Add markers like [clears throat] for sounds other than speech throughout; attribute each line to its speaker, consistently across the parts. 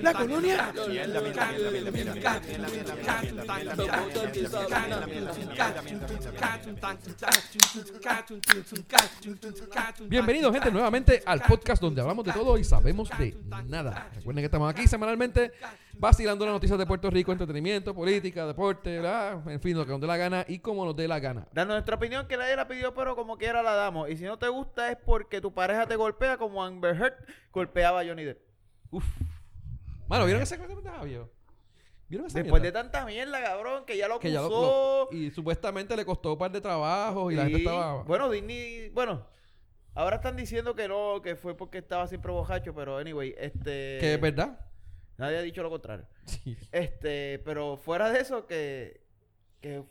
Speaker 1: La colonia.
Speaker 2: Bienvenidos gente nuevamente al podcast donde hablamos de todo y sabemos de nada. Recuerden que estamos aquí semanalmente vacilando las noticias de Puerto Rico, entretenimiento, política, deporte, bla, en fin, lo que nos dé la gana y como nos dé la gana.
Speaker 3: Danos nuestra opinión que nadie la pidió, pero como quiera la damos. Y si no te gusta es porque tu pareja te golpea como Amber Heard golpeaba a Johnny Depp.
Speaker 2: Mano, ¿vieron ese cosa de Javier? ¿Vieron esa
Speaker 3: Después de
Speaker 2: mierda?
Speaker 3: tanta mierda, cabrón, que ya lo
Speaker 2: que ya lo-
Speaker 3: acusó.
Speaker 2: lo- y supuestamente le costó un par de trabajos y la
Speaker 3: Sí.
Speaker 2: gente estaba
Speaker 3: Bueno, Disney, bueno, ahora están diciendo que no, que fue porque estaba siempre bojacho, pero anyway, este
Speaker 2: que es verdad.
Speaker 3: nadie ha dicho lo contrario.
Speaker 2: Sí.
Speaker 3: Este, pero fuera de eso que que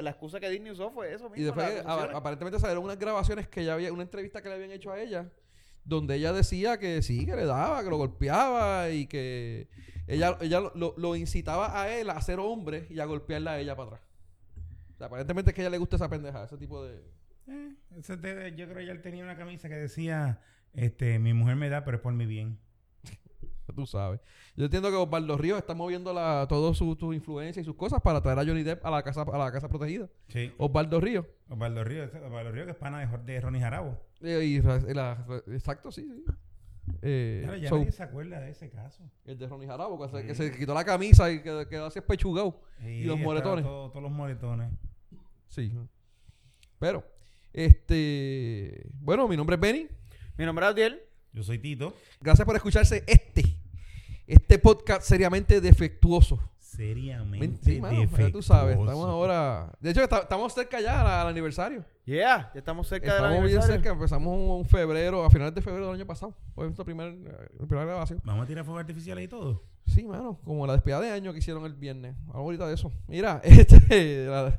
Speaker 3: la excusa que Disney usó fue eso mismo.
Speaker 2: Y después
Speaker 3: las
Speaker 2: a-
Speaker 3: acusaciones.
Speaker 2: aparentemente salieron unas grabaciones que ya había, una entrevista que le habían hecho a ella, donde ella decía que sí, que le daba, que lo golpeaba y que ella, ella lo- lo, lo incitaba a él a ser hombre y a golpearla a ella para atrás. O sea, aparentemente es que a ella le gusta esa pendeja, ese tipo de...
Speaker 4: Eh, eso te- yo creo que él tenía una camisa que decía, este, mi mujer me da, pero es por mi bien.
Speaker 2: Tú sabes. Yo entiendo que Osvaldo Ríos está moviendo la, todas sus sus influencias y sus cosas para traer a Johnny Depp a la casa, a la casa protegida.
Speaker 4: Sí.
Speaker 2: Osvaldo Ríos.
Speaker 4: Osvaldo Río, Osvaldo Río que es pana de, Jor- de Ronnie Jarabo.
Speaker 2: Eh, y ra- y la- exacto, sí, sí. Eh,
Speaker 4: Claro, ya
Speaker 2: so,
Speaker 4: nadie se acuerda de ese caso.
Speaker 2: el de Ronnie Jarabo, que, se, que se quitó la camisa y quedó, quedó así espechugado.
Speaker 4: Sí,
Speaker 2: y los
Speaker 4: estaba
Speaker 2: moretones.
Speaker 4: todo- todos los moretones.
Speaker 2: Sí. Pero, este. Bueno, mi nombre es Benny.
Speaker 3: Mi nombre es Adiel.
Speaker 4: Yo soy Tito.
Speaker 2: Gracias por escucharse este. Este podcast seriamente defectuoso.
Speaker 4: Seriamente.
Speaker 2: Mentira, tú sabes. Estamos ahora. De hecho, esta- estamos cerca ya al, al aniversario.
Speaker 3: Yeah, ya estamos cerca del
Speaker 2: estamos bien
Speaker 3: aniversario.
Speaker 2: cerca. Empezamos un, un febrero, a finales de febrero del año pasado. Fue nuestra primer, eh, primera grabación.
Speaker 4: Vamos a tirar fuegos artificiales y todo.
Speaker 2: Sí, mano, como la despedida de año que hicieron el viernes. Hablamos ahorita de eso. Mira, [laughs] este, la-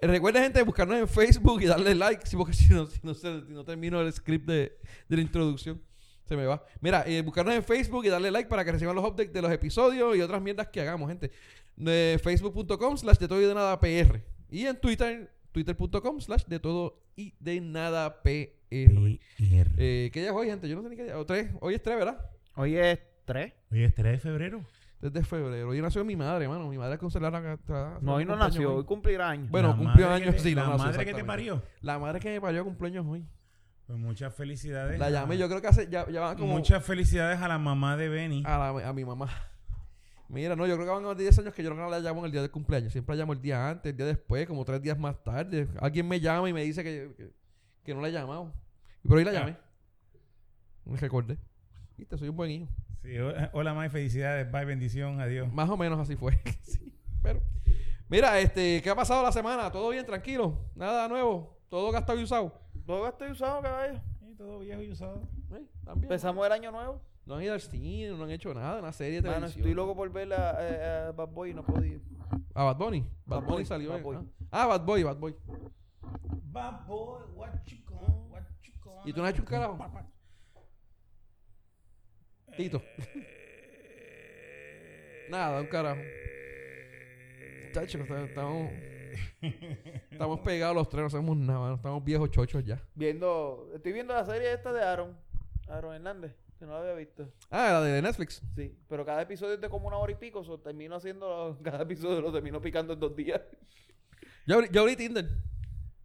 Speaker 2: recuerda, gente, buscarnos en Facebook y darle like, sí, porque [laughs] si no, si no, se- si no termino el script de, de la introducción, se me va. Mira, eh, buscarnos en Facebook y darle like para que reciban los updates de los episodios y otras mierdas que hagamos, gente. Eh, De Facebook.com slash de todo y de nada PR. Y en Twitter, twitter.com slash de todo y de nada PR.
Speaker 4: PR.
Speaker 2: Eh, ¿Qué día es hoy, gente? Yo no sé ni qué día. o tres. Hoy es tres, ¿verdad?
Speaker 3: Hoy es 3.
Speaker 4: Hoy es 3 de febrero.
Speaker 2: Desde febrero. Hoy nació mi madre, mano. Mi madre consolara acá atrás.
Speaker 3: No, hoy no
Speaker 2: Cumpleaños
Speaker 3: nació,
Speaker 2: hoy.
Speaker 3: hoy cumplirá años.
Speaker 2: Bueno,
Speaker 4: La
Speaker 2: cumplió
Speaker 4: madre que
Speaker 2: años,
Speaker 4: te-
Speaker 2: sí, no
Speaker 4: La
Speaker 2: nació,
Speaker 4: madre que te
Speaker 2: exactamente.
Speaker 4: parió.
Speaker 2: La madre que me parió cumpleaños hoy.
Speaker 4: Pues muchas felicidades.
Speaker 2: La
Speaker 4: a-
Speaker 2: llamé, yo creo que hace, ya, ya van como
Speaker 4: Muchas felicidades a la mamá de Benny.
Speaker 2: a, la- a mi mamá. [laughs] Mira, no, yo creo que van a 10 años que yo no la llamo en el día del cumpleaños. Siempre la llamo el día antes, el día después, como tres días más tarde. Alguien me llama y me dice que, que, que no la he llamado. Pero
Speaker 3: Ah.
Speaker 2: hoy la
Speaker 4: Ya.
Speaker 2: llamé. Me recordé. Viste, soy un buen hijo.
Speaker 4: Sí, hola, [laughs] hola, May, felicidades. Bye, bendición, adiós.
Speaker 2: Más o menos así fue. [laughs] Sí, Pero, mira, este, ¿qué ha pasado la semana? ¿Todo bien, tranquilo? ¿Nada nuevo? ¿Todo gastado y usado?
Speaker 3: Todo estoy usado, caballo.
Speaker 4: Y todo viejo y usado.
Speaker 2: Eh, también.
Speaker 3: Empezamos el año nuevo.
Speaker 2: No han ido al cine, no han hecho nada, una serie de
Speaker 3: Mano,
Speaker 2: televisión.
Speaker 3: estoy loco por ver a, eh, a Bad Boy y no puedo ir.
Speaker 2: ¿A Bad Bunny? Bad,
Speaker 3: Bad
Speaker 2: Bunny
Speaker 3: Boy,
Speaker 2: salió.
Speaker 3: Bad
Speaker 2: eh,
Speaker 3: Boy.
Speaker 2: Ah, Ah, Bad Boy, Bad Boy.
Speaker 4: Bad boy, what you gonna- what you gonna
Speaker 2: ¿Y tú no has hecho un
Speaker 4: do?
Speaker 2: carajo?
Speaker 4: Pa, pa.
Speaker 2: Tito. Nada, un carajo. Chacho, está- estamos, estamos pegados los tres, no hacemos nada, mano. estamos viejos chochos ya.
Speaker 3: Viendo, estoy viendo la serie esta de Aaron. Aaron Hernández, que no la había visto.
Speaker 2: Ah, la de Netflix.
Speaker 3: Sí, pero cada episodio es de como una hora y pico. so termino haciendo, [laughs] cada episodio lo termino picando en dos días. [laughs]
Speaker 2: Yo abrí, yo abrí Tinder.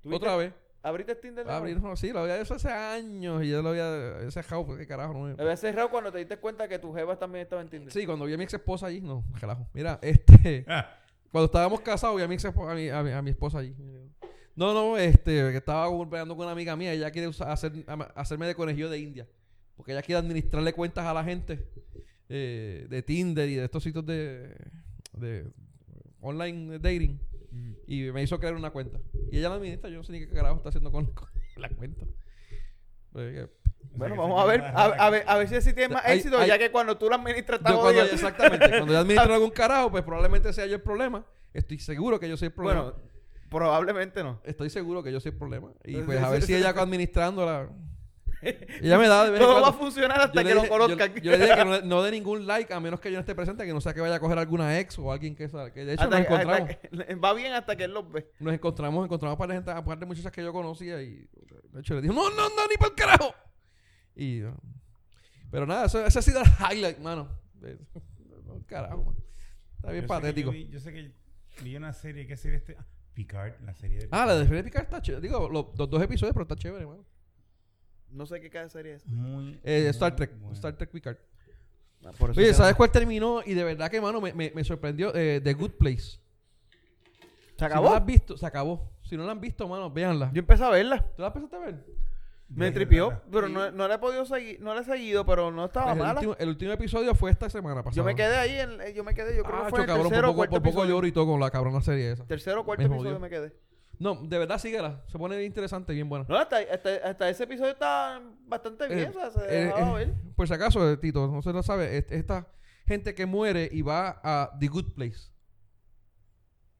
Speaker 3: ¿Tú viste?
Speaker 2: Otra vez.
Speaker 3: ¿Abriste Tinder? de
Speaker 2: Abrir,
Speaker 3: nuevo?
Speaker 2: no, sí, lo había hecho hace años y yo lo había dejado, porque carajo, no me-
Speaker 3: Me había cerrado cuando te diste cuenta que tu jeva también estaba en Tinder.
Speaker 2: Sí, cuando vi a mi ex esposa allí, no, relajo. Mira, [laughs] este.
Speaker 4: Ah,
Speaker 2: Cuando estábamos casados, vi a mi, ex espo- a mi, a mi- a mi esposa allí. No, no, este, que estaba golpeando con una amiga mía. Ella quiere usa- hacer, ama- hacerme de conejillo de India. Porque ella quiere administrarle cuentas a la gente eh, de Tinder y de estos sitios de, de online dating. Y me hizo crear una cuenta. Y ella la administra. Yo no sé ni qué carajo está haciendo con, [laughs] con la cuenta. Eh,
Speaker 3: Bueno,
Speaker 4: o sea que
Speaker 3: vamos a
Speaker 4: se
Speaker 3: ver,
Speaker 4: llama
Speaker 3: a, a ver, a ver si así tienes más
Speaker 2: Hay-
Speaker 3: éxito,
Speaker 2: hay-
Speaker 3: ya que cuando tú la administras
Speaker 2: yo
Speaker 3: estás
Speaker 2: cuando,
Speaker 3: jodido.
Speaker 2: exactamente. Cuando yo administro algún carajo, pues probablemente sea yo el problema. Estoy seguro que yo soy el problema.
Speaker 3: Bueno, [laughs] probablemente no.
Speaker 2: Estoy seguro que yo soy el problema. Y
Speaker 3: Sí,
Speaker 2: pues a
Speaker 3: sí,
Speaker 2: ver
Speaker 3: sí,
Speaker 2: si
Speaker 3: sí.
Speaker 2: ella
Speaker 3: [laughs]
Speaker 2: administrándola. Ella me da de vez en
Speaker 3: Todo va a
Speaker 2: cuando.
Speaker 3: funcionar
Speaker 2: Yo
Speaker 3: hasta
Speaker 2: le
Speaker 3: que lo
Speaker 2: dije- yo-
Speaker 3: conozcan.
Speaker 2: Yo, le
Speaker 3: [laughs]
Speaker 2: dije que no, le- no dé ningún like a menos que yo no esté presente, que no sea que vaya a coger alguna ex o alguien que, sa- que de hecho
Speaker 3: Hasta
Speaker 2: nos
Speaker 3: que- hasta
Speaker 2: encontramos.
Speaker 3: que- [laughs] va bien hasta que él los ve.
Speaker 2: Nos encontramos, encontramos para gente, aparte de muchachas que yo conocía y de hecho le dije, no, no, no, ni para el carajo. Y no, Pero nada, eso, ese ha sido el highlight, mano. De- Carajo, man. Está bien
Speaker 4: Yo sé que
Speaker 2: patético.
Speaker 4: yo, vi- yo sé que vi una serie, ¿qué serie este? Ah, Picard, la serie de
Speaker 2: Ah,
Speaker 4: Picard.
Speaker 2: la de Freddy Picard está chévere. Digo, lo- los dos episodios, pero está chévere, mano.
Speaker 3: No sé qué cada serie es.
Speaker 4: Muy,
Speaker 2: Eh,
Speaker 4: muy
Speaker 2: Star Trek,
Speaker 4: buena.
Speaker 2: Star Trek Picard.
Speaker 3: Ah, por eso
Speaker 2: Oye,
Speaker 3: se
Speaker 2: ¿sabes
Speaker 3: llama-
Speaker 2: cuál terminó? Y de verdad que, mano, me, me, me sorprendió. eh, The Good Place.
Speaker 3: ¿Se
Speaker 2: Si no
Speaker 3: acabó?
Speaker 2: la has visto, se acabó. Si no la han visto, mano, véanla.
Speaker 3: Yo empecé a verla.
Speaker 2: ¿Tú la empezaste a ver?
Speaker 3: Me
Speaker 4: Bien,
Speaker 3: tripió,
Speaker 4: ¿verdad?
Speaker 3: pero
Speaker 2: Sí.
Speaker 3: no, no la he podido seguir, no la he seguido, pero no estaba
Speaker 2: Pues el,
Speaker 3: mala.
Speaker 2: último, el último episodio fue esta semana pasada.
Speaker 3: Yo me quedé ahí, en- eh, yo me quedé, yo creo
Speaker 2: Ah,
Speaker 3: que fue en el
Speaker 2: cabrón,
Speaker 3: tercero o
Speaker 2: por poco,
Speaker 3: cuarto
Speaker 2: por poco
Speaker 3: episodio.
Speaker 2: lloro y todo con la cabrona serie esa.
Speaker 3: Tercero o cuarto
Speaker 2: Me
Speaker 3: episodio
Speaker 2: jodió.
Speaker 3: me quedé.
Speaker 2: No, de verdad síguela. Se pone bien interesante, bien buena.
Speaker 3: No, hasta, hasta, hasta ese episodio estaba bastante bien,
Speaker 2: Eh,
Speaker 3: o sea, se
Speaker 2: eh,
Speaker 3: dejaba
Speaker 2: eh,
Speaker 3: ver.
Speaker 2: Por si acaso, eh, Tito, no se lo sabe, es- esta gente que muere y va a The Good Place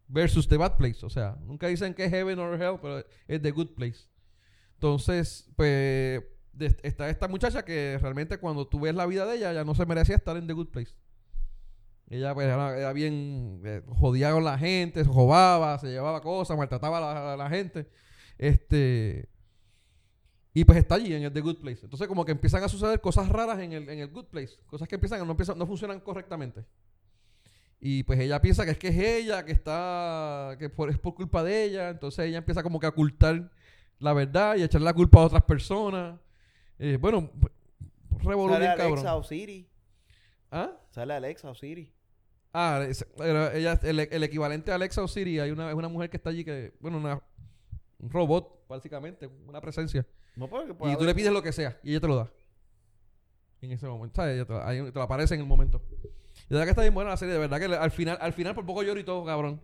Speaker 2: versus The Bad Place. O sea, nunca dicen que es Heaven or Hell, pero es The Good Place. Entonces, pues, de- está esta muchacha que realmente cuando tú ves la vida de ella, ya no se merecía estar en The Good Place. Ella pues, era, era bien eh, jodida con la gente, se robaba, se llevaba cosas, maltrataba a la- a la gente. Este, y pues está allí en el The Good Place. Entonces como que empiezan a suceder cosas raras en el, en el Good Place. Cosas que empiezan, a- no, empiezan, no funcionan correctamente. Y pues ella piensa que es que es ella, que está, que por- es por culpa de ella. Entonces ella empieza como que a ocultar la verdad y a echar la culpa a otras personas. Eh, bueno, revolución
Speaker 3: Sale Alexa
Speaker 2: cabrón.
Speaker 3: O'Siri.
Speaker 2: ¿Ah?
Speaker 3: Sale Alexa O'Siri.
Speaker 2: Ah, es- era- ella, el, el equivalente a Alexa O'Siri. Hay una, es una mujer que está allí que, bueno, una, un robot, básicamente, una presencia.
Speaker 3: No, porque
Speaker 2: Y tú le pides lo que sea y ella te lo da. En ese momento, ¿sabes? Ella te, ahí te lo aparece en el momento. Y de verdad que está bien buena la serie, de verdad que le- al final, al final por poco lloro y todo, cabrón.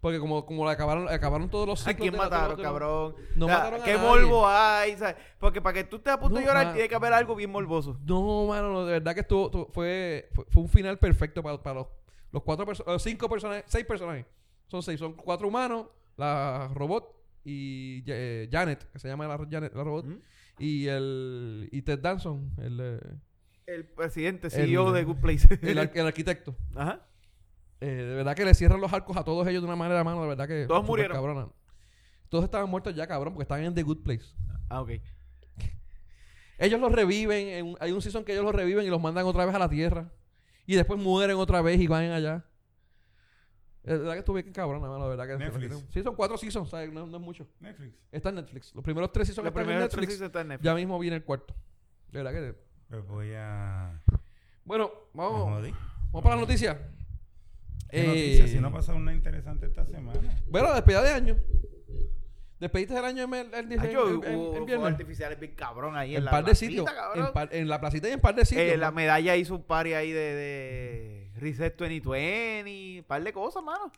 Speaker 2: Porque como, como la acabaron, acabaron todos los
Speaker 3: ¿A
Speaker 2: ciclos
Speaker 3: quién
Speaker 2: de la-
Speaker 3: mataron,
Speaker 2: de los-
Speaker 3: cabrón?
Speaker 2: No
Speaker 3: O sea,
Speaker 2: mataron a
Speaker 3: ¿Qué
Speaker 2: nadie.
Speaker 3: morbo hay? ¿sabes? Porque para que tú estés a punto de
Speaker 2: No, ah.
Speaker 3: llorar,
Speaker 2: ma-
Speaker 3: tiene que haber algo bien morboso.
Speaker 2: No, mano, no, de verdad que estuvo, estuvo- fue, fue, fue un final perfecto para, para los, los cuatro perso- los cinco personajes, seis personajes. Son seis, son cuatro humanos, la robot y eh, Janet, que se llama la, Janet, la robot,
Speaker 3: ¿Mm?
Speaker 2: y el y Ted Danson, el, eh,
Speaker 3: El presidente, CEO
Speaker 2: El-
Speaker 3: de Good Place. [laughs]
Speaker 2: el ar- el arquitecto.
Speaker 3: Ajá.
Speaker 2: Eh, de verdad que le cierran los arcos a todos ellos de una manera, mano. De verdad que.
Speaker 3: Todos
Speaker 2: súper
Speaker 3: murieron.
Speaker 2: Cabrona. Todos estaban muertos ya, cabrón, porque estaban en The Good Place.
Speaker 3: Ah, ok.
Speaker 2: Ellos los reviven. en un- hay un season que ellos los reviven y los mandan otra vez a la tierra. Y después mueren otra vez y van allá. Eh, De verdad que estuve bien cabrona, mano. De verdad que.
Speaker 4: Netflix.
Speaker 2: Sí, son cuatro seasons, ¿sabes? No, no es mucho.
Speaker 4: Netflix.
Speaker 2: Está en Netflix. Los primeros tres seasons
Speaker 3: Los
Speaker 2: están en
Speaker 3: primeros
Speaker 2: Netflix.
Speaker 3: tres seasons están en Netflix.
Speaker 2: Ya mismo viene el cuarto. De verdad que.
Speaker 4: Pues voy a.
Speaker 2: Bueno,
Speaker 4: me
Speaker 3: Oh,
Speaker 2: vamos.
Speaker 4: jodí.
Speaker 2: Vamos para las noticias.
Speaker 4: ¿Qué
Speaker 2: Eh,
Speaker 4: noticias? Si no pasa una interesante esta semana.
Speaker 2: Bueno, despedida de año. Despediste del año en el, el,
Speaker 3: Ah,
Speaker 2: en-
Speaker 3: yo,
Speaker 2: en- en-
Speaker 3: hubo
Speaker 2: en
Speaker 3: fuegos
Speaker 2: viernes.
Speaker 3: artificiales bien cabrón ahí en,
Speaker 2: En
Speaker 3: la
Speaker 2: par de
Speaker 3: placita,
Speaker 2: sitios.
Speaker 3: cabrón.
Speaker 2: En, par- en la placita y en par de sitios.
Speaker 3: Eh, la
Speaker 2: ¿no?
Speaker 3: medalla hizo un party ahí de, de Reset 2020, un par de cosas, mano.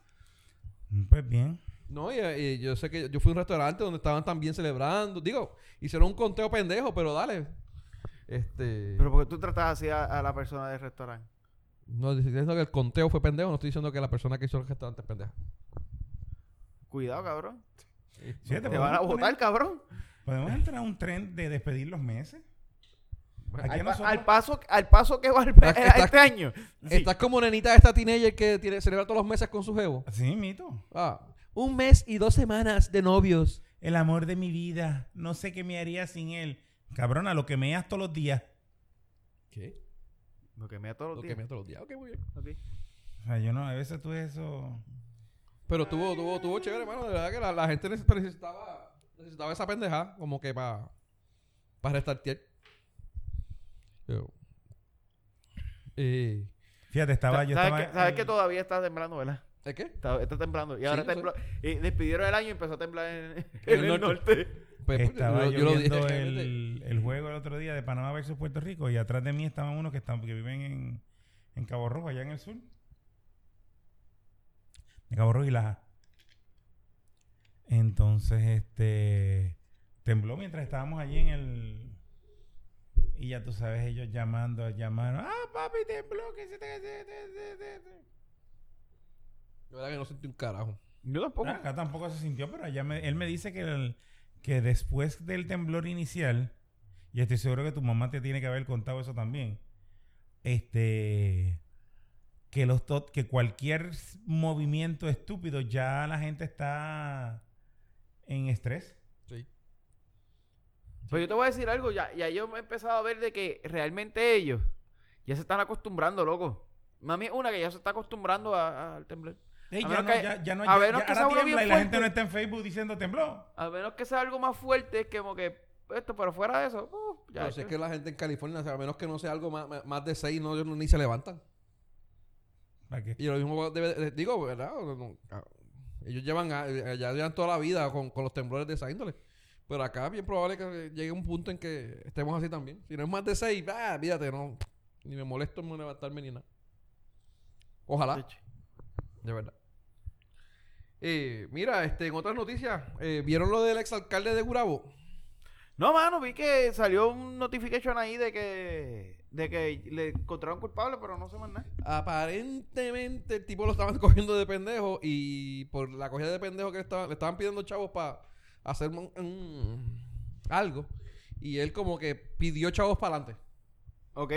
Speaker 4: Mm, Pues bien.
Speaker 2: No, y, eh, y yo sé que yo fui a un restaurante donde estaban también celebrando. Digo, hicieron un conteo pendejo, pero dale. Este.
Speaker 3: Pero porque tú tratas así a, a la persona del restaurante.
Speaker 2: no estoy diciendo que el conteo fue pendejo, no estoy diciendo que la persona que hizo el restaurante es pendeja.
Speaker 3: Cuidado, cabrón.
Speaker 4: Fíjate,
Speaker 3: Te van a
Speaker 4: podemos
Speaker 3: votar,
Speaker 4: poner-
Speaker 3: cabrón.
Speaker 4: Podemos entrar a un tren de despedir los meses. Aquí
Speaker 3: Al, pa-
Speaker 4: nosotros-
Speaker 3: al paso, al paso que va el pe- [laughs]
Speaker 2: Está- está-
Speaker 3: este año. Sí.
Speaker 2: Estás como nenita esta teenager que tiene, celebra todos los meses con su jevo.
Speaker 4: Sí, mito.
Speaker 2: Ah, un mes y dos semanas de novios.
Speaker 4: El amor de mi vida. No sé qué me haría sin él. Cabrona, lo que me das todos los días.
Speaker 2: ¿Qué?
Speaker 3: Lo que mea todos
Speaker 2: Lo
Speaker 3: los
Speaker 2: que
Speaker 3: días.
Speaker 2: me todos los días. Ok, muy bien.
Speaker 3: Ok.
Speaker 4: O sea, yo no, a veces tú eso.
Speaker 2: Pero tuvo, tuvo, tuvo chévere, hermano. De verdad que la, la gente neces- necesitaba, necesitaba esa pendejada como que para para restartear. Yo- Eh,
Speaker 4: Fíjate, estaba yo.
Speaker 3: ¿Sabes,
Speaker 4: estaba
Speaker 3: que, sabes
Speaker 4: en-
Speaker 3: que todavía está temblando, ¿verdad?
Speaker 2: ¿Es qué?
Speaker 3: Está, está temblando. Y ahora
Speaker 2: Sí, yo
Speaker 3: tembló. Y despidieron el año y empezó a temblar en, [laughs] en
Speaker 2: el
Speaker 3: el, norte.
Speaker 2: Pues,
Speaker 4: Estaba yo, viendo
Speaker 2: obviamente.
Speaker 4: el, el juego el otro día de Panamá versus Puerto Rico y atrás de mí estaban unos que, están, que viven en, en Cabo Rojo, allá en el sur. De Cabo Rojo y Laja. Entonces, este... Tembló mientras estábamos allí en el... Y ya tú sabes, ellos llamando, llamaron. ¡Ah, papi, tembló! que se te- que se te- te- te- te".
Speaker 2: De verdad que no sentí un carajo.
Speaker 3: Yo tampoco.
Speaker 4: Ah, acá tampoco se sintió, pero allá me- él me dice que, el- que después del temblor inicial, y estoy seguro que tu mamá te tiene que haber contado eso también, este, que, los to- que cualquier s- movimiento estúpido ya la gente está en estrés.
Speaker 2: Sí.
Speaker 3: Pero yo te voy a decir algo, ya, ya yo me he empezado a ver de que realmente ellos ya se están acostumbrando, loco. Mami es una que ya se está acostumbrando a- a- al temblor.
Speaker 4: Ey,
Speaker 3: A
Speaker 4: ya,
Speaker 3: menos
Speaker 4: no,
Speaker 3: que-
Speaker 4: ya, ya no,
Speaker 3: a
Speaker 4: ya-
Speaker 3: menos
Speaker 4: ya
Speaker 3: que
Speaker 4: ahora
Speaker 3: se abra
Speaker 4: tiembla
Speaker 3: bien
Speaker 4: y la gente
Speaker 3: fuerte.
Speaker 4: no está en Facebook diciendo tembló.
Speaker 3: A menos que sea algo más fuerte, es que como que esto, pero fuera de eso, uh, ya.
Speaker 2: Pero si es que la gente en California, o sea, a menos que no sea algo más, más- más de seis, no, ellos ni se levantan.
Speaker 4: ¿Para qué?
Speaker 2: Y lo mismo debe- les digo, ¿verdad? O no, a- ellos llevan, a- eh, allá llevan toda la vida con, con los temblores de esa índole. Pero acá es bien probable que llegue un punto en que estemos así también. Si no es más de seis, ah, fíjate, no. Ni me molesto en levantarme ni nada. Ojalá. De verdad. Eh, mira, este, en otras noticias, eh, ¿vieron lo del exalcalde de Gurabo?
Speaker 3: No, mano, vi que salió un notification ahí de que de que le encontraron culpable, pero no sé más nada.
Speaker 2: Aparentemente el tipo lo estaban [laughs] cogiendo de pendejo y por la cogida de pendejo que le estaban, le estaban pidiendo chavos para hacer un- un- algo. Y él como que pidió chavos para adelante.
Speaker 3: ¿Ok?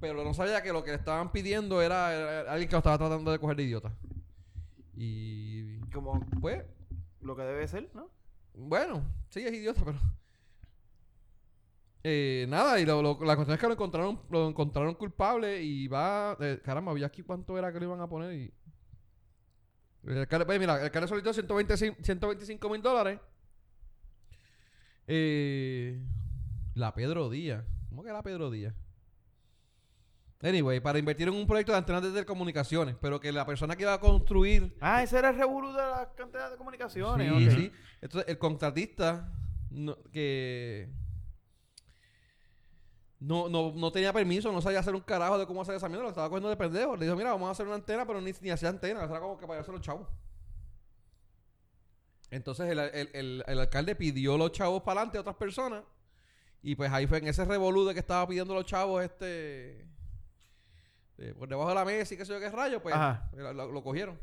Speaker 2: Pero no sabía que lo que le estaban pidiendo era, era alguien que lo estaba tratando de coger de idiota. Y
Speaker 3: Como
Speaker 2: pues,
Speaker 3: lo que debe ser, ¿no?
Speaker 2: bueno, sí es idiota, pero... [laughs] Eh, nada, y lo- lo- la cuestión es que lo encontraron, lo encontraron culpable y va... eh, caramba, vi aquí cuánto era que le iban a poner y... El alcalde, pues, mira, el alcalde solicitó 125 mil dólares. Eh, la Pedro Díaz. ¿Cómo que la Pedro Díaz? Anyway, para invertir en un proyecto de antenas de telecomunicaciones, pero que la persona que iba a construir
Speaker 3: Ah, ese era el revolú de las cantidades de comunicaciones.
Speaker 2: Sí,
Speaker 3: ok.
Speaker 2: sí. Entonces, el contratista no- que no, no, no tenía permiso, no sabía hacer un carajo de cómo hacer esa mierda, lo estaba cogiendo de pendejo. Le dijo, mira, vamos a hacer una antena, pero ni, ni hacía antena, era como que para hacer los chavos. Entonces el, el- el- el alcalde pidió los chavos para adelante a otras personas. Y pues ahí fue en ese revolú de que estaba pidiendo los chavos este eh, por debajo de la mesa y qué sé yo qué rayo, pues
Speaker 3: Ajá.
Speaker 2: lo- lo- lo cogieron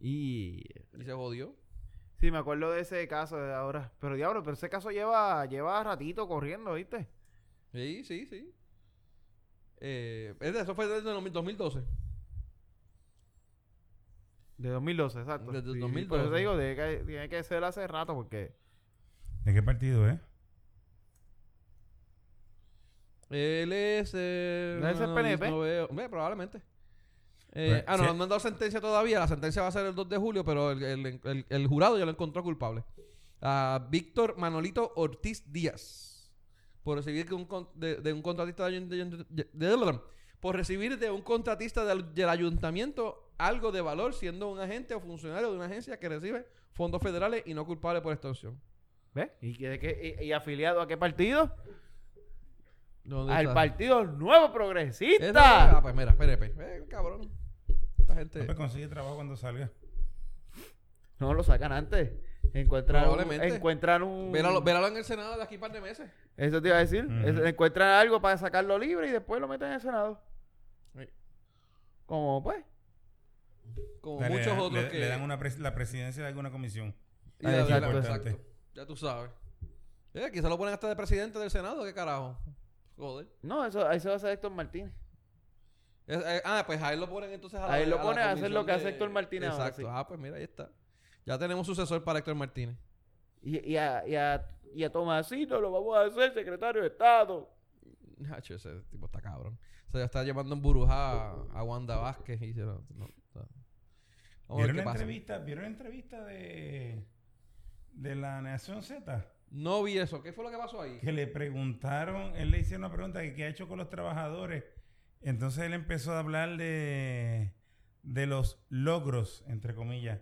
Speaker 3: Y
Speaker 2: y se jodió.
Speaker 3: sí, me acuerdo de ese caso de ahora. Pero diablo, pero ese caso lleva lleva ratito corriendo, ¿viste?
Speaker 2: Sí, sí, sí. Eh, es de- eso fue desde el 2012.
Speaker 3: De 2012, exacto.
Speaker 2: Desde
Speaker 3: Sí, sí,
Speaker 2: 2012.
Speaker 3: Por eso te digo, tiene que, tiene que ser hace rato porque
Speaker 4: ¿De qué partido eh? es?
Speaker 2: Él es... Eh,
Speaker 3: ¿No es el
Speaker 2: no,
Speaker 3: PNP?
Speaker 2: no veo- Hombre, probablemente.
Speaker 4: Pues,
Speaker 2: Eh, ah, no,
Speaker 4: sí.
Speaker 2: no han dado sentencia todavía. La sentencia va a ser el 2 de julio, pero el, el- el- el jurado ya lo encontró culpable. A Víctor Manolito Ortiz Díaz. Por recibir que un con- de, de un contratista de, ayun- de ayun- de- de- por recibir de un contratista del, del ayuntamiento algo de valor siendo un agente o funcionario de una agencia que recibe fondos federales y no culpable por extorsión.
Speaker 3: ¿ves? ¿Y, que- que- y- y afiliado a qué partido?
Speaker 2: ¿Dónde
Speaker 3: Al
Speaker 2: está?
Speaker 3: Partido Nuevo
Speaker 2: Es de- Ah,
Speaker 3: Progresista.
Speaker 2: pues mira, PNP. Eh, cabrón. Esta gente.
Speaker 4: Pues consigue trabajo cuando salga.
Speaker 3: No lo sacan antes. Encuentran un,
Speaker 2: Probablemente.
Speaker 3: encuentran un
Speaker 2: Véralo, véralo en el Senado de aquí par de meses.
Speaker 3: Eso te iba a decir.
Speaker 4: Ujú.
Speaker 3: Es- encuentran algo para sacarlo libre y después lo meten en el Senado.
Speaker 2: Sí.
Speaker 3: Como pues.
Speaker 2: Como
Speaker 4: Le- le
Speaker 2: muchos
Speaker 4: dan-
Speaker 2: otros
Speaker 4: le,
Speaker 2: que.
Speaker 4: le dan una pres- la presidencia de alguna comisión.
Speaker 2: y la-
Speaker 3: Ah,
Speaker 2: la-
Speaker 4: importante.
Speaker 2: exacto. Ya tú sabes. Eh, quizá lo ponen hasta de presidente del Senado, ¿qué carajo? Joder.
Speaker 3: No, eso, eso va a ser Héctor Martínez.
Speaker 2: Es- eh, ah, pues ahí lo ponen entonces a la-
Speaker 3: A él lo
Speaker 2: la
Speaker 3: ponen a hacer
Speaker 2: comisión
Speaker 3: lo que
Speaker 2: de-
Speaker 3: hace Héctor Martínez ahora,
Speaker 2: Exacto.
Speaker 3: sí.
Speaker 2: Ah, pues mira, ahí está. Ya tenemos sucesor para Héctor Martínez.
Speaker 3: Y, y a, y, a, y a Tomasito lo vamos a hacer secretario de Estado.
Speaker 2: Nacho, ese tipo está cabrón. O sea, ya está llevando en burujá a, a Wanda Vázquez y se lo- no, no. Vamos a ver
Speaker 4: ¿Vieron
Speaker 2: qué
Speaker 4: la,
Speaker 2: pasa.
Speaker 4: entrevista, ¿Vieron la entrevista de, de la Nación Z?
Speaker 2: No vi eso. ¿Qué fue lo que pasó ahí?
Speaker 4: Que le preguntaron, él le hicieron una pregunta que qué ha hecho con los trabajadores. Entonces él empezó a hablar de, de los logros, entre comillas,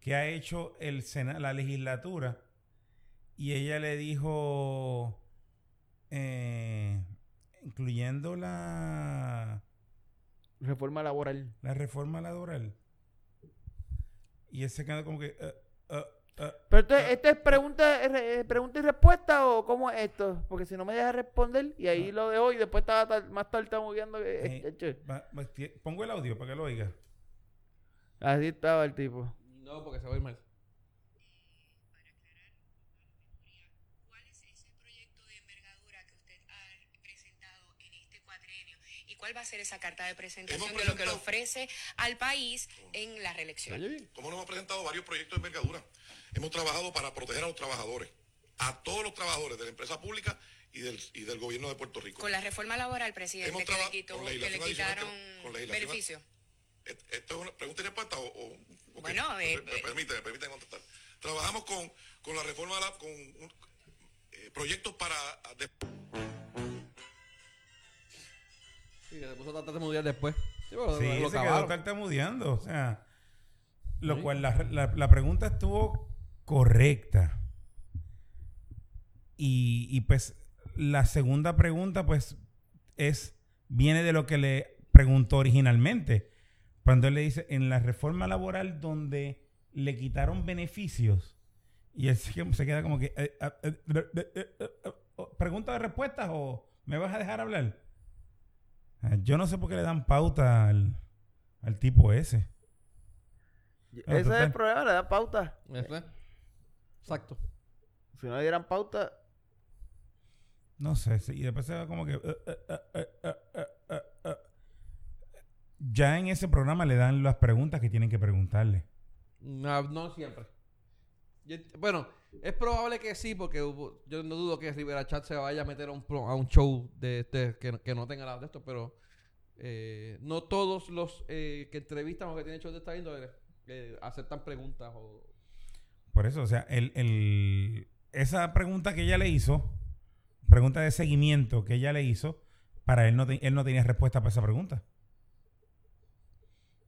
Speaker 4: que ha hecho el Sena- la legislatura. Y ella le dijo, eh, incluyendo la,
Speaker 3: Reforma laboral.
Speaker 4: la reforma laboral. Y él se quedó como que... "Eh, eh, eh".
Speaker 3: Pero esto, es- esto es pregunta, es re- eh, pregunta y respuesta o cómo es esto? Porque si no me dejas responder y ahí lo dejo y después estaba tar- más tartamudeando. que-
Speaker 4: Eh.
Speaker 3: eh, che.
Speaker 4: Va- va- ti- Pongo el audio para que lo oiga.
Speaker 3: Así estaba el tipo.
Speaker 2: No, porque se va a ir mal.
Speaker 5: ¿Cuál es ese proyecto de envergadura que usted ha presentado en este cuadrenio? ¿Y cuál va a ser esa carta de presentación
Speaker 6: Hemos
Speaker 5: de lo que le
Speaker 6: presentado- Oh.
Speaker 5: ofrece al país en la
Speaker 2: ¿Se
Speaker 5: reelección?
Speaker 2: oye bien?
Speaker 6: Como nos ha presentado varios proyectos de envergadura, hemos trabajado para proteger a los trabajadores, a todos los trabajadores de la empresa pública y del, y del gobierno de Puerto Rico.
Speaker 5: Con la reforma laboral, presidente,
Speaker 6: Hemos
Speaker 5: que le,
Speaker 6: traba-
Speaker 5: quitó-
Speaker 6: con
Speaker 5: que le
Speaker 6: legislación adicional
Speaker 5: quitaron
Speaker 6: que- con legislación-
Speaker 5: beneficio.
Speaker 6: Et- ¿Esto es una pregunta y respuesta o...? o- o qué?
Speaker 5: Bueno, eh,
Speaker 6: Me- me
Speaker 5: eh.
Speaker 6: permite, me permite contestar. Trabajamos con, con la reforma, la- con un- eh, proyectos para... de-
Speaker 2: Sí, que se puso a tratar de mundial después. Sí, pero
Speaker 4: Sí,
Speaker 2: lo- lo
Speaker 4: se quedó
Speaker 2: acabaron.
Speaker 4: tartamudeando. O sea, lo
Speaker 2: Sí.
Speaker 4: cual la, la- la pregunta estuvo correcta. Y, y, pues la segunda pregunta, pues, es, viene de lo que le preguntó originalmente. Cuando él le dice, en la reforma laboral donde le quitaron beneficios, y él se se queda como que, eh, ah, eh, eh, eh, eh, eh, eh, oh, pregunta de respuestas o me vas a dejar hablar. Ah, Yo no sé por qué le dan pauta al, al tipo ese. Ah,
Speaker 3: Ese es
Speaker 4: total.
Speaker 3: el problema, le dan pauta.
Speaker 2: Ya fue. Exacto.
Speaker 3: Si no le dieran pauta,
Speaker 4: No sé, sí, y después se va como que... eh, eh, eh, eh, eh, eh, eh, eh. Ya en ese programa le dan las preguntas que tienen que preguntarle.
Speaker 2: No, no siempre. Yo ent- bueno, es probable que sí, porque hubo- yo no dudo que Rivera Chat se vaya a meter a un, pro- a un show de este que, no- que no tenga nada de esto, pero eh, no todos los eh, que entrevistan o que tienen shows de esta índole eh, aceptan preguntas o...
Speaker 4: Por eso, o sea, el, el- esa pregunta que ella le hizo, pregunta de seguimiento que ella le hizo, para él no, te- él no tenía respuesta para esa pregunta.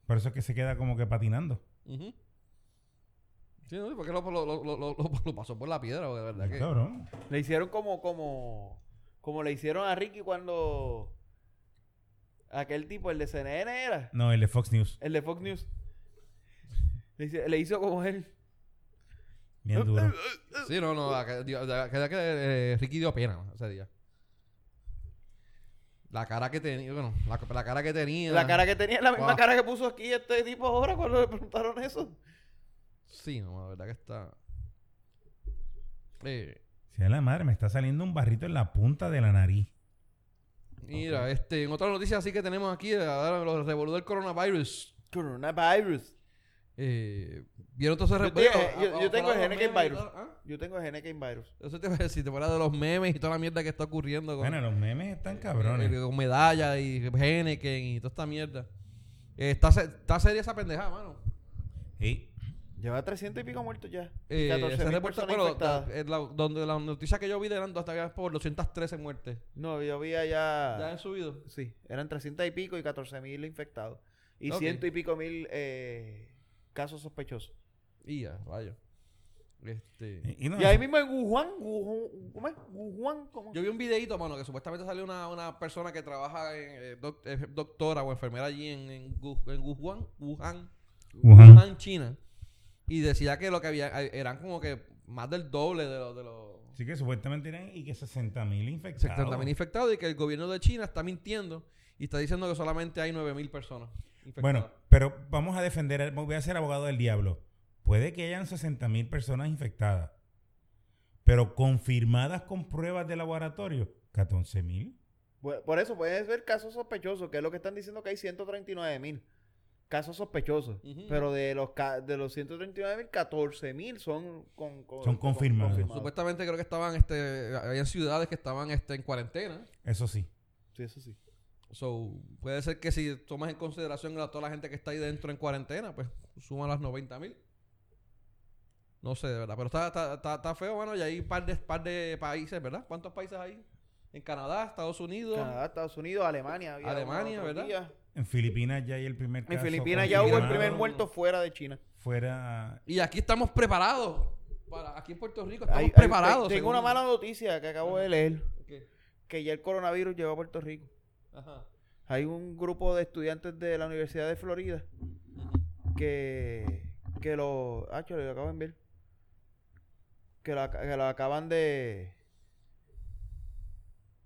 Speaker 4: Por eso es que se queda como que patinando.
Speaker 2: Ujú. Sí, no, porque lo, lo, lo, lo, lo- lo pasó por la piedra, porque de verdad que...
Speaker 4: Cabrón.
Speaker 3: le hicieron como, como, como le hicieron a Ricky cuando aquel tipo, el de CNN era,
Speaker 4: No, el de Fox News.
Speaker 3: el de Fox News. Le, hice- le hizo como él.
Speaker 4: Bien duro.
Speaker 2: Sí, no, no, la que, dio- la que- la que, eh, Ricky dio pena ¿no? ese día. La cara que tenía, bueno, la, la cara que tenía.
Speaker 3: La cara que tenía, la misma
Speaker 2: Ah. Wow.
Speaker 3: cara que puso aquí este tipo ahora cuando le preguntaron eso.
Speaker 2: Sí, no, la verdad que está. Eh,
Speaker 4: Sea la madre, me está saliendo un barrito en la punta de la nariz.
Speaker 2: mira, este, en otra noticia así que tenemos aquí, ahora los revolvió el coronavirus.
Speaker 3: Coronavirus.
Speaker 2: Eh, ¿Vieron todos esos
Speaker 3: Yo te-
Speaker 2: revuelos?
Speaker 3: yo- yo tengo
Speaker 2: Fuera de
Speaker 3: el
Speaker 2: los
Speaker 3: GNK
Speaker 2: memes y
Speaker 3: virus.
Speaker 2: todo, ¿ah?
Speaker 3: Yo tengo GNK virus.
Speaker 2: Eso te voy a decir, te fuera de los memes y toda la mierda que está ocurriendo con,
Speaker 4: Bueno, los memes están
Speaker 2: eh,
Speaker 4: cabrones.
Speaker 2: con medallas y Henneken y toda esta mierda. Eh, está, se- está seria esa pendejada, mano.
Speaker 4: Sí.
Speaker 3: Lleva 300 y pico muertos ya.
Speaker 2: Eh,
Speaker 3: 14.000
Speaker 2: se reporta,
Speaker 3: personas
Speaker 2: bueno,
Speaker 3: infectadas.
Speaker 2: la- eh, la- donde las noticias que yo vi eran hasta por 213 muertes.
Speaker 3: No, yo vi
Speaker 2: ¿Ya
Speaker 3: allá.
Speaker 2: han subido?
Speaker 3: Sí, eran 300 y pico y 14 mil infectados. Y
Speaker 2: Ok.
Speaker 3: ciento y pico mil eh, casos sospechosos.
Speaker 2: Y ya, rayo. Este...
Speaker 4: Y, y no,
Speaker 3: Y ahí mismo en Wuhan, Wuhan, ¿cómo es? Wuhan, ¿cómo?
Speaker 2: Yo vi un videito, mano, que supuestamente salió una, una persona que trabaja, en, eh, doc- eh, doctora o enfermera allí en, en, Gu- en Wuhan, Wuhan,
Speaker 4: Wuhan.
Speaker 2: Wuhan, China. Y decía que lo que había eh, eran como que más del doble de los... De los
Speaker 4: Así que supuestamente eran y que 60 mil
Speaker 2: se-
Speaker 4: infectados.
Speaker 2: también infectados y que el gobierno de China está mintiendo y está diciendo que solamente hay 9.000 personas infectadas.
Speaker 4: Bueno, pero vamos a defender, voy a ser abogado del diablo. Puede que hayan 60 mil personas infectadas, pero confirmadas con pruebas de laboratorio, 14 mil.
Speaker 3: Bu- Por eso puedes ver casos sospechosos, que es lo que están diciendo que hay 139 mil casos sospechosos.
Speaker 2: Ujú.
Speaker 3: Pero de los, ca- de los 139 mil, 14 mil son, con, con-
Speaker 4: Son
Speaker 3: con-
Speaker 4: confirmados.
Speaker 2: Supuestamente creo que estaban, este, había ciudades que estaban este, en cuarentena.
Speaker 4: Eso sí.
Speaker 3: Sí, eso sí.
Speaker 2: So, puede ser que si tomas en consideración a toda la gente que está ahí dentro en cuarentena, pues suma las 90 mil. No sé, de verdad. Pero está, está, está, está feo, bueno, y hay un par de, par de países, ¿verdad? ¿Cuántos países hay? En Canadá, Estados Unidos.
Speaker 3: Canadá, Estados Unidos, Alemania. había
Speaker 2: Alemania,
Speaker 3: uno otro
Speaker 2: ¿verdad?
Speaker 3: día.
Speaker 4: En Filipinas ya hay el primer
Speaker 3: En
Speaker 4: caso
Speaker 3: Filipinas ya hubo el primer
Speaker 4: confirmado.
Speaker 3: muerto fuera de China.
Speaker 4: Fuera
Speaker 2: Y aquí estamos preparados. Para, aquí en Puerto Rico estamos
Speaker 3: Ahí- ahí-
Speaker 2: preparados.
Speaker 3: tengo una
Speaker 2: según-
Speaker 3: mala noticia que acabo de leer,
Speaker 2: ¿Qué?
Speaker 3: que ya el coronavirus llegó a Puerto Rico.
Speaker 2: Ajá.
Speaker 3: Hay un grupo de estudiantes de la Universidad de Florida que, que lo. Ah, chale, lo acabo de enviar. Que lo, ac- que lo acaban de.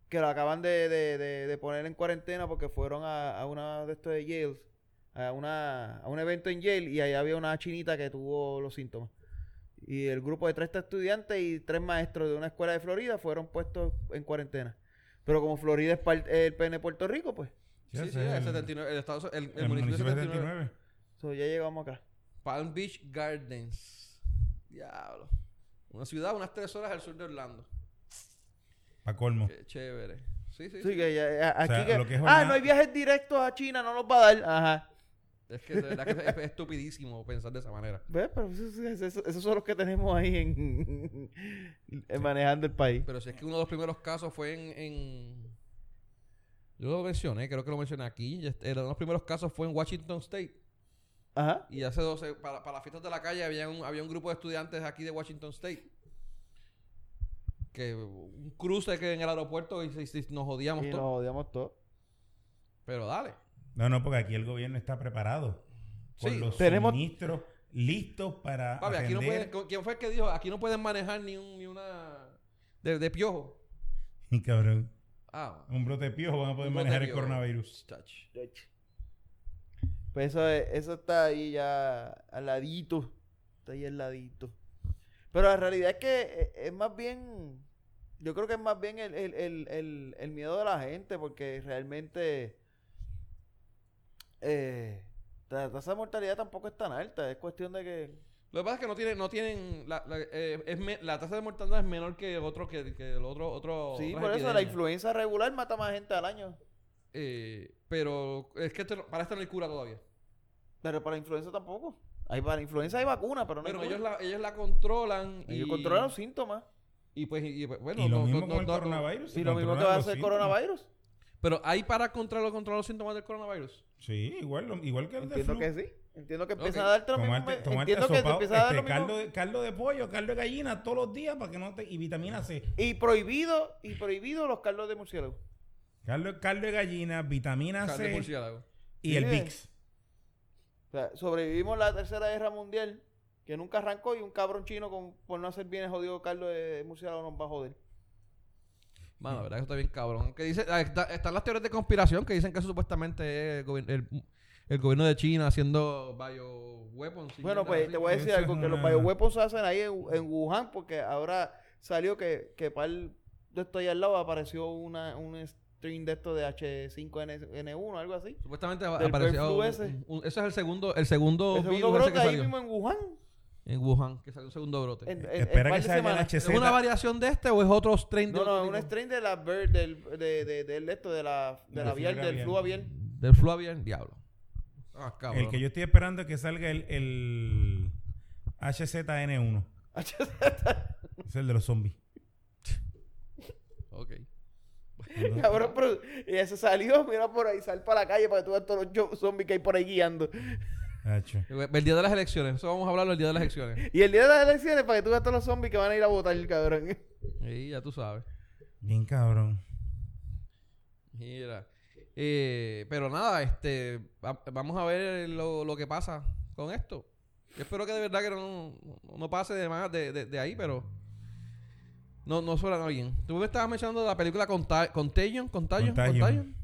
Speaker 3: Que lo acaban de, de- de- de poner en cuarentena porque fueron a, a una de estos de Yale, a, una, a un evento en Yale y ahí había una chinita que tuvo los síntomas. Y el grupo de tres estudiantes y tres maestros de una escuela de Florida fueron puestos en cuarentena. Pero como Florida es par- el PN de Puerto Rico, pues.
Speaker 4: Ya
Speaker 2: Sí, sí,
Speaker 4: sé,
Speaker 2: el,
Speaker 4: el-
Speaker 2: 79, el, estado, el, el
Speaker 4: el, municipio de
Speaker 2: 79.
Speaker 4: 79.
Speaker 3: so, ya llegamos acá.
Speaker 2: Palm Beach Gardens. Diablo. Una ciudad unas tres horas al sur de Orlando.
Speaker 4: Pa' colmo.
Speaker 2: Qué chévere. Sí, sí.
Speaker 3: Sí, que ya- a-
Speaker 4: O sea,
Speaker 3: aquí que-
Speaker 4: lo que es
Speaker 3: ah,
Speaker 4: Orlando-
Speaker 3: no hay viajes directos a China, no nos va a dar. Ajá.
Speaker 2: Es que de verdad que es estupidísimo pensar de esa manera.
Speaker 3: Ve, pero eso- eso- eso- esos son los que tenemos ahí en, [laughs] en manejando el país.
Speaker 2: Pero si es que uno de los primeros casos fue en... en- Yo lo mencioné, creo que lo mencioné aquí. Este, Uno de los primeros casos fue en Washington State.
Speaker 3: Ajá.
Speaker 2: Y hace 12, para, para las fiestas de la calle había un, había un grupo de estudiantes aquí de Washington State. Que un cruce que en el aeropuerto y, se- se- nos jodíamos
Speaker 3: Y nos
Speaker 2: todos.
Speaker 3: odiamos todos.
Speaker 2: Pero dale.
Speaker 4: No, no, porque aquí el gobierno está preparado. Con
Speaker 2: Sí.
Speaker 4: los
Speaker 3: Tenemos-
Speaker 4: suministros listos para
Speaker 2: Papi, aquí no
Speaker 4: atender.
Speaker 2: pueden- ¿Quién fue el que dijo? Aquí no pueden manejar ni, un, ni una. De, de piojo.
Speaker 4: Y cabrón,
Speaker 2: Ah,
Speaker 4: un brote de piojo van a poder
Speaker 2: Un brote
Speaker 4: manejar el
Speaker 2: piojo.
Speaker 4: coronavirus.
Speaker 2: chach.
Speaker 3: Pues eso, es- eso está ahí ya al ladito. Está ahí al ladito. Pero la realidad es que e- es más bien. Yo creo que es más bien el, el- el- el- el miedo de la gente, porque realmente. Eh, la tasa de mortalidad tampoco es tan alta. Es cuestión de que.
Speaker 2: Lo que pasa es que no tienen. No tienen la, la, eh, es me- la tasa de mortandad es menor que otro. Que, que el otro, otro
Speaker 3: sí,
Speaker 2: otras
Speaker 3: por eso la
Speaker 2: epidemias.
Speaker 3: influenza regular mata más gente al año.
Speaker 2: Eh, pero es que esto no- para esto no hay cura todavía.
Speaker 3: Pero para influenza tampoco. Hay, para influenza hay vacuna, pero no hay
Speaker 2: Pero
Speaker 3: cura.
Speaker 2: ellos la, ellos la controlan.
Speaker 3: Ellos
Speaker 2: y,
Speaker 3: controlan los síntomas.
Speaker 2: Y pues, y, pues, bueno,
Speaker 4: y lo
Speaker 2: no-
Speaker 4: mismo
Speaker 2: no-
Speaker 4: con
Speaker 2: no-
Speaker 4: el
Speaker 2: no-
Speaker 4: coronavirus. se
Speaker 3: Y lo mismo que
Speaker 4: controlan
Speaker 3: va a
Speaker 4: los
Speaker 3: hacer el
Speaker 4: síntomas.
Speaker 3: coronavirus.
Speaker 2: Pero hay para controlar, controlar los síntomas del coronavirus.
Speaker 4: Sí, igual, lo- igual que el de
Speaker 3: Entiendo
Speaker 4: flu.
Speaker 3: que sí. Entiendo que empieza
Speaker 2: Ok.
Speaker 3: a darte lo mismo.
Speaker 4: Tomarte, tomarte
Speaker 3: Entiendo que te
Speaker 4: asopado,
Speaker 3: empieza a dar lo
Speaker 4: este,
Speaker 3: mismo.
Speaker 4: caldo, de, caldo de pollo, caldo de gallina todos los días para que no te... Y vitamina C.
Speaker 3: Y prohibido, y prohibido los caldos de murciélago.
Speaker 4: Caldo, caldo de gallina, vitamina
Speaker 2: Carne de
Speaker 4: C
Speaker 2: murciélago.
Speaker 4: y el
Speaker 3: Sí.
Speaker 4: VIX.
Speaker 3: O sea, sobrevivimos la tercera guerra mundial, que nunca arrancó, y un cabrón chino con, por no hacer bien el jodido caldo de murciélago nos va a joder.
Speaker 2: Mano,
Speaker 3: Mm.
Speaker 2: la verdad que está bien cabrón. Que dice, ah, está- están las teorías de conspiración que dicen que eso supuestamente es el, gobi- el- el gobierno de China haciendo bioweapons. y
Speaker 3: Bueno,
Speaker 2: mierdas
Speaker 3: pues
Speaker 2: así.
Speaker 3: te voy a decir
Speaker 4: Eso es
Speaker 3: algo, que los
Speaker 4: una-
Speaker 3: biohuepos se hacen ahí en, en Wuhan, porque ahora salió que, que para el de esto allá al lado apareció una, un stream de esto de H5N1, algo así.
Speaker 2: Supuestamente a-
Speaker 3: del
Speaker 2: apareció.
Speaker 3: bird flu
Speaker 2: un-
Speaker 3: ese.
Speaker 2: un- un- ese es el segundo, el segundo
Speaker 3: El segundo
Speaker 2: virus ese
Speaker 3: brote
Speaker 2: que
Speaker 3: ahí
Speaker 2: salió.
Speaker 3: mismo en Wuhan.
Speaker 2: En Wuhan, que salió un segundo brote.
Speaker 3: En, en- en
Speaker 4: Espera
Speaker 3: par
Speaker 4: que
Speaker 3: de
Speaker 4: salga el
Speaker 3: semanas.
Speaker 2: ¿Es
Speaker 4: HZ.
Speaker 2: una variación de este o es otro strain de
Speaker 3: No,
Speaker 2: otro
Speaker 3: no, un
Speaker 2: tipo?
Speaker 3: strain de la bird, del, de, de, del esto, de la, de
Speaker 4: Del
Speaker 3: la aviar,
Speaker 4: flu
Speaker 3: del
Speaker 4: aviar.
Speaker 3: flu aviar. [laughs]
Speaker 2: Del flu aviar, diablo. Ah, cabrón.
Speaker 4: El que yo estoy esperando es que salga el, el HZN1. Es el de los zombies.
Speaker 2: Ok.
Speaker 3: [laughs] Cabrón, pero y ese salió, mira por ahí, sal para la calle para que tú veas todos los jo- zombies que hay por ahí guiando.
Speaker 4: Hacho.
Speaker 2: El día de las elecciones. Eso vamos a hablarlo el día de las elecciones.
Speaker 3: Y el día de las elecciones para que tú veas todos los zombies que van a ir a votar, cabrón.
Speaker 2: Y ya tú sabes.
Speaker 4: Bien cabrón.
Speaker 2: Mira. Eh, pero nada, este va- vamos a ver lo, lo que pasa con esto. Yo espero que de verdad que no, no- no pase de más de, de- de ahí, pero no, no suena bien. Tú me estabas mencionando la película Conta- Contagion, Contagion,
Speaker 4: Contagion.
Speaker 2: Contagion.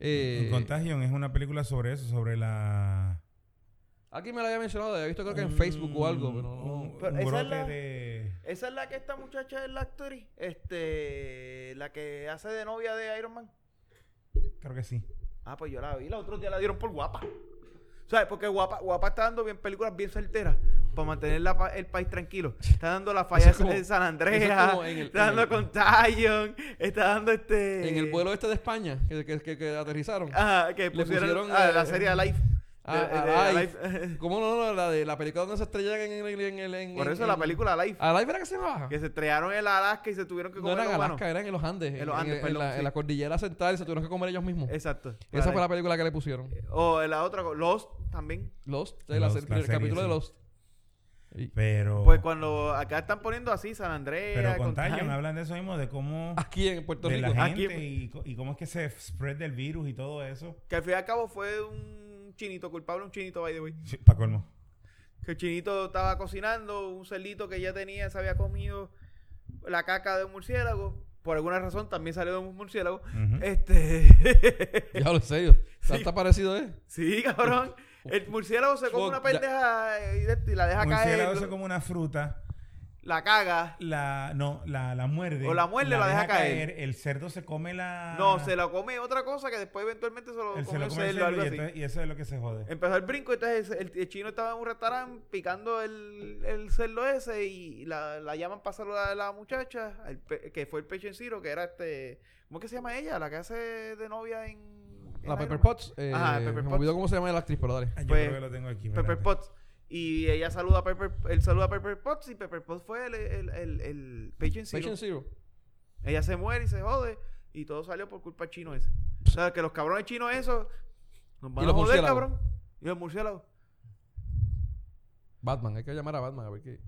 Speaker 2: Eh,
Speaker 4: El Contagion es una película sobre eso, sobre la...
Speaker 2: alguien me lo había mencionado, había visto creo que en Facebook o algo, pero no-
Speaker 4: Un,
Speaker 3: Pero
Speaker 4: un
Speaker 3: esa es
Speaker 4: brote
Speaker 3: la-
Speaker 4: de...
Speaker 3: Esa es la que esta muchacha es la actriz, este, la que hace de novia de Iron Man.
Speaker 4: Creo que sí.
Speaker 3: Ah, pues yo la vi, los otros días la dieron por guapa. ¿Sabes? Porque guapa, guapa está dando bien películas bien certeras para mantener la pa- el país tranquilo. Está dando la falla
Speaker 2: es como-
Speaker 3: de San Andrés,
Speaker 2: eso es como en el-
Speaker 3: está
Speaker 2: en
Speaker 3: dando
Speaker 2: el-
Speaker 3: Contagion, está dando este.
Speaker 2: en el vuelo este de España que, que- que- que aterrizaron.
Speaker 3: Ajá, que
Speaker 2: Le
Speaker 3: pusieron,
Speaker 2: pusieron,
Speaker 3: ah,
Speaker 2: eh,
Speaker 3: la serie Alive.
Speaker 2: Ah,
Speaker 3: De- de-
Speaker 2: ah,
Speaker 3: de
Speaker 2: Alive.
Speaker 3: Alive.
Speaker 2: ¿Cómo no, no? La de la película donde se estrellan en el... En el- en-
Speaker 3: [laughs] Por
Speaker 2: en-
Speaker 3: eso la
Speaker 2: en-
Speaker 3: película Alive.
Speaker 2: ¿Alive era que se llamaba?
Speaker 3: Que se estrellaron en Alaska y se tuvieron que
Speaker 2: No
Speaker 3: comer
Speaker 2: eran
Speaker 3: los
Speaker 2: Alaska,
Speaker 3: humanos.
Speaker 2: eran en los Andes.
Speaker 3: En los Andes,
Speaker 2: en la,
Speaker 3: perdón,
Speaker 2: en
Speaker 3: sí.
Speaker 2: la cordillera central y se tuvieron que comer ellos mismos.
Speaker 3: Exacto.
Speaker 2: Esa fue la
Speaker 3: Alive.
Speaker 2: película que le pusieron.
Speaker 3: O la otra, Lost también.
Speaker 2: Lost, de la
Speaker 4: Lost,
Speaker 2: se-
Speaker 4: la
Speaker 2: el primer
Speaker 4: serie,
Speaker 2: capítulo
Speaker 4: sí.
Speaker 2: de Lost. Y-
Speaker 4: Pero...
Speaker 3: Pues cuando acá están poniendo así San Andrés.
Speaker 4: Oh. pero Contagion, hablan de eso mismo, de cómo...
Speaker 2: aquí en Puerto
Speaker 4: de
Speaker 2: Rico.
Speaker 4: la
Speaker 3: Ah, Aquí-
Speaker 4: gente y, co- y cómo es que se spread del virus y todo eso.
Speaker 3: Que al fin y al cabo fue un chinito culpable, un chinito, by the way.
Speaker 4: Sí, pa' colmo.
Speaker 3: Que el chinito estaba cocinando, un cerdito que ya tenía, se había comido la caca de un murciélago. Por alguna razón también salió de un murciélago.
Speaker 4: Ujú.
Speaker 3: Este. [laughs]
Speaker 2: Ya lo sé yo.
Speaker 3: Sí.
Speaker 2: Está parecido, ¿eh?
Speaker 3: sí, cabrón. El murciélago se come
Speaker 2: Fuck,
Speaker 3: una
Speaker 2: ya.
Speaker 3: pendeja eh, y de- y la deja
Speaker 4: Un
Speaker 3: caer.
Speaker 4: cielo como una fruta
Speaker 3: la caga.
Speaker 4: La, no, la, la muerde.
Speaker 3: O la muerde o la deja caer.
Speaker 4: El cerdo se come la.
Speaker 3: No, se la come otra cosa que después eventualmente se lo
Speaker 4: el- Ah. se
Speaker 3: come
Speaker 4: lo
Speaker 3: el
Speaker 4: come el
Speaker 3: cerdo, algo
Speaker 4: cerdo y,
Speaker 3: así.
Speaker 4: entonces- y eso es lo que se jode.
Speaker 3: Empezó el brinco, entonces el, el chino estaba en un restaurante picando el, el cerdo ese y la, la llaman para saludar a la muchacha, el pe- que fue el Pecho en Ciro, que era este... ¿Cómo es que se llama ella? La que hace de novia en... en
Speaker 2: La
Speaker 3: Iron
Speaker 2: Pepper
Speaker 3: Man.
Speaker 2: Potts. Eh,
Speaker 3: Ajá, Pepper
Speaker 2: me
Speaker 3: Potts.
Speaker 2: olvidó cómo se llama la actriz, pero dale.
Speaker 4: Ah, Yo
Speaker 3: pues,
Speaker 4: creo que lo tengo aquí.
Speaker 3: Pepper
Speaker 4: espérate.
Speaker 3: Potts. Y ella saluda a Pepper... Él saluda a Pepper Potts y Pepper Potts fue el, el, el, el Patient Zero.
Speaker 2: Patient Zero.
Speaker 3: Ella se muere y se jode y todo salió por culpa del chino ese. O sea, que los cabrones chinos esos nos van a
Speaker 2: Y los
Speaker 3: joder,
Speaker 2: murciélagos.
Speaker 3: cabrón. Y los murciélagos.
Speaker 2: Batman, hay que llamar a Batman a ver qué.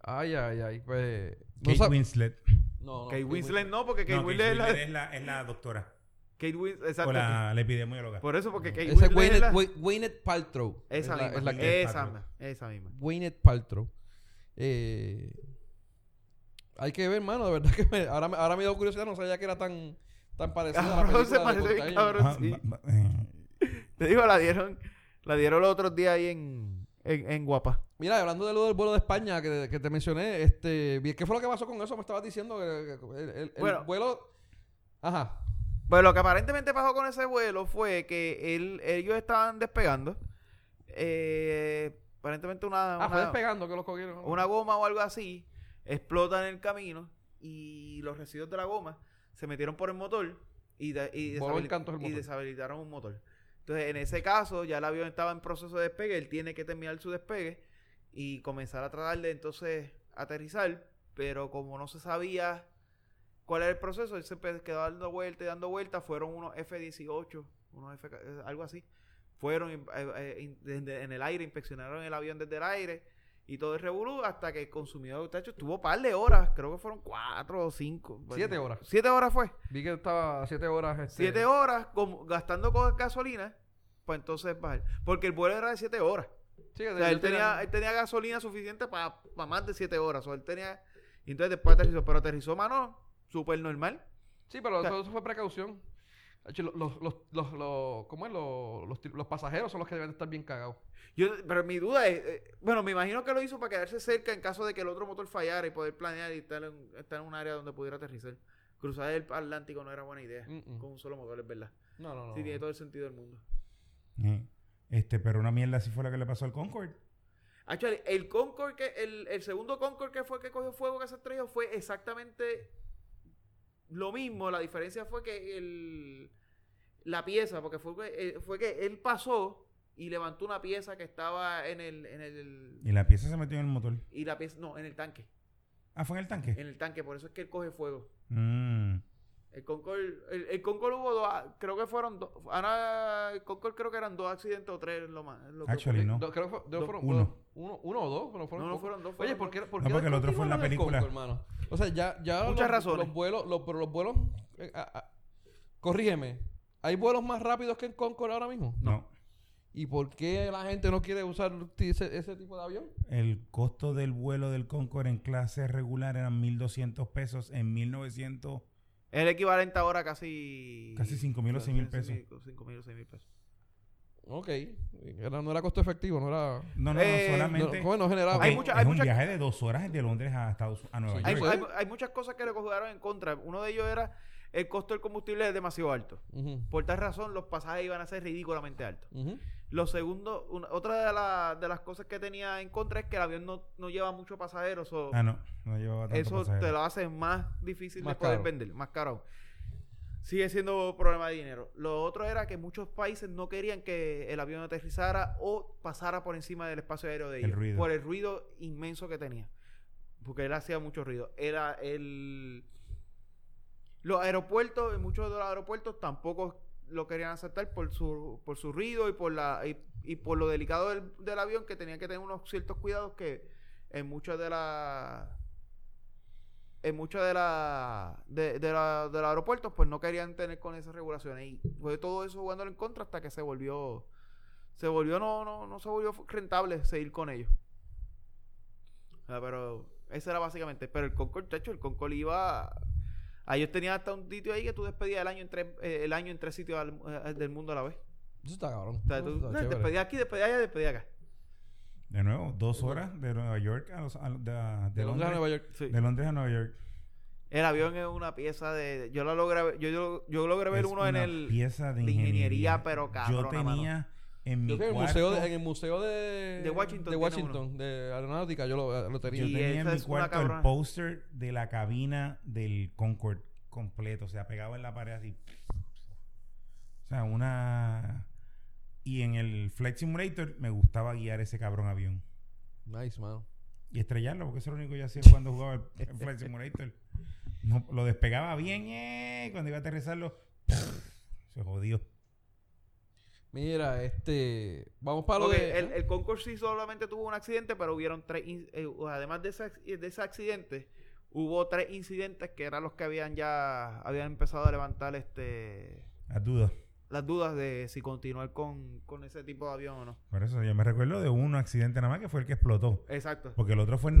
Speaker 2: Ay, ay, ay. Pues. No
Speaker 4: Kate
Speaker 2: sab-
Speaker 4: Winslet.
Speaker 2: No, no,
Speaker 3: Kate Winslet no, porque Kate
Speaker 4: No, Kate
Speaker 3: Winslet es la...
Speaker 4: Winslet es la, es la doctora.
Speaker 3: Kate Winslet,
Speaker 4: O
Speaker 3: exacto.
Speaker 4: la, la epidemióloga.
Speaker 3: Por eso, porque Kate
Speaker 2: Esa es
Speaker 3: Winslet es la...
Speaker 2: Gwyneth, Wi- Gwyneth Paltrow.
Speaker 3: Esa
Speaker 2: es la,
Speaker 3: misma,
Speaker 2: es la
Speaker 4: que-
Speaker 3: esa,
Speaker 4: Exacto.
Speaker 3: misma, esa misma. [laughs]
Speaker 2: Gwyneth Paltrow. Eh, hay que ver, mano. De verdad que me, ahora, me- ahora me dio curiosidad. No sabía que era tan, tan parecida a la
Speaker 3: Cabrón, se
Speaker 2: película
Speaker 3: parece
Speaker 2: de
Speaker 3: bien,
Speaker 2: Contagion.
Speaker 3: cabrón.
Speaker 4: Ah,
Speaker 3: sí.
Speaker 4: ba- ba- eh,
Speaker 3: Te digo, la dieron, la dieron los otros días ahí en, en, en Guapa.
Speaker 2: Mira, hablando de lo del vuelo de España que, que te mencioné, este, vi- ¿qué fue lo que pasó con eso? Me estabas diciendo que, que- el, el- el
Speaker 3: Bueno.
Speaker 2: vuelo... Ajá.
Speaker 3: Pues lo que aparentemente pasó con ese vuelo fue que él, ellos estaban despegando. Eh, aparentemente una...
Speaker 2: Ah, fue
Speaker 3: una-
Speaker 2: despegando que los cogieron.
Speaker 3: una goma o algo así, explota en el camino y los residuos de la goma se metieron por el motor y, de- y
Speaker 2: Voló en
Speaker 3: deshabilit-
Speaker 2: cantos el
Speaker 3: y
Speaker 2: motor.
Speaker 3: deshabilitaron un motor. Entonces, en ese caso, ya el avión estaba en proceso de despegue, él tiene que terminar su despegue y comenzar a tratar de entonces aterrizar, pero como no se sabía cuál era el proceso, él se empe- quedó dando vueltas y dando vueltas, fueron unos F-18, unos F eh, algo así, fueron eh, eh, in- desde- en el aire, inspeccionaron el avión desde el aire, y todo el revolú hasta que el consumidor tacho estuvo un par de horas, creo que fueron cuatro o cinco. bueno,
Speaker 2: Siete horas.
Speaker 3: Siete horas fue.
Speaker 2: Vi que estaba a 7 horas. Este,
Speaker 3: Siete horas como- gastando co- gasolina, pues entonces bajar. Porque el vuelo era de siete horas.
Speaker 2: Sí, que
Speaker 3: O sea, él
Speaker 2: yo tenía-
Speaker 3: tenía, él tenía gasolina suficiente para más de siete horas. O él tenía... Y entonces después aterrizó. Pero aterrizó, mano, súper normal.
Speaker 2: Sí, pero
Speaker 3: o sea-
Speaker 2: todo eso fue precaución. De hecho, Los, los, los, los, los- ¿cómo es? Los, los, tri- los pasajeros son los que deben estar bien cagados.
Speaker 3: Yo, pero mi duda es... eh, bueno, me imagino que lo hizo para quedarse cerca en caso de que el otro motor fallara y poder planear y estar en, estar en un área donde pudiera aterrizar. Cruzar el Atlántico no era buena idea.
Speaker 4: Mm.
Speaker 2: Mm-mm.
Speaker 3: Con un solo motor, es verdad.
Speaker 2: Mm, No, no, no.
Speaker 3: Sí, tiene todo el sentido del mundo.
Speaker 4: eh, Este, pero una mierda así fue la que le pasó al Concorde.
Speaker 3: Actually, el Concorde, que, el, el segundo Concorde que fue que cogió fuego que se estrelló fue exactamente lo mismo. La diferencia fue que el, la pieza, porque fue, que- eh, fue que él pasó y levantó una pieza que estaba en el... En el
Speaker 4: Y la pieza se metió en el motor.
Speaker 3: y la pieza, no, en el tanque.
Speaker 4: Ah, fue en el tanque.
Speaker 3: En el tanque, por eso es que él coge fuego.
Speaker 4: Mm.
Speaker 3: El Concorde, el, el Concorde hubo dos, a- creo que fueron dos, ahora el Concorde creo que eran dos accidentes o tres, lo más. lo que-
Speaker 4: Actually, no.
Speaker 2: Do- creo que fue- do-
Speaker 3: Do-
Speaker 2: fueron
Speaker 4: uno.
Speaker 2: do- uno. Uno o dos. pero fueron
Speaker 3: No, no
Speaker 2: pocos.
Speaker 3: fueron dos,
Speaker 2: Oye,
Speaker 3: fueron
Speaker 2: ¿por
Speaker 3: dos.
Speaker 2: qué, por
Speaker 4: No,
Speaker 2: qué
Speaker 4: porque el otro fue en la
Speaker 2: descontinuaron el
Speaker 4: película.
Speaker 2: Congo, hermano? O sea, ya, ya
Speaker 3: Muchas
Speaker 2: los,
Speaker 3: razones.
Speaker 2: los vuelos, los, pero los vuelos, eh, ah, ah, corrígeme, ¿hay vuelos más rápidos que en Concorde ahora mismo?
Speaker 4: No.
Speaker 2: ¿Y por qué la gente no quiere usar ese, ese tipo de avión?
Speaker 4: El costo del vuelo del Concorde en clase regular eran 1.200 pesos. En 1900
Speaker 3: Es el equivalente ahora a casi...
Speaker 4: Casi 5.000 o 6.000 pesos.
Speaker 3: 5.000 o 6.000 pesos.
Speaker 2: Ok, era- no era costo efectivo, no era...
Speaker 4: No, no,
Speaker 3: Eh,
Speaker 4: no,
Speaker 3: no,
Speaker 2: No,
Speaker 4: solamente.
Speaker 2: ¿Cómo no generaba?
Speaker 4: Ok,
Speaker 3: Hay mucha-
Speaker 4: es
Speaker 3: hay
Speaker 4: un
Speaker 3: mucha-
Speaker 4: viaje de dos horas de Londres a, Estados, Ah, a Nueva
Speaker 2: Sí.
Speaker 4: York.
Speaker 3: hay,
Speaker 2: fue.
Speaker 3: hay- hay muchas cosas que le jugaron en contra. Uno de ellos era el costo del combustible es demasiado alto.
Speaker 2: Ujú,
Speaker 3: Por tal razón, los pasajes iban a ser ridículamente altos.
Speaker 2: ujú.
Speaker 3: Lo segundo, una- otra de, la- de las cosas que tenía en contra es que el avión no, no lleva muchos pasajeros. o
Speaker 4: Ah, no. No llevaba tanto
Speaker 3: eso
Speaker 4: pasajero.
Speaker 3: te lo hace más difícil
Speaker 2: Más
Speaker 3: de poder
Speaker 2: caro.
Speaker 3: vender, más caro. Sigue siendo problema de dinero. Lo otro era que muchos países no querían que el avión aterrizara o pasara por encima del espacio aéreo de
Speaker 4: El
Speaker 3: ellos.
Speaker 4: ruido.
Speaker 3: Por el ruido inmenso que tenía. Porque él hacía mucho ruido. Era el. Los aeropuertos, en muchos de los aeropuertos tampoco lo querían aceptar por su, por su ruido y por la y, y por lo delicado del, del avión que tenían que tener unos ciertos cuidados que en muchas de las en muchos de la de, de la de los aeropuertos pues no querían tener con esas regulaciones y fue todo eso jugándolo en contra hasta que se volvió se volvió no no no se volvió rentable seguir con ellos Ah, pero ese era básicamente pero el Concorde chacho el Concorde iba ah, ellos tenían hasta un sitio ahí que tú despedías el año en tres eh, el año en tres sitios al- eh, del mundo a la vez
Speaker 2: Eso está cabrón.
Speaker 3: o sea,
Speaker 2: Eso
Speaker 3: tú
Speaker 2: está
Speaker 3: no,
Speaker 2: Ah, chévere.
Speaker 3: despedías aquí despedías allá despedías acá
Speaker 4: De nuevo, dos horas de Nueva York a los, a- de, a- de
Speaker 2: De Londres a Nueva York.
Speaker 3: Sí.
Speaker 4: De Londres a Nueva York.
Speaker 3: El avión es una pieza de. Yo lo logré, ver- yo, yo, yo logré ver
Speaker 4: Es
Speaker 3: uno en
Speaker 4: una
Speaker 3: el.
Speaker 4: pieza de
Speaker 3: de
Speaker 4: ingeniería,
Speaker 3: ingeniería, pero
Speaker 4: Yo
Speaker 3: cabrona,
Speaker 4: tenía en mi
Speaker 2: Yo creo que en el
Speaker 4: cuarto-
Speaker 2: museo de, en el museo de,
Speaker 3: De Washington
Speaker 2: de,
Speaker 3: tiene
Speaker 2: Washington, de aeronáutica, yo lo, lo tenía.
Speaker 4: yo
Speaker 3: Y
Speaker 4: tenía en
Speaker 3: esa
Speaker 4: mi
Speaker 3: es una
Speaker 4: cuarto el
Speaker 3: cabrona.
Speaker 4: póster de la cabina del Concorde completo, o sea, pegado en la pared así. O sea, una y en el Flight Simulator me gustaba guiar ese cabrón avión
Speaker 2: Nice, mano.
Speaker 4: y estrellarlo, porque eso es lo único que yo hacía cuando jugaba el, el Flight Simulator. No, lo despegaba bien, eh, cuando iba a aterrizarlo se jodió.
Speaker 2: Mira, este. Vamos para lo
Speaker 3: Porque
Speaker 2: de. ¿eh?
Speaker 3: el, el Concorde sí solamente tuvo un accidente, pero hubieron tres. in- eh, además de ese, ac- de ese accidente, hubo tres incidentes que eran los que habían ya. Habían empezado a levantar este
Speaker 4: Las dudas.
Speaker 3: las dudas de si continuar con, con ese tipo de avión o no.
Speaker 4: Por eso yo me recuerdo de un accidente nada más que fue el que explotó.
Speaker 3: Exacto.
Speaker 4: Porque el otro fue en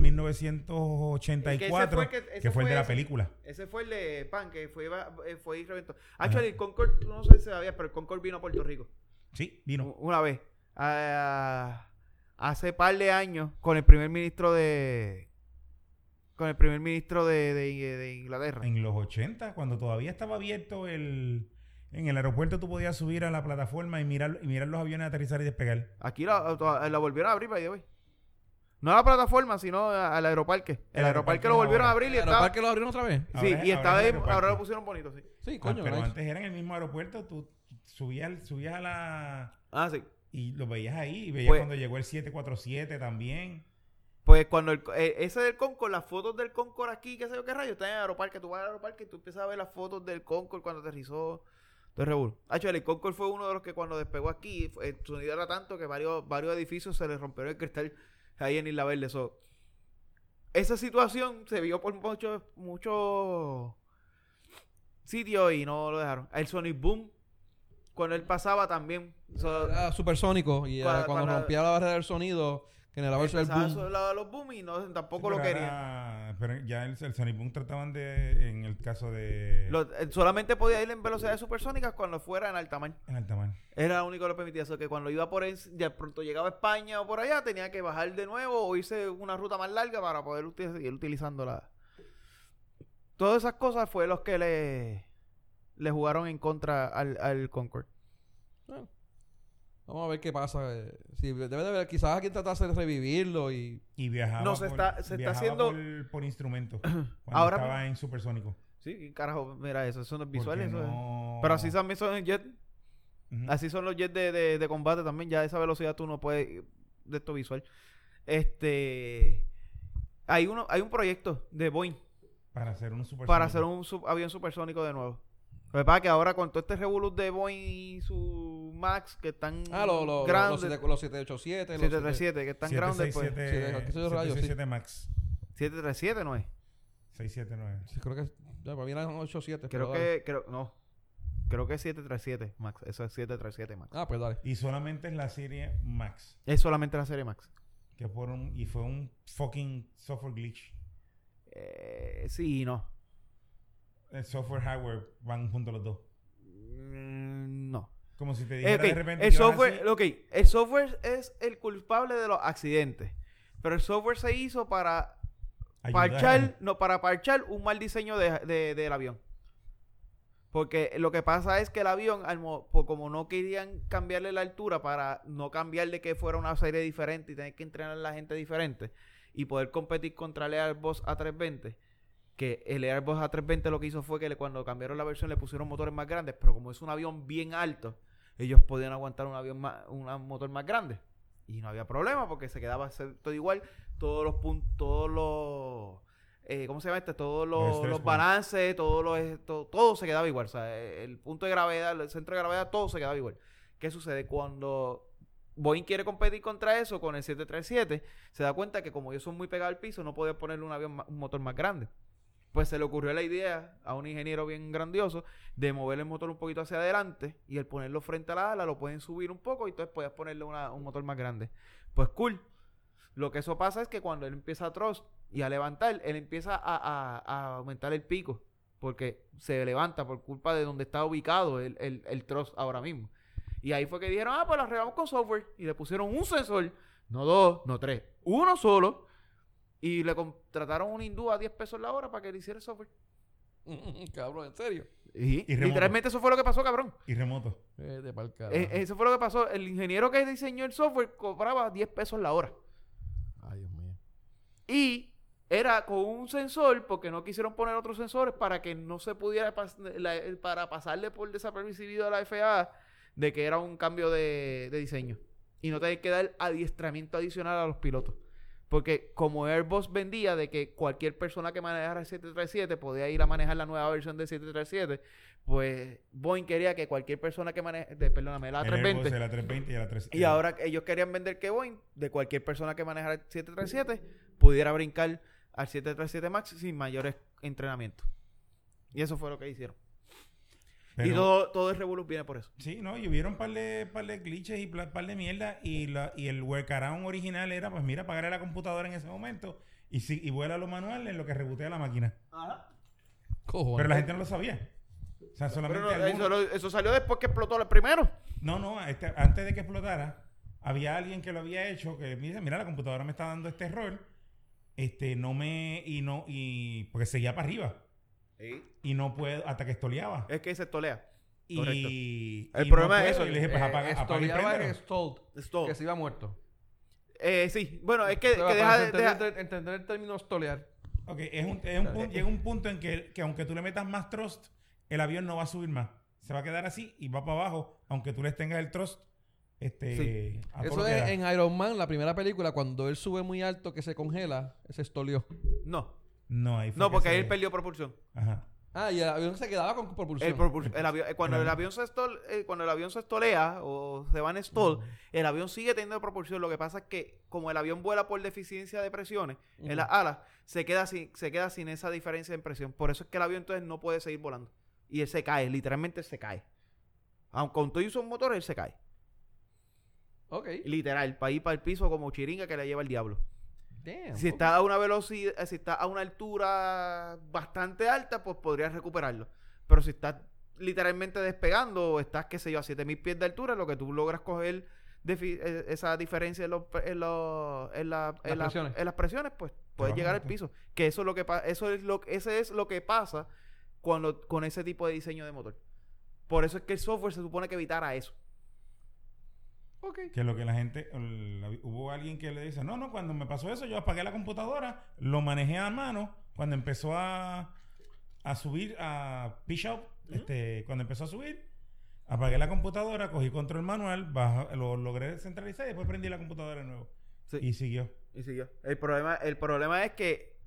Speaker 3: Es que
Speaker 4: 1984, que
Speaker 3: ese
Speaker 4: fue,
Speaker 3: fue el que- ese
Speaker 4: el de
Speaker 3: fue
Speaker 4: la
Speaker 3: ese.
Speaker 4: película.
Speaker 3: Ese fue el de Pan, que fue, iba- eh, fue y reventó.
Speaker 4: Ajá.
Speaker 3: Actually, el Concorde, no sé si sabías, pero el Concorde vino a Puerto Rico.
Speaker 4: Sí, vino.
Speaker 3: U- Una vez. Ah, hace par de años, con el primer ministro de. Con el primer ministro de, de- de Inglaterra.
Speaker 4: En los 80, cuando todavía estaba abierto el... En el aeropuerto tú podías subir a la plataforma y mirar, y mirar los aviones aterrizar y despegar.
Speaker 3: Aquí la, la- la volvieron a abrir para hoy. No a la plataforma, sino a- al aeroparque. El,
Speaker 4: El
Speaker 3: aeroparque,
Speaker 4: aeroparque
Speaker 3: lo volvieron
Speaker 4: ahora.
Speaker 3: a abrir y
Speaker 2: el
Speaker 3: estaba.
Speaker 2: parque lo abrieron otra vez.
Speaker 3: Sí,
Speaker 4: Ahora-
Speaker 3: y
Speaker 4: ahora
Speaker 3: estaba
Speaker 4: es
Speaker 3: ahí-
Speaker 4: aeroparque.
Speaker 3: ahora lo pusieron bonito, sí.
Speaker 2: Sí,
Speaker 4: Ah,
Speaker 2: coño.
Speaker 4: pero
Speaker 2: nice.
Speaker 4: antes era en el mismo aeropuerto, tú subías, subías a la...
Speaker 3: Ah, sí.
Speaker 4: Y lo veías ahí, y veías
Speaker 3: Pues-
Speaker 4: cuando llegó el 747 también.
Speaker 3: Pues cuando el, eh, ese del Concord, las fotos del Concord aquí, qué sé yo qué rayo, está en el aeroparque. Tú vas al aeroparque y tú empiezas a ver las fotos del Concord cuando aterrizó. Todo el revuelo. Hacho, el Concord fue uno de los que cuando despegó aquí, fue- el sonido era tanto que varios, varios edificios se les rompieron el cristal ahí en Isla Verde. So, esa situación se vio por muchos muchos sitios y no lo dejaron. El Sonic Boom, cuando él pasaba también. so,
Speaker 2: Era supersónico y era
Speaker 3: Cuando-
Speaker 2: cuando
Speaker 3: cuando-
Speaker 2: rompía la barrera del sonido, generaba el
Speaker 3: empezaba a
Speaker 2: boom.
Speaker 3: sonar los boom y no, tampoco
Speaker 4: Sí,
Speaker 3: lo
Speaker 4: pero
Speaker 3: querían.
Speaker 4: ahora- pero ya el, el Sonic Boom trataban de... En el caso de...
Speaker 3: Lo- eh, solamente podía ir en velocidades supersónicas cuando fuera en alta mar.
Speaker 4: En alta mar.
Speaker 3: Era lo único que lo permitía. Eso que cuando iba por en- de pronto llegaba a España o por allá, tenía que bajar de nuevo o irse una ruta más larga para poder uti- seguir utilizando la. Todas esas cosas fue los que le, le jugaron en contra al, al Concorde.
Speaker 2: Bueno, vamos a ver qué pasa. eh. Sí, debe de haber, quizás alguien tratase de revivirlo y.
Speaker 4: Y viajaba,
Speaker 3: No, se
Speaker 4: por,
Speaker 3: está- se está
Speaker 4: viajaba
Speaker 3: haciendo-
Speaker 4: por, por instrumento.
Speaker 3: [clears throat]
Speaker 4: Cuando
Speaker 3: Ahora
Speaker 4: estaba en Supersónico.
Speaker 3: Sí, qué carajo, mira eso, eso no es
Speaker 4: Porque
Speaker 3: visual. Eso es-
Speaker 4: no-
Speaker 3: Pero así también son los jets.
Speaker 4: Ujú.
Speaker 3: Así son los jets de, de- de combate también. Ya a esa velocidad tú no puedes de esto visual. Este. Hay, uno, hay un proyecto de Boeing
Speaker 4: Para hacer un supersónico.
Speaker 3: para hacer un sub- avión supersónico de nuevo. Lo que pasa es que ahora con todo este revolut de Boeing y su Max que están
Speaker 2: Ah, lo- lo- lo- los,
Speaker 3: grounded,
Speaker 2: siete- los 787. los
Speaker 3: 737 que están grounded, pues.
Speaker 4: 767,
Speaker 2: Sí, deja que se yo rayo, sí.
Speaker 4: 767 Max.
Speaker 3: 737 no es.
Speaker 4: 679.
Speaker 2: siete- sí, creo que. Ya, para mí eran 87.
Speaker 3: Creo
Speaker 2: pero dale.
Speaker 3: que, creo, no. Creo que es 737 Max. Eso es 737 Max.
Speaker 2: Ah, pues dale.
Speaker 4: Y solamente es la serie Max.
Speaker 3: Es solamente la serie Max.
Speaker 4: Que por un, y fue un fucking software glitch.
Speaker 3: Eh, sí y no.
Speaker 4: El software hardware van juntos los dos.
Speaker 3: Mm, no.
Speaker 4: Como si te
Speaker 3: Eh,
Speaker 4: dijera
Speaker 3: ok,
Speaker 4: de repente.
Speaker 3: el
Speaker 4: que ahora
Speaker 3: software,
Speaker 4: sí-
Speaker 3: ok, el software es el culpable de los accidentes. Pero el software se hizo para
Speaker 4: ayudar.
Speaker 3: parchar, no, para parchar un mal diseño de- de- del avión. Porque lo que pasa es que el avión, al mo- po- como no querían cambiarle la altura para no cambiarle que fuera una serie diferente y tener que entrenar a la gente diferente y poder competir contra el Airbus A320, que el Airbus A320 lo que hizo fue que le- cuando cambiaron la versión le pusieron motores más grandes, pero como es un avión bien alto, ellos podían aguantar un avión más, un motor más grande. Y no había problema porque se quedaba se- todo igual, todos los puntos, todos los... eh, ¿Cómo se llama este? Todos
Speaker 4: Los
Speaker 3: los,
Speaker 4: stress
Speaker 3: los
Speaker 4: points.
Speaker 3: balances, todos los, eh, to- todo se quedaba igual. O sea, eh, el punto de gravedad, el centro de gravedad, todo se quedaba igual. ¿Qué sucede? Cuando Boeing quiere competir contra eso con el 737, se da cuenta que como ellos son muy pegados al piso, no podía ponerle un avión ma- un motor más grande. Pues se le ocurrió la idea a un ingeniero bien grandioso de mover el motor un poquito hacia adelante y al ponerlo frente a la ala lo pueden subir un poco y entonces podías ponerle una- un motor más grande. Pues cool. Lo que eso pasa es que cuando él empieza a thrust y a levantar, él empieza a, a- a aumentar el pico porque se levanta por culpa de donde está ubicado el, el, el thrust ahora mismo. Y ahí fue que dijeron, ah, pues lo arreglamos con software y le pusieron un sensor no dos, no tres, uno solo. Y le contrataron un hindú a 10 pesos la hora para que le hiciera el software.
Speaker 2: [laughs] Cabrón, en serio.
Speaker 3: Y,
Speaker 4: remoto.
Speaker 3: literalmente eso fue lo que pasó, cabrón.
Speaker 4: Y remoto.
Speaker 2: Vete pa'l carajo.
Speaker 3: Eh, eso fue lo que pasó. El ingeniero que diseñó el software cobraba 10 pesos la hora.
Speaker 2: Ay, Dios mío.
Speaker 3: Y era con un sensor, porque no quisieron poner otros sensores para que no se pudiera, pas- la- para pasarle por desapercibido a la FAA de que era un cambio de, de diseño. Y no tener que dar adiestramiento adicional a los pilotos. Porque como Airbus vendía de que cualquier persona que manejara el 737 podía ir a manejar la nueva versión del 737, pues Boeing quería que cualquier persona que maneje, de- perdóname, la
Speaker 4: El Airbus,
Speaker 3: 320,
Speaker 4: el A320 y el A3.
Speaker 3: y ahora ellos querían vender que Boeing, de cualquier persona que manejara el 737, pudiera brincar al 737 MAX sin mayores entrenamientos. Y eso fue lo que hicieron.
Speaker 4: Pero-
Speaker 3: y todo, todo el revolus viene por eso.
Speaker 4: Sí, no, y hubieron par de, par de glitches y pla- par de mierda. Y, la, y el workaround original era: pues mira, apagarle la computadora en ese momento y, si, y vuela lo manual en lo que rebotea la máquina.
Speaker 2: Cojones.
Speaker 4: Pero la gente no lo sabía. O sea, solamente.
Speaker 3: Pero no,
Speaker 4: algunos-
Speaker 3: eso, lo- eso salió después que explotó el primero.
Speaker 4: No, no, este- antes de que explotara, había alguien que lo había hecho que me dice, mira, la computadora me está dando este error. Este, no me, y no, y porque seguía para arriba. Y no puedo, hasta que estoleaba.
Speaker 3: Es que se tolea. Eh, correcto.
Speaker 4: Y,
Speaker 3: El
Speaker 4: y
Speaker 3: problema
Speaker 4: no
Speaker 3: es
Speaker 4: puedo.
Speaker 3: eso,
Speaker 4: Y le dije, pues
Speaker 2: Eh,
Speaker 4: apaga, apaga y
Speaker 2: estoleaba
Speaker 4: préndelo.
Speaker 2: en Stalled,
Speaker 3: Es todo.
Speaker 2: que se iba muerto.
Speaker 3: Eh, sí, bueno, es que,
Speaker 2: Pero
Speaker 3: que
Speaker 2: para
Speaker 3: deja de...
Speaker 2: entender,
Speaker 3: deja-
Speaker 2: entender el término stolear.
Speaker 4: Ok, es un, es un punto- llega un punto en que, que aunque tú le metas más trust, el avión no va a subir más. Se va a quedar así y va para abajo, aunque tú les tengas el trust. Este, a todo lo
Speaker 2: Eso
Speaker 4: que
Speaker 2: es
Speaker 4: da.
Speaker 2: en Iron Man, la primera película, cuando él sube muy alto que se congela, se estoleó.
Speaker 3: No,
Speaker 4: No, ahí fue
Speaker 3: no,
Speaker 4: que
Speaker 3: porque
Speaker 4: se-
Speaker 3: ahí él perdió propulsión.
Speaker 4: Ajá.
Speaker 2: Ah, y el avión se quedaba con propulsión.
Speaker 3: El propul- el avión- eh, cuando,
Speaker 4: El
Speaker 3: el avión
Speaker 4: avión.
Speaker 3: se estol- eh, cuando el avión se estolea o se va en stall, el avión sigue teniendo propulsión. Lo que pasa es que como el avión vuela por deficiencia de presiones
Speaker 2: Ujú.
Speaker 3: en las alas, se queda, sin, se queda sin esa diferencia en presión. Por eso es que el avión entonces no puede seguir volando. Y él se cae, literalmente él se cae. Aunque con todo y un motor, él se cae.
Speaker 2: ok.
Speaker 3: Literal, para ir para el piso como chiringa que le lleva el diablo.
Speaker 2: Damn,
Speaker 3: Si
Speaker 2: ok.
Speaker 3: está a una velocidad, si está a una altura bastante alta, pues podrías recuperarlo. Pero si estás literalmente despegando o estás, qué sé yo, a 7000 pies de altura, lo que tú logras coger defi- eh, esa diferencia en, los, pre- en, los- en la- en
Speaker 2: Las
Speaker 3: la-
Speaker 2: presiones.
Speaker 3: en las presiones, pues puedes
Speaker 4: Trabaja
Speaker 3: llegar al
Speaker 4: mucho.
Speaker 3: piso. Que eso es lo que pa- eso es lo que ese es lo que pasa cuando con ese tipo de diseño de motor. Por eso es que el software se supone que evitara eso.
Speaker 2: Ok.
Speaker 4: Que lo que la gente, el- la- hubo alguien que le dice, no, no, cuando me pasó eso, yo apagué la computadora, lo manejé a mano, cuando empezó a, a subir, a pitch up, este, cuando empezó a subir, apagué la computadora, cogí control manual, baja- lo logré centralizar y después prendí la computadora de nuevo.
Speaker 3: Sí.
Speaker 4: Y siguió.
Speaker 3: Y siguió. El problema, el problema es que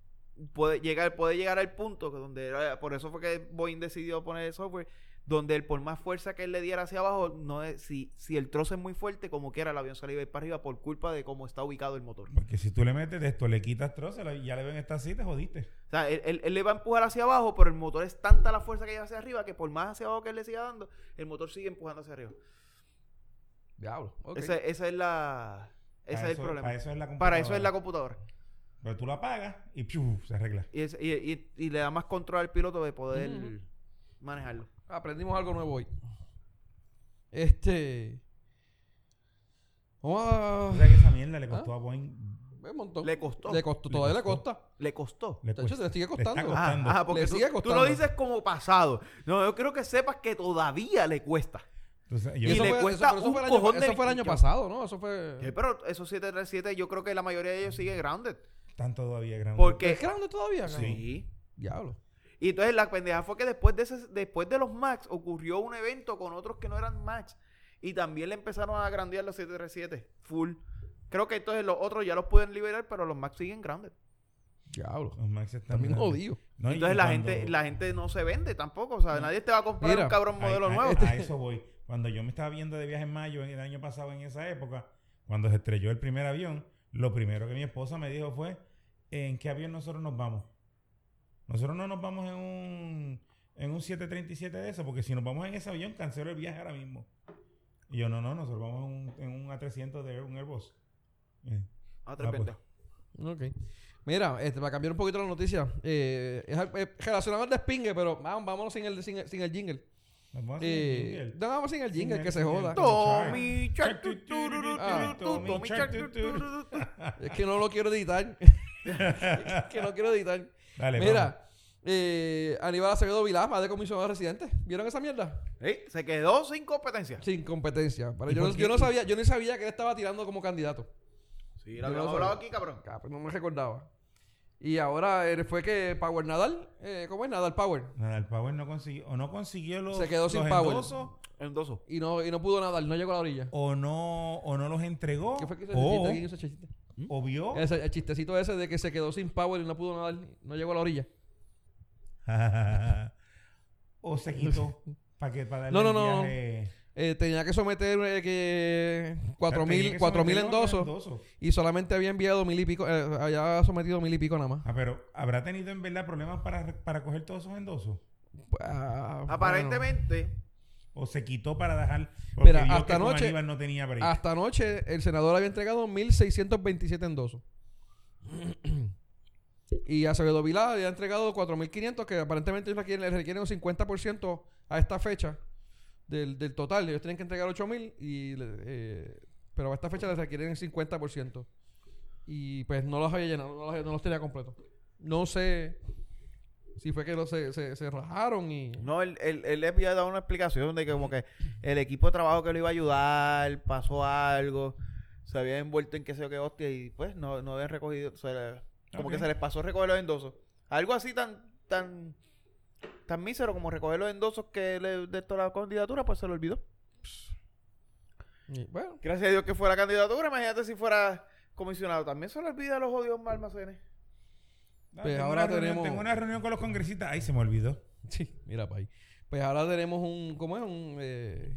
Speaker 3: puede llegar, puede llegar al punto que donde era- por eso fue que Boeing decidió poner el software, donde el, por más fuerza que él le diera hacia abajo, no es- si, si el trozo es muy fuerte, como quiera el avión se le iba a ir para arriba por culpa de cómo está ubicado el motor.
Speaker 4: Porque si tú le metes de esto, le quitas trozos, la- ya le ven esta así, te jodiste.
Speaker 3: O sea, él, él- él le va a empujar hacia abajo, pero el motor es tanta la fuerza que lleva hacia arriba que por más hacia abajo que él le siga dando, el motor sigue empujando hacia arriba.
Speaker 2: Diablo. ok.
Speaker 3: Esa, esa es la ese
Speaker 4: Para
Speaker 3: es el
Speaker 4: eso-
Speaker 3: problema.
Speaker 4: Para eso es la
Speaker 3: para eso es la
Speaker 4: computadora.
Speaker 3: computadora.
Speaker 4: Pero tú la apagas y ¡piu! se arregla.
Speaker 3: Y, es- y- y- y le da más control al piloto de poder
Speaker 2: Ujú.
Speaker 3: manejarlo.
Speaker 2: Aprendimos algo nuevo hoy. Este. Vamos a-
Speaker 4: O sea que esa mierda le
Speaker 3: Ah.
Speaker 4: costó a Boeing.
Speaker 2: Un montón.
Speaker 3: Le costó.
Speaker 2: Le costó.
Speaker 4: Le
Speaker 2: Todavía le
Speaker 4: costó.
Speaker 2: costa.
Speaker 3: Le costó.
Speaker 4: Le
Speaker 2: De hecho,
Speaker 4: cuesta-
Speaker 2: te sigue
Speaker 4: le está
Speaker 2: costando.
Speaker 3: Ah,
Speaker 4: costando.
Speaker 3: ajá, porque
Speaker 2: Le
Speaker 3: tú,
Speaker 2: sigue
Speaker 3: tú
Speaker 2: costando.
Speaker 3: lo dices como pasado. No, yo creo que sepas que todavía le cuesta.
Speaker 4: Entonces, yo-
Speaker 3: Y
Speaker 2: eso
Speaker 3: le
Speaker 2: fue, eso-
Speaker 3: cuesta
Speaker 2: pero eso
Speaker 3: un
Speaker 2: fue
Speaker 3: cojón
Speaker 2: el año,
Speaker 3: de
Speaker 2: eso fue el año
Speaker 3: billón.
Speaker 2: pasado, ¿no? Eso fue.
Speaker 3: Eh, pero esos 737 yo creo que la mayoría de ellos sigue grounded.
Speaker 4: Están todavía grandes.
Speaker 3: Porque...
Speaker 2: ¿Es grande todavía? cabrón?
Speaker 3: Sí.
Speaker 2: Diablo.
Speaker 3: Y entonces la pendeja fue que después de, ese- después de los Max ocurrió un evento con otros que no eran Max. Y también le empezaron a agrandear los 737. Full. Creo que entonces los otros ya los pueden liberar, pero los Max siguen grounded.
Speaker 2: Diablo.
Speaker 4: Los Max están
Speaker 2: También
Speaker 4: grandes.
Speaker 2: jodido.
Speaker 4: No, y-
Speaker 3: Entonces
Speaker 4: y
Speaker 3: la
Speaker 4: cuando-
Speaker 3: gente, la gente no se vende tampoco. O sea, nadie te va a comprar
Speaker 2: Mira,
Speaker 3: un cabrón
Speaker 4: Ahí-
Speaker 3: modelo
Speaker 4: ahí-
Speaker 3: nuevo.
Speaker 4: A eso voy. Cuando yo me estaba viendo de viaje en mayo en el año pasado, en esa época, cuando se estrelló el primer avión, lo primero que mi esposa me dijo fue: ¿En qué avión nosotros nos vamos? Nosotros no nos vamos en un, en un 737 de eso, porque si nos vamos en ese avión, cancelo el viaje ahora mismo. Y yo, no, no, nosotros vamos en un, en un A300 de un Airbus. Eh,
Speaker 3: Ah, tres
Speaker 4: Ah, pues.
Speaker 3: pendejos.
Speaker 2: Ok. Mira, este, para cambiar un poquito la noticia, eh, es, al- es relacionado al despingue, pero vamos, vámonos sin el, sin el, sin el jingle.
Speaker 4: Nos vamos a hacer un
Speaker 2: Eh,
Speaker 4: jingle.
Speaker 2: no, vamos sin el jingle, que se joda.
Speaker 3: Tommy Shark, tu,
Speaker 4: Shark, tu, tu, tu, tu,
Speaker 2: Ah.
Speaker 3: tu, tu, tu, Tommy
Speaker 4: Tommy
Speaker 3: Shark,
Speaker 4: Shark,
Speaker 3: tu,
Speaker 4: tu,
Speaker 3: tu,
Speaker 4: tu.
Speaker 3: tu, tu, tu.
Speaker 2: [laughs] Es que no lo quiero
Speaker 4: [laughs]
Speaker 2: editar. es que no quiero editar.
Speaker 4: Dale, vamos.
Speaker 2: Mira, eh, Aníbal Acevedo Vilá, más de comisionado residente. ¿Vieron esa mierda?
Speaker 3: Ey, Se quedó sin competencia.
Speaker 2: Sin competencia. Para-
Speaker 4: ¿Y
Speaker 2: yo, no-
Speaker 4: por qué?
Speaker 2: yo no sabía, yo no sabía que él estaba tirando como candidato.
Speaker 3: Sí,
Speaker 2: Yo
Speaker 3: lo habíamos
Speaker 2: no
Speaker 3: hablado
Speaker 2: sabía.
Speaker 3: aquí, cabrón.
Speaker 2: Cabrón, pues, No me recordaba. Y ahora eh, fue que Power Nadal, eh, ¿cómo es Nadal Power?
Speaker 4: Nadal Power no consiguió, o no consiguió los,
Speaker 2: Se quedó sin
Speaker 4: los
Speaker 2: Power.
Speaker 4: endosos,
Speaker 3: Endoso.
Speaker 2: Y no, y no pudo nadar, no llegó a la orilla.
Speaker 4: o no, o no los entregó,
Speaker 2: ¿Qué fue que hizo ese chiste?
Speaker 4: o,
Speaker 2: ¿Quién hizo ese chiste?
Speaker 4: o vio.
Speaker 2: Ese- el chistecito ese de que se quedó sin power y no pudo nadar, no llegó a la orilla.
Speaker 4: [laughs] o se quitó para que para darle
Speaker 2: No, no,
Speaker 4: el
Speaker 2: no.
Speaker 4: viaje.
Speaker 2: Eh, tenía que someter eh, que cuatro
Speaker 4: Tenía
Speaker 2: mil,
Speaker 4: que
Speaker 2: cuatro mil
Speaker 4: someterlo a los
Speaker 2: endosos y solamente había enviado mil y pico, eh, había sometido mil y pico nada más.
Speaker 4: Ah, pero ¿habrá tenido en verdad problemas para, para coger todos esos endosos?
Speaker 2: Ah,
Speaker 3: Aparentemente,
Speaker 4: ¿O se quitó para dejar? Porque
Speaker 2: Mira,
Speaker 4: vio
Speaker 2: hasta
Speaker 4: que con
Speaker 2: anoche-
Speaker 4: Aníbal no tenía break.
Speaker 2: bueno, hasta anoche el senador había entregado 1627 endosos. [clears throat] y Acevedo Vilá había entregado 4500 que aparentemente ellos requieren, les requieren un 50% a esta fecha del, del total. Ellos tienen que entregar 8000 y le- eh, pero a esta fecha les requieren el 50%. Y pues no los había llenado, no los, no los tenía completos. No sé si fue que los, se, se, se rajaron y
Speaker 3: no, el, el, el FBI da una explicación de que como que el equipo de trabajo que lo iba a ayudar pasó algo, se había envuelto en qué sé yo qué hostia y pues no, no habían recogido, se le- como
Speaker 4: Ok.
Speaker 3: que se les pasó recoger los endosos. Algo así tan, tan, tan mísero como recoger los endosos que le, de toda la candidatura, pues se lo olvidó.
Speaker 2: y, bueno,
Speaker 3: Gracias a Dios que fue la candidatura, imagínate si fuera comisionado. También se le olvida los odios almacenes.
Speaker 4: Ah,
Speaker 2: pues
Speaker 4: tengo
Speaker 2: ahora
Speaker 4: una reunión-
Speaker 2: tenemos-
Speaker 4: Tengo una reunión con los congresistas. Ay, se me olvidó.
Speaker 2: Sí, mira para ahí. Pues ahora tenemos un, ¿cómo es? Un, eh,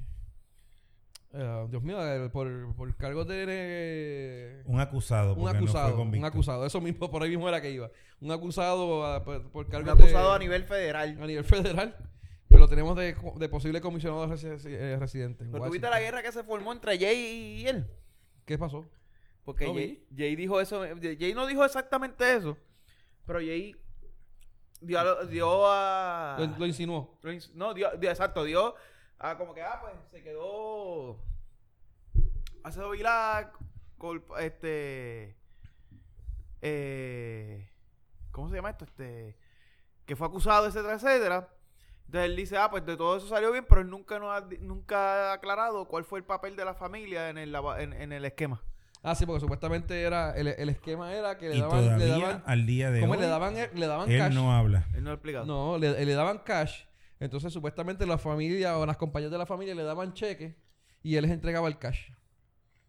Speaker 2: eh, Dios mío, eh, por, por cargo de... eh,
Speaker 4: Un acusado.
Speaker 2: un
Speaker 4: porque no fue
Speaker 2: acusado, un
Speaker 4: convicto.
Speaker 2: acusado. Eso mismo, por ahí mismo era que iba. Un acusado ah, por, por
Speaker 3: Un
Speaker 2: cargo
Speaker 3: acusado
Speaker 2: de-
Speaker 3: a nivel federal.
Speaker 2: a nivel federal. Pero lo tenemos de, co- de posible comisionado resi- eh, residente. en
Speaker 3: Pero
Speaker 2: Washington.
Speaker 3: tuviste la guerra que se formó entre Jay y él.
Speaker 2: ¿Qué pasó?
Speaker 3: Porque
Speaker 2: No
Speaker 3: Jay, Jay dijo eso. Jay no dijo exactamente eso. Pero Jay dio a. lo- dio a-
Speaker 2: Lo, lo insinuó.
Speaker 3: lo ins- no, dio, dio- exacto, dio a como que, ah, pues se quedó. Acedo Vilá, culp- este. eh, ¿Cómo se llama esto? Este. Que fue acusado, etcétera, etcétera. Entonces él dice, ah, pues de todo eso salió bien, pero él nunca, nos ha, di- nunca ha aclarado cuál fue el papel de la familia en el, lava- en- en el esquema.
Speaker 2: Ah, sí, porque supuestamente era el, el esquema era que le
Speaker 4: Y
Speaker 2: daban, le
Speaker 4: todavía
Speaker 2: daban,
Speaker 4: al día de
Speaker 2: ¿cómo
Speaker 4: hoy,
Speaker 2: le daban, eh, le daban
Speaker 4: él
Speaker 2: cash?
Speaker 4: no habla.
Speaker 3: Él no lo ha explicado.
Speaker 2: No, le, le daban cash. Entonces, supuestamente la familia o las compañías de la familia le daban cheques y él les entregaba el cash.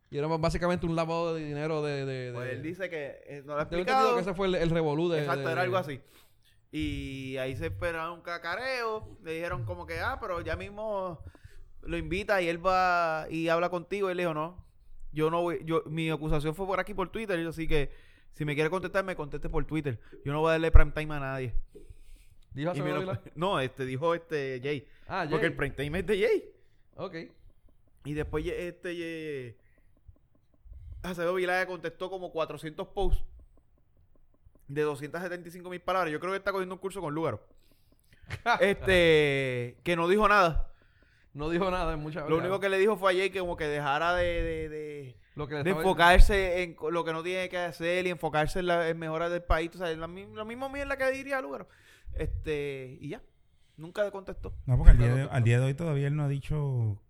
Speaker 2: Y era básicamente un lavado de dinero de... de, de-
Speaker 3: Pues él dice que eh, no lo ha
Speaker 2: Tengo entendido
Speaker 3: explicado.
Speaker 2: que ese fue el, el revolú de...
Speaker 3: Exacto,
Speaker 2: de-
Speaker 3: era algo
Speaker 2: de-
Speaker 3: así. Y ahí se esperaba un cacareo. Le dijeron como que, ah, pero ya mismo lo invita y él va y habla contigo. Y él dijo, no, yo no voy, yo, mi acusación fue por aquí por Twitter. Y yo así que, si me quiere contestar, me conteste por Twitter. Yo no voy a darle prime time a nadie.
Speaker 2: Dijo
Speaker 3: Y me lo-
Speaker 2: Acevedo Vilá.
Speaker 3: [laughs] no, este, dijo este Jay.
Speaker 2: Ah, ya.
Speaker 3: Porque el prime time es de Jay.
Speaker 2: Ok.
Speaker 3: Y después ye- este ye- Acevedo Vilaya contestó como 400 posts de 275 mil palabras. Yo creo que está cogiendo un curso con Lúgaro. este, que no dijo nada.
Speaker 2: No dijo nada en muchas
Speaker 3: Lo único que le dijo fue a Jay que como que dejara de, de- de-
Speaker 2: [laughs] Lo que le
Speaker 3: de
Speaker 2: estaba-
Speaker 3: enfocarse en co- lo que no tiene que hacer y enfocarse en las mejoras del país. O sea, en la, mi- la misma mierda que diría Lúgaro. Este, y ya. Nunca le contestó.
Speaker 4: No, porque al día, de, al día de hoy todavía él no ha dicho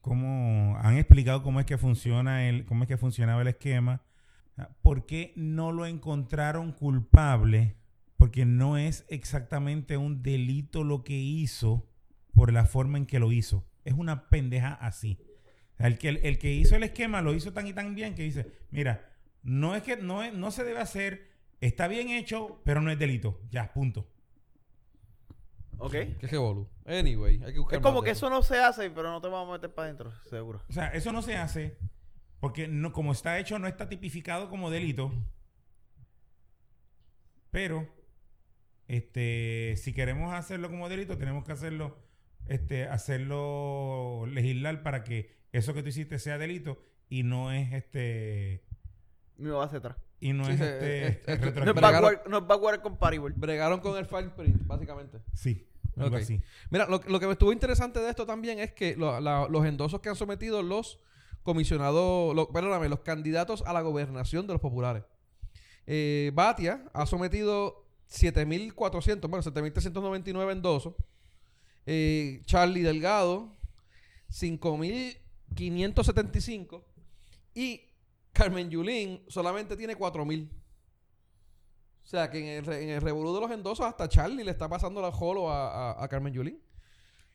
Speaker 4: cómo... Han explicado cómo es que funciona el, cómo es que funcionaba el esquema. Ah, ¿Por qué no lo encontraron culpable? Porque no es exactamente un delito lo que hizo por la forma en que lo hizo. Es una pendeja así. El que, el que hizo el esquema lo hizo tan y tan bien que dice, mira, no es que no, es- no se debe hacer, está bien hecho, pero no es delito. Ya, punto.
Speaker 3: ¿Ok?
Speaker 2: Qué revolú. Anyway, hay que buscar
Speaker 3: Es como
Speaker 2: más de
Speaker 3: que eso no se hace, pero no te vamos a meter para adentro, seguro.
Speaker 4: O sea, eso no se hace porque no, como está hecho no está tipificado como delito. Pero este si queremos hacerlo como delito tenemos que hacerlo este hacerlo legislar para que eso que tú hiciste sea delito y no es este
Speaker 3: Mi va hacia atrás.
Speaker 4: y no
Speaker 2: Sí,
Speaker 4: es
Speaker 2: se-
Speaker 4: este
Speaker 2: es- es-
Speaker 3: No es
Speaker 4: retroactivo.
Speaker 2: Bregaron-
Speaker 3: backward, no es backward compatible.
Speaker 2: Bregaron con el file print, básicamente.
Speaker 4: Sí. algo
Speaker 2: Ok.
Speaker 4: así.
Speaker 2: Mira, lo, lo que me estuvo interesante de esto también es que lo- la- los endosos que han sometido los comisionados, lo- perdóname, los candidatos a la gobernación de los populares. Eh, Batia ha sometido 7.400, bueno, 7.399 endosos. Eh, Charlie Delgado, 5.575. Y Carmen Yulín solamente tiene 4.000. O sea, que en el, re- en el revolú de los endosos hasta Charlie le está pasando la jolo a, a- a Carmen Yulín.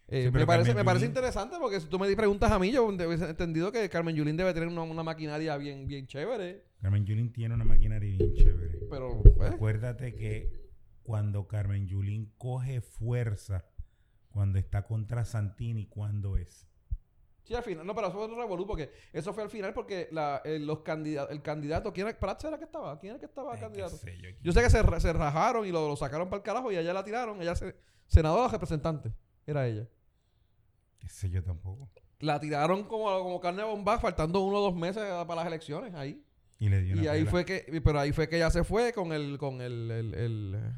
Speaker 2: Eh,
Speaker 4: Sí, pero
Speaker 2: me, parece,
Speaker 4: Carmen
Speaker 2: me parece
Speaker 4: Yulín-
Speaker 2: interesante porque si tú me preguntas a mí, yo he entendido que Carmen Yulín debe tener una, una maquinaria bien, bien chévere.
Speaker 4: Carmen Yulín tiene una maquinaria bien chévere.
Speaker 2: Pero, pues,
Speaker 4: Acuérdate que cuando Carmen Yulín coge fuerza, cuando está contra Santini, ¿cuándo es?
Speaker 2: Sí, al final. No, pero eso fue un revolú porque eso fue al final porque la, eh, los candidatos, el candidato, ¿quién era? Prats era que estaba? ¿Quién era que estaba
Speaker 4: Ay, Eh, qué
Speaker 2: candidato?
Speaker 4: sé yo, aquí.
Speaker 2: Yo sé que se, ra- se rajaron y lo, lo sacaron para el carajo y allá la tiraron. Ella se, senadora representante, era ella.
Speaker 4: Qué sé yo tampoco.
Speaker 2: La tiraron como, como carne bomba, faltando uno o dos meses eh, para las elecciones ahí.
Speaker 4: Y le dio una
Speaker 2: Y ahí
Speaker 4: pela.
Speaker 2: fue que, pero ahí fue que ella se fue con el, con el, el- el, eh,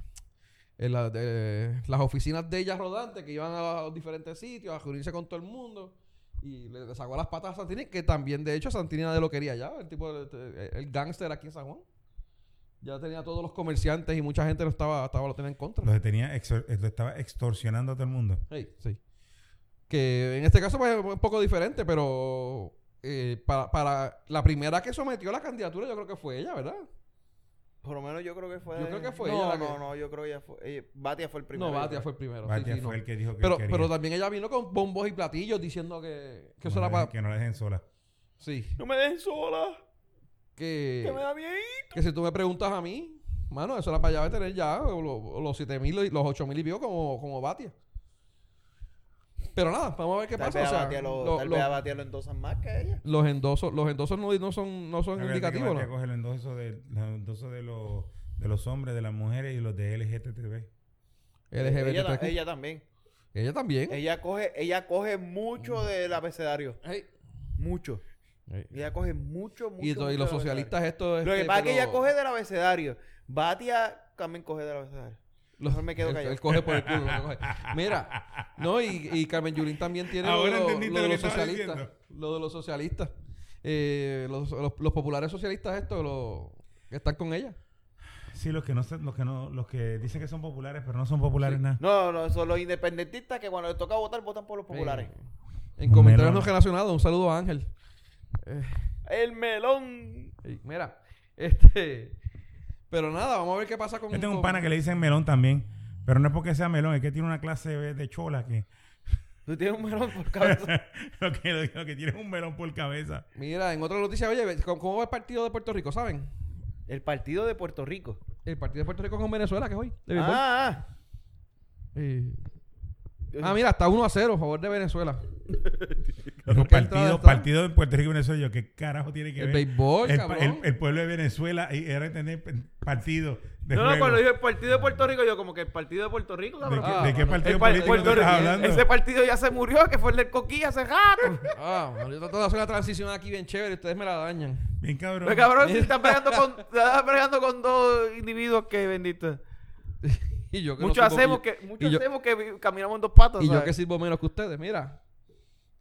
Speaker 2: el, la- de- las oficinas de ella rodantes que iban a los diferentes sitios a reunirse con todo el mundo. Y le, le sacó las patas a Santini, que también, de hecho, Santini nadie lo quería ya. El tipo, el, el gángster aquí en San Juan. Ya tenía todos los comerciantes y mucha gente lo estaba, estaba lo tenía en contra.
Speaker 4: Lo tenía exor- eh, lo estaba extorsionando a todo el mundo.
Speaker 2: Sí, sí. Que en este caso pues, es un poco diferente, pero eh, para, para la primera que sometió la candidatura yo creo que fue ella, ¿verdad?
Speaker 7: Por lo menos yo creo que fue.
Speaker 2: Yo creo que fue
Speaker 7: No,
Speaker 2: ella la
Speaker 7: no,
Speaker 2: que-
Speaker 7: no, yo creo que ella fue. eh, Batia fue el primero.
Speaker 2: no,
Speaker 7: yo
Speaker 2: Batia
Speaker 7: creo.
Speaker 2: fue el primero. sí,
Speaker 4: Batia
Speaker 2: sí, no.
Speaker 4: fue el que dijo que
Speaker 2: pero,
Speaker 4: él quería.
Speaker 2: pero también ella vino con bombos y platillos diciendo que, que
Speaker 4: no
Speaker 2: eso
Speaker 4: la
Speaker 2: era
Speaker 4: dejen-
Speaker 2: para...
Speaker 4: que no la dejen sola.
Speaker 2: Sí.
Speaker 7: ¡No me dejen sola!
Speaker 2: Que,
Speaker 7: ¡Que me da bien!
Speaker 2: que si tú me preguntas a mí, mano, eso era para allá tener ya o lo- o los 7.000, y los 8.000 y pico como, como Batia. Pero nada, vamos a ver qué
Speaker 7: Tal
Speaker 2: pasa.
Speaker 7: vez
Speaker 2: o sea,
Speaker 7: a Batia lo,
Speaker 2: lo-
Speaker 7: tal
Speaker 2: lo-
Speaker 7: vez a Batia lo endosan más que a ella.
Speaker 2: los endosos, los endosos no, no son, no son
Speaker 4: Acuérdate que
Speaker 2: indicativos,
Speaker 4: Batia
Speaker 2: ¿no?
Speaker 4: coge el endoso de, los endosos de, los, de los hombres, de las mujeres y los de LGTB.
Speaker 2: LGBT.
Speaker 7: Ella, ta- ella también.
Speaker 2: Ella también.
Speaker 7: Ella coge, ella coge
Speaker 2: Mm.
Speaker 7: mucho del abecedario.
Speaker 2: Ey.
Speaker 7: Mucho.
Speaker 2: Ey.
Speaker 7: Ella coge mucho, mucho.
Speaker 2: Y, to-
Speaker 7: mucho
Speaker 2: y los
Speaker 7: del
Speaker 2: socialistas este, esto
Speaker 7: abecedario. Lo
Speaker 2: es
Speaker 7: que pasa es que ella coge del abecedario. Batia también coge del abecedario.
Speaker 2: los,
Speaker 7: Mejor me quedo
Speaker 2: él-
Speaker 7: callado.
Speaker 2: él coge por el culo. lo coge. Mira, no, y, y Carmen Yulín también tiene lo de
Speaker 4: Ahora
Speaker 2: lo-
Speaker 4: entendiste
Speaker 2: lo de
Speaker 4: lo
Speaker 2: los
Speaker 4: que estaba
Speaker 2: socialistas.
Speaker 4: diciendo.
Speaker 2: Lo de los socialistas. Eh, los, los- los populares socialistas estos lo, están con ella.
Speaker 4: Sí, los que no se- los que no, los que dicen que son populares, pero no son populares nada.
Speaker 7: No, no, son los independentistas que cuando les toca votar, votan por los populares.
Speaker 2: Eh, en comentarios
Speaker 4: Melón.
Speaker 2: no relacionados, un saludo a Ángel.
Speaker 7: El melón.
Speaker 2: Ey, Mira, [laughs] este... Pero nada, vamos a ver qué pasa con...
Speaker 4: Yo tengo un
Speaker 2: con-
Speaker 4: pana que le dicen melón también, pero no es porque sea melón, es que tiene una clase de, de chola que [laughs]
Speaker 7: Tú tienes un melón por cabeza.
Speaker 4: lo, que lo, que tiene es un melón por cabeza.
Speaker 2: [laughs] Mira, en otra noticia, oye, ve- ¿cómo, cómo va el partido de Puerto Rico, saben?
Speaker 7: El partido de Puerto Rico.
Speaker 2: El partido de Puerto Rico con Venezuela, que es hoy. de béisbol.
Speaker 7: Ah, ah.
Speaker 2: Eh, Ah, mira, está 1 a 0 a favor de Venezuela.
Speaker 4: Los
Speaker 2: Creo que entrada
Speaker 4: partidos,
Speaker 2: está-
Speaker 4: partidos en Puerto Rico y Venezuela, yo, ¿qué carajo tiene que
Speaker 2: El
Speaker 4: ver?
Speaker 2: béisbol,
Speaker 4: el,
Speaker 2: cabrón.
Speaker 4: el- el pueblo de Venezuela y era tener p- partido de
Speaker 3: No, no,
Speaker 4: juego.
Speaker 3: cuando dijo el partido de Puerto Rico, yo como que el partido de Puerto Rico,
Speaker 4: ¿De,
Speaker 3: cabrón.
Speaker 4: qué,
Speaker 2: Ah,
Speaker 4: de qué
Speaker 2: mano.
Speaker 4: partido
Speaker 3: El par-
Speaker 4: político
Speaker 3: Puerto
Speaker 4: tú estás
Speaker 3: Rico-
Speaker 4: hablando?
Speaker 3: Ese partido ya se murió, que fue el del Coquilla hace
Speaker 4: [laughs]
Speaker 3: rato.
Speaker 2: Ah, bueno, yo trato de hacer una transición aquí bien chévere, ustedes me la dañan. [laughs]
Speaker 4: Bien cabrón.
Speaker 3: Pero cabrón, si estás bregando con, estás bregando con dos individuos que bendito.
Speaker 2: Y yo que no
Speaker 3: Muchos
Speaker 2: sirvo-
Speaker 3: hacemos
Speaker 2: y-
Speaker 3: que,
Speaker 2: y
Speaker 3: muchos
Speaker 2: yo-
Speaker 3: hacemos que vi- caminamos en dos patas.
Speaker 2: Y yo
Speaker 3: ¿sabes?
Speaker 2: que sirvo menos que ustedes, mira.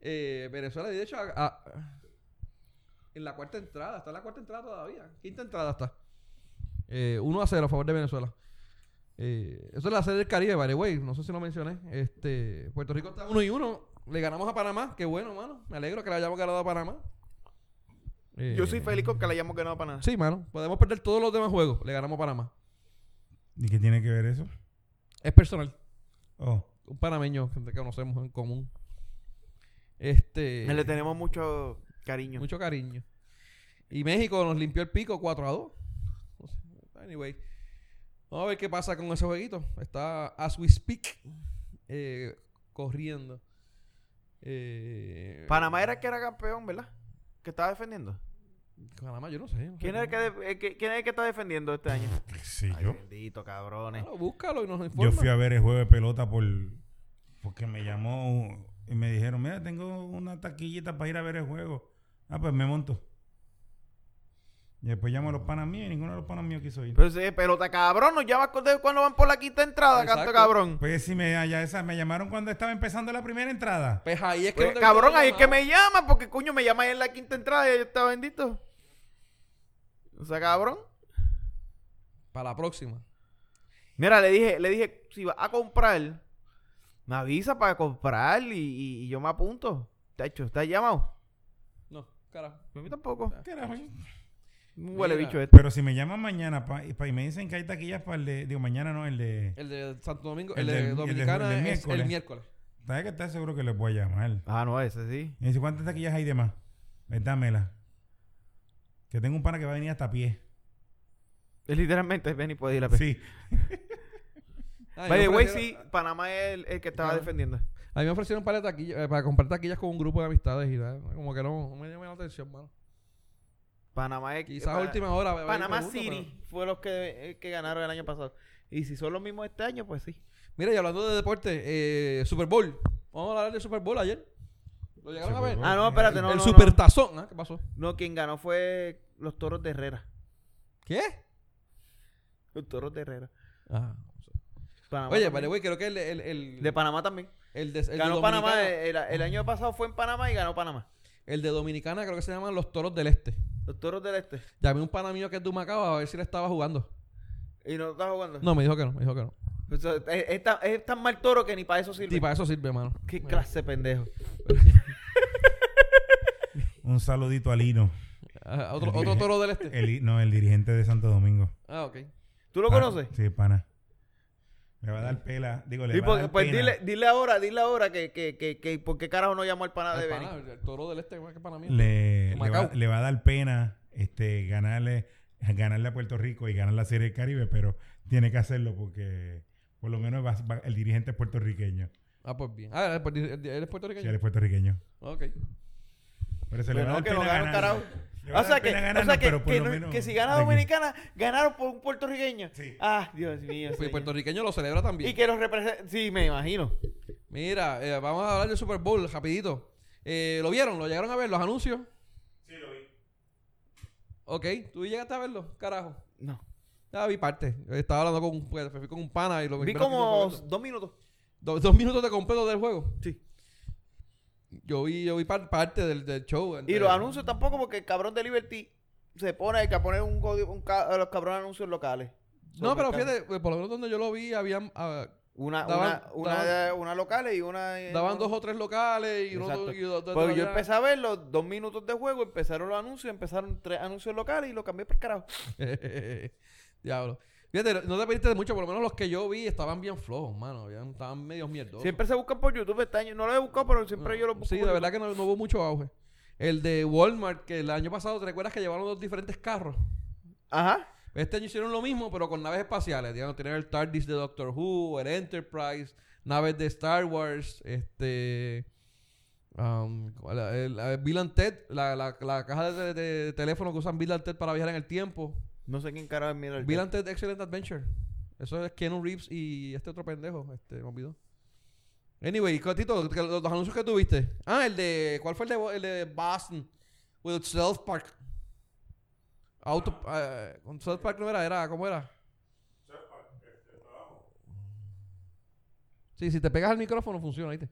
Speaker 2: Eh, Venezuela, de hecho, a- a- en la cuarta entrada, está en la cuarta entrada todavía. Quinta entrada está. Eh, 1 a 0 a favor de Venezuela. Eh, eso es la serie del Caribe, by the way. No sé si lo mencioné. Este, Puerto Rico está 1 y 1. Le ganamos a Panamá. Qué bueno, mano. Me alegro que le hayamos ganado a Panamá. Eh,
Speaker 3: Yo soy feliz con que le hayamos ganado para nada.
Speaker 2: Sí, mano. Podemos perder todos los demás juegos. Le ganamos a Panamá.
Speaker 4: ¿Y qué tiene que ver eso?
Speaker 2: Es personal.
Speaker 4: Oh,
Speaker 2: Un panameño que conocemos en común. Este.
Speaker 3: Le tenemos mucho cariño.
Speaker 2: Mucho cariño. Y México nos limpió el pico 4 a 2. Anyway. Vamos a ver qué pasa con ese jueguito. Está as we speak. eh, corriendo. Eh,
Speaker 3: Panamá era el que era campeón, ¿verdad? Que estaba defendiendo.
Speaker 2: Panamá, yo no sé. no sé
Speaker 3: ¿Quién es el que,
Speaker 2: cómo.
Speaker 3: de- eh, que- ¿quién es el que está defendiendo este año?
Speaker 4: qué sé
Speaker 3: Ay,
Speaker 4: Ah, yo.
Speaker 3: bendito, cabrones.
Speaker 2: Claro, búscalo y nos informa.
Speaker 4: Yo fui a ver el juego de pelota por porque me llamó y me dijeron, mira, tengo una taquillita para ir a ver el juego. Ah, pues me monto. Y después llamo a los panas míos y ninguno de los panas míos quiso ir.
Speaker 3: Pero sí, pelota cabrón, nos llamas cu- de cuando van por la quinta entrada,
Speaker 2: Exacto.
Speaker 3: canto cabrón.
Speaker 4: Pues sí, me, allá esas, me llamaron cuando estaba empezando la primera entrada.
Speaker 2: Pues ahí es que.
Speaker 3: Pues,
Speaker 2: no te
Speaker 3: cabrón,
Speaker 2: metes
Speaker 3: ahí es que
Speaker 2: llamada.
Speaker 3: me llama, porque coño me llama ahí en la quinta entrada y yo estaba bendito. O sea, cabrón.
Speaker 2: Para la próxima.
Speaker 3: Mira, le dije, le dije, si vas a comprar, me avisa para comprar y, y- y yo me apunto. Tacho, ¿estás llamado?
Speaker 2: No, carajo.
Speaker 3: A mí tampoco.
Speaker 4: Carajo.
Speaker 3: Un huele
Speaker 2: Mira.
Speaker 3: bicho este.
Speaker 4: Pero si me llaman mañana pa- y, pa- y me dicen que hay taquillas para el de. Digo, mañana no, el de.
Speaker 2: El de Santo Domingo, el,
Speaker 4: El
Speaker 2: de
Speaker 4: del- el del-
Speaker 2: Dominicana
Speaker 4: del
Speaker 2: es el
Speaker 4: miércoles.
Speaker 2: miércoles.
Speaker 4: ¿Sabes que estás seguro que les voy a llamar?
Speaker 3: Ah, no, ese sí.
Speaker 4: Y dice, ¿cuántas taquillas hay de más? Pues dámela. Que tengo un pana que va a venir hasta a pie.
Speaker 3: Es literalmente ven y puede ir a
Speaker 4: Sí.
Speaker 2: Ah, y
Speaker 3: By
Speaker 2: me
Speaker 3: the way, sí,
Speaker 2: ofrecieron-
Speaker 3: Panamá es el, el que estaba
Speaker 2: Claro.
Speaker 3: defendiendo.
Speaker 2: A mí me ofrecieron para, taquilla, eh, para comprar taquillas con un grupo de amistades y tal. Como que no, no me llamó la atención, mano.
Speaker 3: Panamá es.
Speaker 2: Quizás a
Speaker 3: Pana-
Speaker 2: última hora. vaya y
Speaker 3: Panamá
Speaker 2: pregunto,
Speaker 3: City fue los que, eh, que ganaron el año pasado. Y si son los mismos este año, pues sí.
Speaker 2: pero- Mira, y hablando de deporte, eh, Super Bowl. Vamos a hablar de Super Bowl ayer. ¿Lo llegaron
Speaker 4: Super
Speaker 2: a ver?
Speaker 4: Bowl.
Speaker 3: Ah, no, espérate, no.
Speaker 2: el
Speaker 3: no,
Speaker 2: Super
Speaker 3: no.
Speaker 2: Tazón, ¿ah? ¿Qué pasó?
Speaker 3: No, quien ganó fue los toros de Herrera.
Speaker 2: ¿Qué?
Speaker 3: Los toros de Herrera.
Speaker 2: Ah.
Speaker 3: Panamá
Speaker 2: Oye,
Speaker 3: también.
Speaker 2: vale, güey, creo que el. el, el
Speaker 3: De Panamá también.
Speaker 2: el de, el de
Speaker 3: ganó Panamá. eh,
Speaker 2: Dominicana-
Speaker 3: El, el año pasado fue en Panamá y ganó Panamá.
Speaker 2: El de Dominicana creo que se llaman los toros del Este.
Speaker 3: Los toros del este.
Speaker 2: Llamé a un pana mío que es de Humacao a ver si le estaba jugando.
Speaker 3: Y no está jugando.
Speaker 2: No, me dijo que no, me dijo que no.
Speaker 3: O sea, es, es tan, es tan mal toro que ni para eso sirve.
Speaker 2: Y para eso sirve, mano.
Speaker 3: Qué
Speaker 2: Mira.
Speaker 3: clase de pendejo.
Speaker 4: Un saludito a Lino.
Speaker 2: Ah, Otro, otro toro del Este.
Speaker 4: [laughs] El, no, el dirigente de Santo Domingo.
Speaker 2: Ah, ok.
Speaker 3: ¿Tú lo
Speaker 4: Pa-
Speaker 3: conoces?
Speaker 4: Sí, pana. Le va a dar pela. Digo, le
Speaker 3: Y
Speaker 4: va
Speaker 3: por-
Speaker 4: a dar
Speaker 3: pues
Speaker 4: pena.
Speaker 3: dile, dile ahora, dile ahora que, que, que, que por qué carajo no llamó al pana
Speaker 2: Ah,
Speaker 3: de
Speaker 2: es
Speaker 3: Benny.
Speaker 2: pana, el toro del Este, que para mí.
Speaker 4: le, le
Speaker 2: Macao.
Speaker 4: va, le va a dar pena este, ganarle, ganarle a Puerto Rico y ganar la Serie del Caribe, pero tiene que hacerlo porque por lo menos va- va- el dirigente es puertorriqueño.
Speaker 2: Ah, pues bien. Ah, él es- él es
Speaker 4: Sí,
Speaker 2: puertorriqueño.
Speaker 4: él es puertorriqueño.
Speaker 2: Ok.
Speaker 4: Pero se
Speaker 3: Pero
Speaker 4: le va a
Speaker 3: no,
Speaker 4: dar
Speaker 3: que
Speaker 4: pena
Speaker 3: no ganaron,
Speaker 4: ganarle.
Speaker 3: carajo.
Speaker 4: Le va a
Speaker 3: O
Speaker 4: dar
Speaker 3: sea, que,
Speaker 4: pena
Speaker 3: o
Speaker 4: ganarle,
Speaker 3: sea que,
Speaker 4: pero por
Speaker 3: que
Speaker 4: lo
Speaker 3: no-
Speaker 4: menos
Speaker 3: que si gana
Speaker 4: de aquí.
Speaker 3: Dominicana, ganaron por un puertorriqueño.
Speaker 4: Sí.
Speaker 3: Ah, Dios mío.
Speaker 2: Y
Speaker 3: señor.
Speaker 2: puertorriqueño lo celebra también.
Speaker 3: Y que los representa. Sí, me imagino.
Speaker 2: Mira, eh, vamos a hablar del Super Bowl rapidito. Eh, ¿Lo vieron? ¿Lo llegaron a ver los anuncios?
Speaker 4: Sí, lo vi.
Speaker 2: Ok, tú llegaste a verlo, carajo.
Speaker 3: No.
Speaker 2: Ya vi parte. Estaba hablando con, un- pues, fui con un pana y lo
Speaker 3: Vi
Speaker 2: primero que
Speaker 3: como
Speaker 2: hizo fue verlo.
Speaker 3: dos minutos.
Speaker 2: Do- dos minutos de completo del juego.
Speaker 3: Sí.
Speaker 2: Yo vi, yo vi par- parte del, del show. eh,
Speaker 3: Y
Speaker 2: entre-
Speaker 3: los anuncios tampoco, porque el cabrón de Liberty se pone el que a poner un, código- un ca- a los cabrones anuncios locales.
Speaker 2: No, pero
Speaker 3: Supercan-
Speaker 2: fíjate, pues, por lo menos donde yo lo vi, habían, ah,
Speaker 3: Una,
Speaker 2: daban-
Speaker 3: una, una,
Speaker 2: daban-
Speaker 3: una locales y una. eh,
Speaker 2: daban
Speaker 3: no-
Speaker 2: dos o tres locales y uno
Speaker 3: Exacto.
Speaker 2: y dos- dos-
Speaker 3: Pues
Speaker 2: dos
Speaker 3: yo
Speaker 2: allá.
Speaker 3: empecé a verlo, dos minutos de juego, empezaron los anuncios, empezaron tres anuncios locales y lo cambié por carajo.
Speaker 2: [laughs] Diablo. Fíjate, no te perdiste de mucho, por lo menos los que yo vi estaban bien flojos, mano. ya Estaban medios mierdos.
Speaker 3: Siempre se buscan por YouTube este año. No lo he buscado, pero siempre yo lo busco.
Speaker 2: Sí,
Speaker 3: por
Speaker 2: la
Speaker 3: YouTube.
Speaker 2: verdad que no, no hubo mucho auge. El de Walmart, que el año pasado, ¿te recuerdas que llevaron dos diferentes carros?
Speaker 3: Ajá.
Speaker 2: Este año hicieron lo mismo, pero con naves espaciales. Ya no tienen el TARDIS de Doctor Who, el Enterprise, naves de Star Wars, este. um, ¿cuál era? el, el Bill and Ted, la, la- la caja de, de- de teléfono que usan Bill and Ted para viajar en el tiempo.
Speaker 3: No sé quién carajo es Miller.
Speaker 2: Bill and Ted Excellent Adventure. Eso es Keanu Reeves y este otro pendejo. Este, me olvidó. Anyway, Cotito, que los, los anuncios que tuviste. Ah, el de. ¿Cuál fue el de, el de Boston? With South Park. Auto, eh, con South Park no era, era ¿cómo era? Sí, si te pegas al micrófono funciona, ¿viste?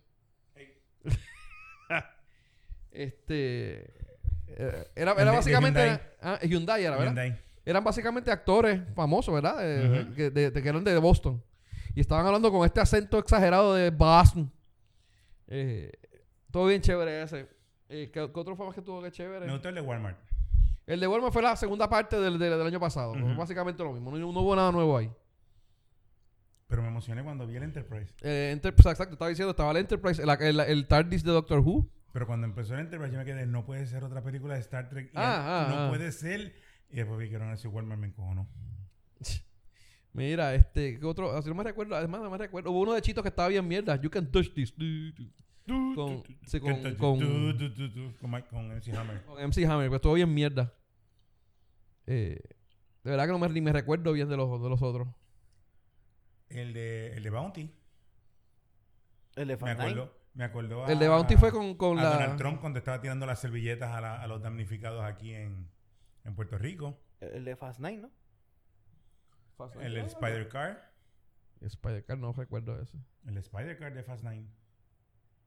Speaker 2: [laughs] este. eh, era,
Speaker 4: El de-
Speaker 2: era
Speaker 4: de
Speaker 2: básicamente.
Speaker 4: Hyundai.
Speaker 2: ah, Hyundai era, ¿verdad?
Speaker 4: Hyundai.
Speaker 2: eran básicamente actores famosos, ¿verdad? De-
Speaker 4: Ujú.
Speaker 2: que, de- de- que eran de Boston. Y estaban hablando con este acento exagerado de Boston. Eh, todo bien chévere ese. Eh, ¿qué, qué otro fue más que tuvo que chévere?
Speaker 4: Me gustó el de Walmart.
Speaker 2: El de Walmart fue la segunda parte del, del- del año pasado.
Speaker 4: Ujú.
Speaker 2: Básicamente lo mismo. No, no hubo nada nuevo ahí.
Speaker 4: Pero me emocioné cuando vi el Enterprise.
Speaker 2: Eh, Enter- pues, exacto, estaba diciendo, estaba el Enterprise, el, el- el TARDIS de Doctor Who. [laughs]
Speaker 4: Pero cuando empezó el Enterprise, yo me quedé, no puede ser otra película de Star Trek. Y
Speaker 2: Ah,
Speaker 4: no
Speaker 2: ah, ah.
Speaker 4: puede ser. Y después vi que era ese Walmart, me encojonó.
Speaker 2: Mira, este, ¿qué otro? Así no me recuerdo, además no me recuerdo. Hubo uno de Chitos que estaba bien mierda. You can touch this. Du- du- Con, sí, con,
Speaker 4: Con,
Speaker 2: con-
Speaker 4: con Mike- con MC Hammer.
Speaker 2: Con MC Hammer, pues todo bien mierda. Eh, de verdad que no me, ni me recuerdo bien de los, de los otros.
Speaker 4: El de, el de Bounty.
Speaker 3: El de
Speaker 4: Me
Speaker 3: Fortnite.
Speaker 4: acordó, me acordó a,
Speaker 2: el de Bounty fue con, con
Speaker 4: a
Speaker 2: la.
Speaker 4: Donald Trump cuando estaba tirando las servilletas a, la- a los damnificados aquí en, en Puerto Rico,
Speaker 3: El de Fast Nine, ¿no?
Speaker 2: Fast Nine.
Speaker 4: el, del Spider Car,
Speaker 2: Spider-Car, no recuerdo eso.
Speaker 4: el Spider Car de Fast Nine,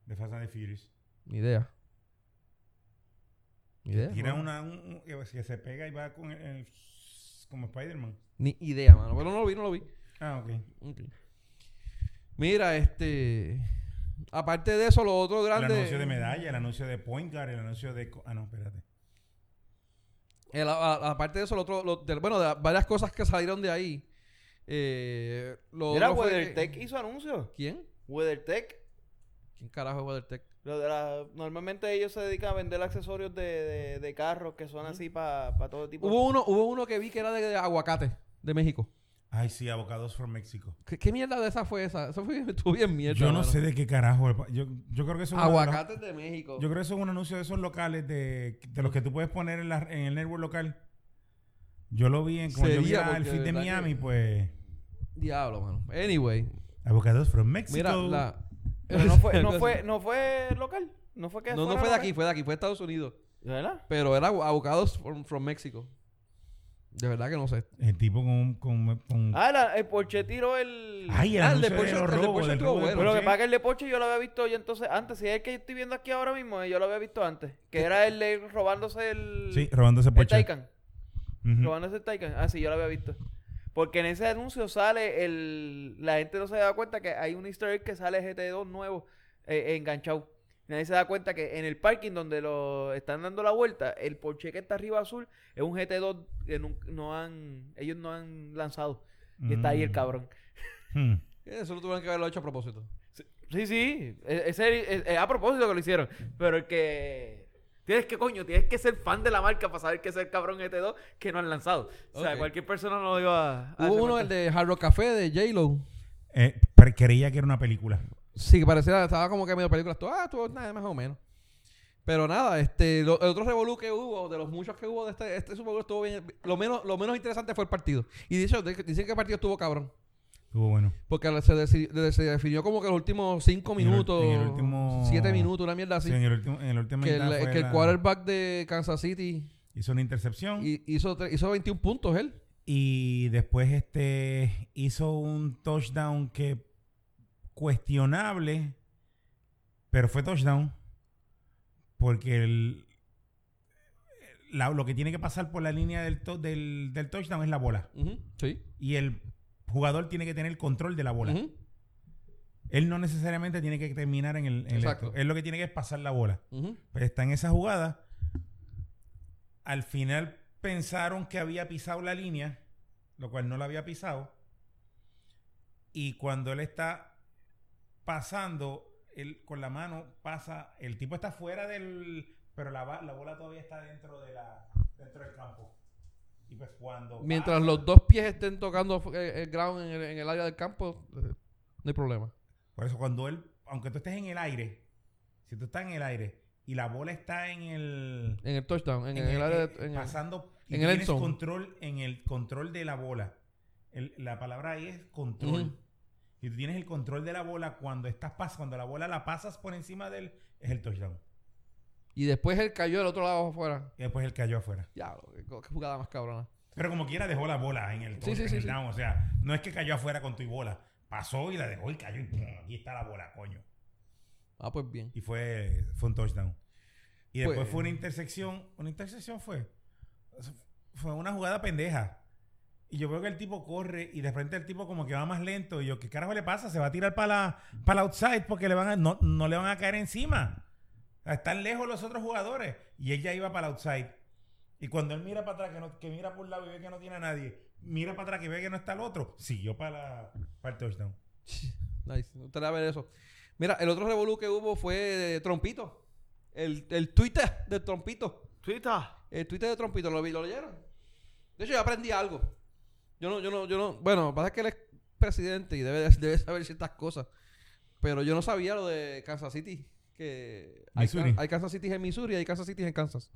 Speaker 4: de Fast Nine Furious.
Speaker 2: Ni idea. Ni idea.
Speaker 4: Tira
Speaker 2: mano.
Speaker 4: una, un- un- que se pega y va con el, el- como Spider-Man.
Speaker 2: Ni idea, mano. Pero no lo vi, no lo vi.
Speaker 4: Ah, ok.
Speaker 2: Ok. Mira, este. Aparte de eso, lo otro
Speaker 4: El
Speaker 2: grande.
Speaker 4: anuncio de medalla, el anuncio de point guard, el anuncio de... co- Ah, no, espérate.
Speaker 2: El- a- a- aparte de eso, lo otro, lo- de- bueno, de las varias cosas que salieron de ahí. eh, lo
Speaker 3: Mira,
Speaker 2: otro fue
Speaker 3: WeatherTech
Speaker 2: que-
Speaker 3: hizo anuncios.
Speaker 2: ¿Quién?
Speaker 3: WeatherTech,
Speaker 2: ¿Quién carajo es WeatherTech?
Speaker 3: lo de la- normalmente ellos se dedican a vender accesorios de, de- de carros que son así para todo tipo.
Speaker 2: Hubo uno, hubo uno que vi que era de, de aguacate, de México.
Speaker 4: Ay, sí, Abocados from México.
Speaker 2: ¿Qué, qué mierda de esa fue esa? Eso fue, [laughs] estuvo bien mierda.
Speaker 4: Yo no
Speaker 2: mano.
Speaker 4: sé de qué carajo. Yo, yo creo que eso es uno de los-
Speaker 2: Aguacates de México.
Speaker 4: Yo creo que eso es un anuncio de esos locales de, de los que tú puedes poner en, la- en el network local. Yo lo vi en cuando yo vi
Speaker 2: Sería,
Speaker 4: la- el
Speaker 2: porque
Speaker 4: feed
Speaker 2: de
Speaker 4: de
Speaker 2: verdad
Speaker 4: Miami,
Speaker 2: que-
Speaker 4: pues.
Speaker 2: Diablo, mano. Anyway,
Speaker 4: Abocados from Mexico.
Speaker 2: mira, la.
Speaker 3: [laughs] Pero
Speaker 2: [laughs]
Speaker 3: no fue, no fue, no fue local. No fue que
Speaker 2: No, no
Speaker 3: fuera
Speaker 2: fue de
Speaker 3: local.
Speaker 2: aquí, fue de aquí, fue de Estados Unidos.
Speaker 3: ¿De verdad?
Speaker 2: Pero era abocados from, from México. De verdad que no sé.
Speaker 4: El tipo con. con, con-
Speaker 3: Ah, la- el Porsche tiró el.
Speaker 4: Ay, el
Speaker 2: ah, el de
Speaker 4: anuncio de
Speaker 2: Porsche- el
Speaker 4: los
Speaker 2: de
Speaker 4: robos,
Speaker 2: Porsche
Speaker 4: del
Speaker 2: estuvo
Speaker 4: robo de
Speaker 2: bueno.
Speaker 3: Pero lo que
Speaker 4: Porsche.
Speaker 3: pasa es que el de Porsche yo lo había visto yo entonces antes. Si es el que yo estoy viendo aquí ahora mismo, eh, yo lo había visto antes. Que era el de robándose el.
Speaker 4: Sí, robándose
Speaker 3: el
Speaker 4: Porsche.
Speaker 3: Taycan.
Speaker 4: Ujú.
Speaker 3: Robándose el Taycan. Ah, sí, yo lo había visto. Porque en ese anuncio sale el. La gente no se da cuenta que hay un Easter egg que sale GT2 nuevo eh, enganchado. Nadie se da cuenta que en el parking donde lo están dando la vuelta, el Porsche que está arriba azul es un GT2 que nun- no, han. Ellos no han lanzado. Y está ahí el
Speaker 4: Mm.
Speaker 3: cabrón.
Speaker 4: Mm.
Speaker 2: Eso lo tuvieron que haberlo hecho a propósito.
Speaker 3: Sí, sí. e- Ese, e- e- a propósito que lo hicieron. Pero el que. Tienes que, coño, tienes que ser fan de la marca para saber que es el cabrón GT2 que no han lanzado. O sea,
Speaker 2: Ok.
Speaker 3: cualquier persona no lo iba a. a
Speaker 2: Hubo uno,
Speaker 3: hacer
Speaker 2: el de Hard Rock Café, de J-Lo.
Speaker 4: Eh, pero creía que era una película.
Speaker 2: Sí, que parecía, estaba como que medio película. Tú, ah, tú, nada, más o menos. Pero nada, este, lo- el otro revolú que hubo, de los muchos que hubo de este, este Super Bowl estuvo bien. Lo menos, lo menos interesante fue el partido. Y de hecho, de- dicen que el partido estuvo cabrón.
Speaker 4: Estuvo bueno.
Speaker 2: Porque se, deci- se definió como que los últimos cinco
Speaker 4: En el ul-
Speaker 2: minutos,
Speaker 4: en el último-
Speaker 2: siete minutos, una mierda así.
Speaker 4: Sí, en el último, en el último
Speaker 2: que el, que el quarterback de Kansas City
Speaker 4: hizo una intercepción.
Speaker 2: hi- hizo, tre- hizo 21 puntos él.
Speaker 4: Y después este hizo un touchdown que cuestionable, pero fue touchdown. Porque el, la- lo que tiene que pasar por la línea del, to- del, del touchdown es la bola.
Speaker 2: Ujú, Sí.
Speaker 4: Y el jugador tiene que tener el control de la bola.
Speaker 2: Ujú,
Speaker 4: Él no necesariamente tiene que terminar en el... en el
Speaker 2: Exacto.
Speaker 4: esto. Él lo que tiene que es pasar la bola.
Speaker 2: ujú.
Speaker 4: Pues está en esa jugada. Al final pensaron que había pisado la línea, lo cual no la había pisado. Y cuando él está pasando, él con la mano pasa, el tipo está fuera del... Pero la, ba- la bola todavía está dentro, de la, dentro del campo. Y pues cuando...
Speaker 2: Mientras
Speaker 4: pasa-
Speaker 2: los dos pies estén tocando eh, el ground en el, en el área del campo, eh, no hay problema.
Speaker 4: Por eso cuando él, aunque tú estés en el aire, si tú estás en el aire y la bola está en el...
Speaker 2: En el touchdown, en,
Speaker 4: en
Speaker 2: el,
Speaker 4: el-
Speaker 2: área.
Speaker 4: eh,
Speaker 2: de- en el-
Speaker 4: pasando y
Speaker 2: en el end
Speaker 4: tienes
Speaker 2: zone.
Speaker 4: control en el control de la bola. El- la palabra ahí es control.
Speaker 2: Ujú.
Speaker 4: Y tú tienes el control de la bola cuando estás pas cuando la bola la pasas por encima del es el touchdown.
Speaker 2: y después él cayó del otro lado afuera.
Speaker 4: Y después él cayó afuera.
Speaker 2: Ya, qué, qué jugada más cabrona.
Speaker 4: Pero como quiera dejó la bola en el
Speaker 2: Sí, sí,
Speaker 4: touchdown.
Speaker 2: sí, sí.
Speaker 4: O sea, no es que cayó afuera con tu bola. Pasó y la dejó y cayó y ¡pum! aquí está la bola, coño.
Speaker 2: Ah, pues bien. [laughs]
Speaker 4: Y fue, fue un touchdown. Y después
Speaker 2: Pues-
Speaker 4: fue una intersección. Una intersección fue. Fue una jugada pendeja. Y yo veo que el tipo corre y de frente el tipo como que va más lento. Y yo, ¿qué carajo le pasa? Se va a tirar para la, para la outside porque le van a- no, no le van a caer encima. O sea, Están lejos los otros jugadores. Y él ya iba para la outside. Y cuando él mira para atrás, que, no- que mira por un lado y ve que no tiene a nadie, mira para atrás que ve que no está el otro, siguió para, la- para el touchdown.
Speaker 2: Nice. No te la ver eso. Mira, el otro revolú que hubo fue de Trompito. El, el Twitter de Trompito.
Speaker 3: Twitter.
Speaker 2: El Twitter Eh, de Trompito, ¿lo, vi- ¿lo leyeron? De hecho, yo aprendí algo. Yo no, yo no, yo no. Bueno, lo que pasa es que él es presidente y debe, de- [laughs] debe saber ciertas cosas. Pero yo no sabía lo de Kansas City. Que hay,
Speaker 4: Missouri.
Speaker 2: Kan- hay Kansas City en Missouri y hay Kansas City en Kansas.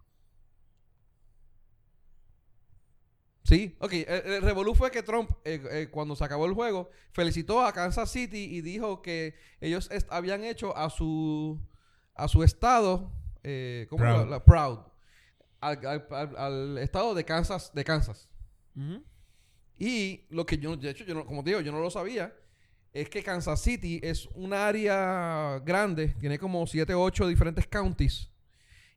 Speaker 2: Sí, ok. El, el revolú fue que Trump, eh, eh, cuando se acabó el juego, felicitó a Kansas City y dijo que ellos est- habían hecho a su a su estado eh, ¿cómo
Speaker 4: Proud.
Speaker 2: la- la- proud. al, al- al- al estado de Kansas, de Kansas. Y lo que yo, de hecho, yo no, como te digo, yo no lo sabía, es que Kansas City es un área grande, tiene como 7 o 8 diferentes counties.